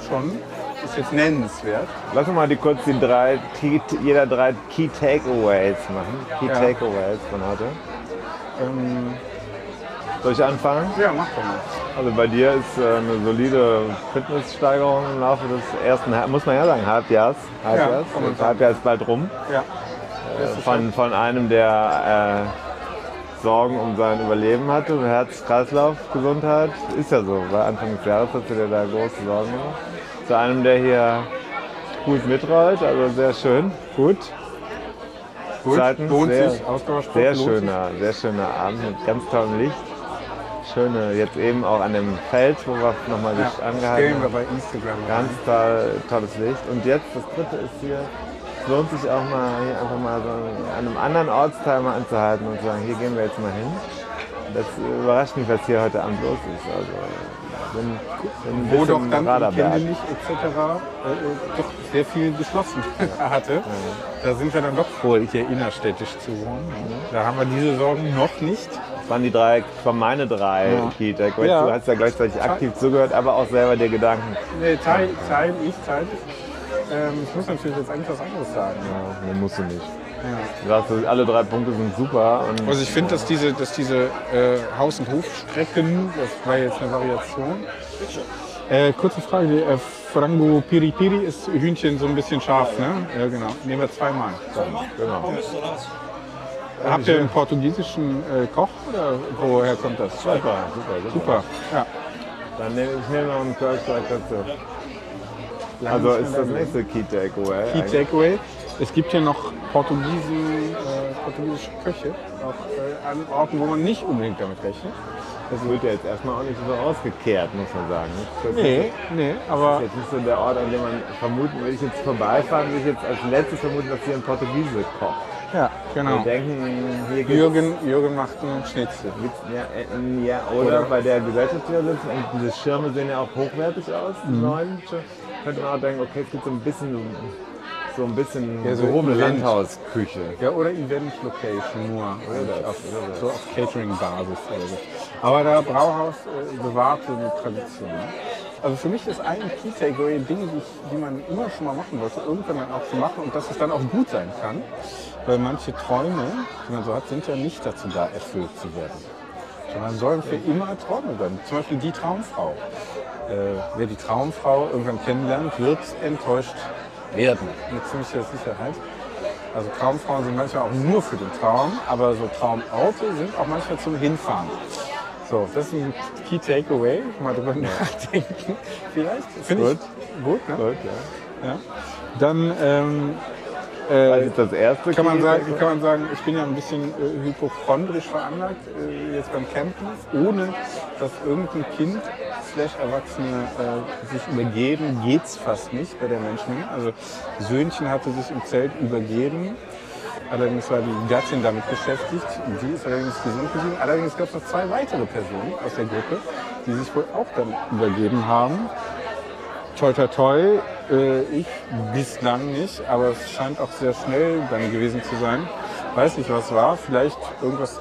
S5: schon, ist jetzt nennenswert.
S1: Lass uns mal die kurz die drei, die, jeder drei Key Takeaways machen. Key
S5: Ja.
S1: Takeaways von heute.
S5: Ähm,
S1: Soll ich anfangen?
S5: ja, mach doch mal.
S1: Also bei dir ist äh, eine solide Fitnesssteigerung im Laufe des ersten, Halb- muss man ja sagen, Halbjahrs. Halbjahrs.
S5: kann man
S1: das
S5: sagen.
S1: Halbjahr ist bald rum.
S5: Ja. Das ist
S1: Von, von einem, der äh, Sorgen um sein Überleben hatte, um Herz-Kreislauf-Gesundheit. Ist ja so, weil Anfang des Jahres hat sie dir da große Sorgen gemacht. Zu einem, der hier gut mitrollt, also sehr schön, gut.
S5: Gut,
S1: Seiten
S5: lohnt
S1: sehr-
S5: sich, Ausdauersport
S1: Sehr
S5: lohnt sich.
S1: schöner, sehr schöner Abend mit ganz tollem Licht. Schöne, jetzt eben auch an dem Feld, wo wir nochmal
S5: Ja,
S1: ja, angehalten
S5: stellen
S1: haben.
S5: wir bei Instagram
S1: Ganz
S5: rein.
S1: toll, tolles Licht. Und jetzt das dritte ist hier, es lohnt sich auch mal hier einfach mal so an einem anderen Ortsteil mal anzuhalten und zu sagen, hier gehen wir jetzt mal hin. Das überrascht mich, was hier heute Abend los ist. Also bin, bin ein
S5: Wo
S1: bisschen
S5: doch dann
S1: Raderberg.
S5: Kinderlich etc. Äh, äh, doch sehr viel beschlossen [laughs] hatte. Da sind wir dann doch froh, hier innerstädtisch zu wohnen. Da haben wir diese Sorgen noch nicht.
S1: Das waren die drei, das waren meine drei
S5: Ja.
S1: Key Takeaways.
S5: Ja.
S1: Du hast ja gleichzeitig aktiv zugehört, aber auch selber dir Gedanken.
S5: Nee, teil, teil ich, teil ich. Ähm, ich muss natürlich jetzt eigentlich was anderes sagen.
S1: Ja, nee, musst du nicht.
S5: Ja.
S1: Du sagst, alle drei Punkte sind super. Und
S5: Also ich finde, dass diese, dass diese äh, Haus- und Hofstrecken, das war jetzt eine Variation. Äh, kurze Frage, die, äh, Frango Piri Piri ist Hühnchen so ein bisschen scharf, ne? Ja, genau. Nehmen wir zweimal.
S1: genau.
S5: Habt ihr einen portugiesischen äh, Koch oder woher kommt das?
S1: Super, super, super.
S5: Super. Ja.
S1: Dann nehme ich nehme noch einen Curve-Strike dazu. Also ist das nächste Key Takeaway.
S5: Key
S1: eigentlich.
S5: Takeaway. Es gibt hier noch Portugiesen, äh, portugiesische Köche, auch äh, an Orten, wo man nicht unbedingt damit rechnet.
S1: Das wird ja jetzt erstmal auch nicht so rausgekehrt, muss man sagen. Das
S5: Nee, nee, aber
S1: ist jetzt nicht so der Ort, an dem man vermuten würde, ich jetzt vorbeifahren, würde ich jetzt als letztes vermuten, dass hier ein Portugiese kocht.
S5: ja, genau.
S1: Wir denken, hier gibt's-
S5: Jürgen, Jürgen macht einen Schnitzel.
S1: gibt's- ja, äh, ja, oder,
S5: Oder-
S1: bei der Gesellschaft, die da sitzt, und diese Schirme sehen ja auch hochwertig aus, die
S5: Mhm.
S1: neuen. Schir- Könnte man auch denken, okay, es gibt so ein bisschen so- so ein bisschen
S5: Ja, so
S1: gehobene
S5: Event.
S1: Landhausküche.
S5: Ja, oder Event-Location nur.
S1: Oder
S5: Oder
S1: das,
S5: auf,
S1: oder das.
S5: so auf Catering-Basis. oder so. Aber da Brauhaus äh, bewahrt so eine Tradition. ne? Also für mich ist ein Key-Takeaway Dinge, die, ich, die man immer schon mal machen wollte, irgendwann dann auch zu machen und dass es dann auch gut sein kann. Weil manche Träume, die man so hat, sind ja nicht dazu da, erfüllt zu werden. Sondern sollen für immer Träume werden. Zum Beispiel die Traumfrau. Äh, wer die Traumfrau irgendwann kennenlernt, wird enttäuscht werden. Mit ziemlicher Sicherheit. Also Traumfrauen sind manchmal auch nur für den Traum, aber so Traumauto sind auch manchmal zum Hinfahren. So, das ist ein Key Takeaway. Mal drüber nachdenken. Vielleicht. Finde
S2: Gut.
S5: ich gut, ne?
S1: Gut, ja.
S5: Ja. Dann ähm,
S1: Das
S5: äh,
S1: ist das erste.
S5: kann, man
S1: Key-
S5: sagen, kann man sagen, ich bin ja ein bisschen äh, hypochondrisch veranlagt, äh, jetzt beim Campen, ohne dass irgendein Kind slash Erwachsene äh, sich übergeben, geht's fast nicht bei der Menschen. Also Söhnchen hatte sich im Zelt übergeben. Allerdings war die Gattin damit beschäftigt. Die ist allerdings gesund geblieben. Allerdings gab es noch zwei weitere Personen aus der Gruppe, die sich wohl auch dann übergeben haben. Toi, toi, toi. Äh, ich bislang nicht, aber es scheint auch sehr schnell dann gewesen zu sein. Weiß nicht, was war. Vielleicht irgendwas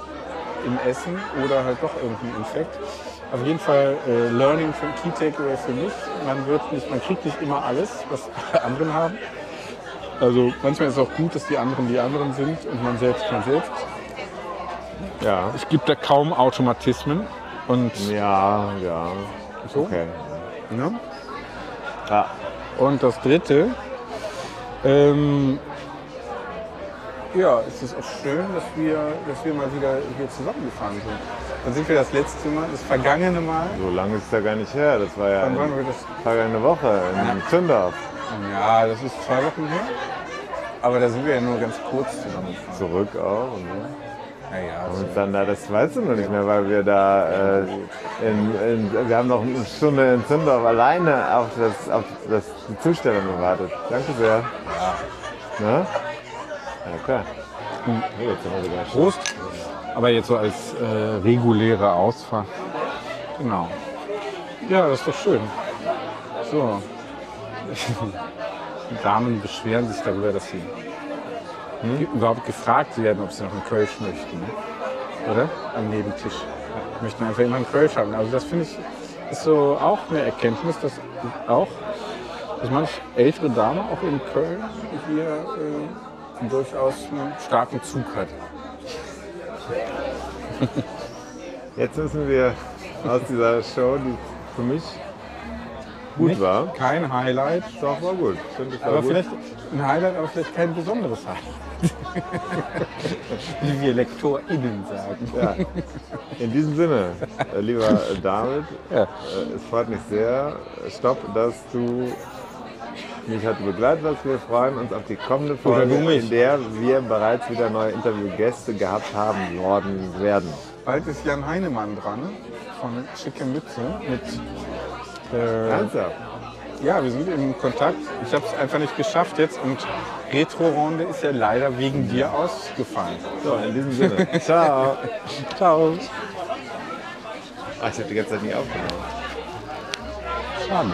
S5: im Essen oder halt doch irgendein Infekt. Auf jeden Fall äh, Learning from Key Takeaway für mich. Man wird nicht, man kriegt nicht immer alles, was [laughs] alle anderen haben. Also manchmal ist es auch gut, dass die anderen die anderen sind und man selbst man selbst.
S1: Ja.
S5: Es gibt da kaum Automatismen und
S1: Ja, ja.
S5: so.
S1: Okay.
S5: Ne?
S1: Ja.
S5: Und das dritte, ähm, ja, es ist auch schön, dass wir, dass wir mal wieder hier zusammengefahren sind. Dann sind wir das letzte Mal, das vergangene Mal.
S1: So lange ist es ja gar nicht her. Das war ja
S5: Wann waren
S1: in-
S5: wir das?
S1: vergangene Woche in Zündorf
S5: Ja, das ist zwei Wochen her. Aber da sind wir ja nur ganz kurz zusammengefahren.
S1: zurück auch. Und, so.
S5: Naja, so.
S1: und dann da, das weißt du noch nicht mehr, weil wir da äh, in, in, wir haben noch eine Stunde in Zündorf alleine auf das auf das die Zustellung gewartet. Danke sehr. Ne? Ja klar. Oh, jetzt haben wir sogar schon-
S5: Prost. Aber jetzt so als äh, reguläre Ausfahrt. Genau. Ja, das ist doch schön. So. [laughs] Die Damen beschweren sich darüber, dass sie ge- überhaupt gefragt werden, ob sie noch einen Kölsch möchten. ne? Oder? Am Nebentisch. Möchten einfach immer einen Kölsch haben. Also das finde ich ist so auch eine Erkenntnis, dass auch dass manch ältere Dame auch in Köln hier äh, durchaus einen starken Zug hat.
S1: Jetzt müssen wir aus dieser Show, die für mich gut
S5: Nicht
S1: war.
S5: Kein Highlight.
S1: Doch, war gut. Ich finde, es war
S5: Aber
S1: gut.
S5: vielleicht ein Highlight, aber vielleicht kein besonderes Highlight. [laughs] Wie wir LektorInnen sagen.
S1: Ja. In diesem Sinne, äh, lieber äh, David,
S5: Ja.
S1: äh, es freut mich sehr. Stopp, dass du mich heute begleitet hast. Wir freuen uns auf die kommende Folge,
S5: du mich.
S1: in der wir bereits wieder neue Interviewgäste gehabt haben worden werden.
S5: Bald ist Jan Heinemann dran ne? von Schicke Mütze mit. Äh,
S1: Ernsthaft?
S5: ja, wir sind im Kontakt. Ich habe es einfach nicht geschafft jetzt und Retro-Runde ist ja leider wegen dir ausgefallen.
S1: So, in diesem
S5: [laughs]
S1: Sinne. Ciao.
S5: Ciao.
S1: Ach, ich habe die ganze Zeit nicht aufgenommen.
S5: Schade.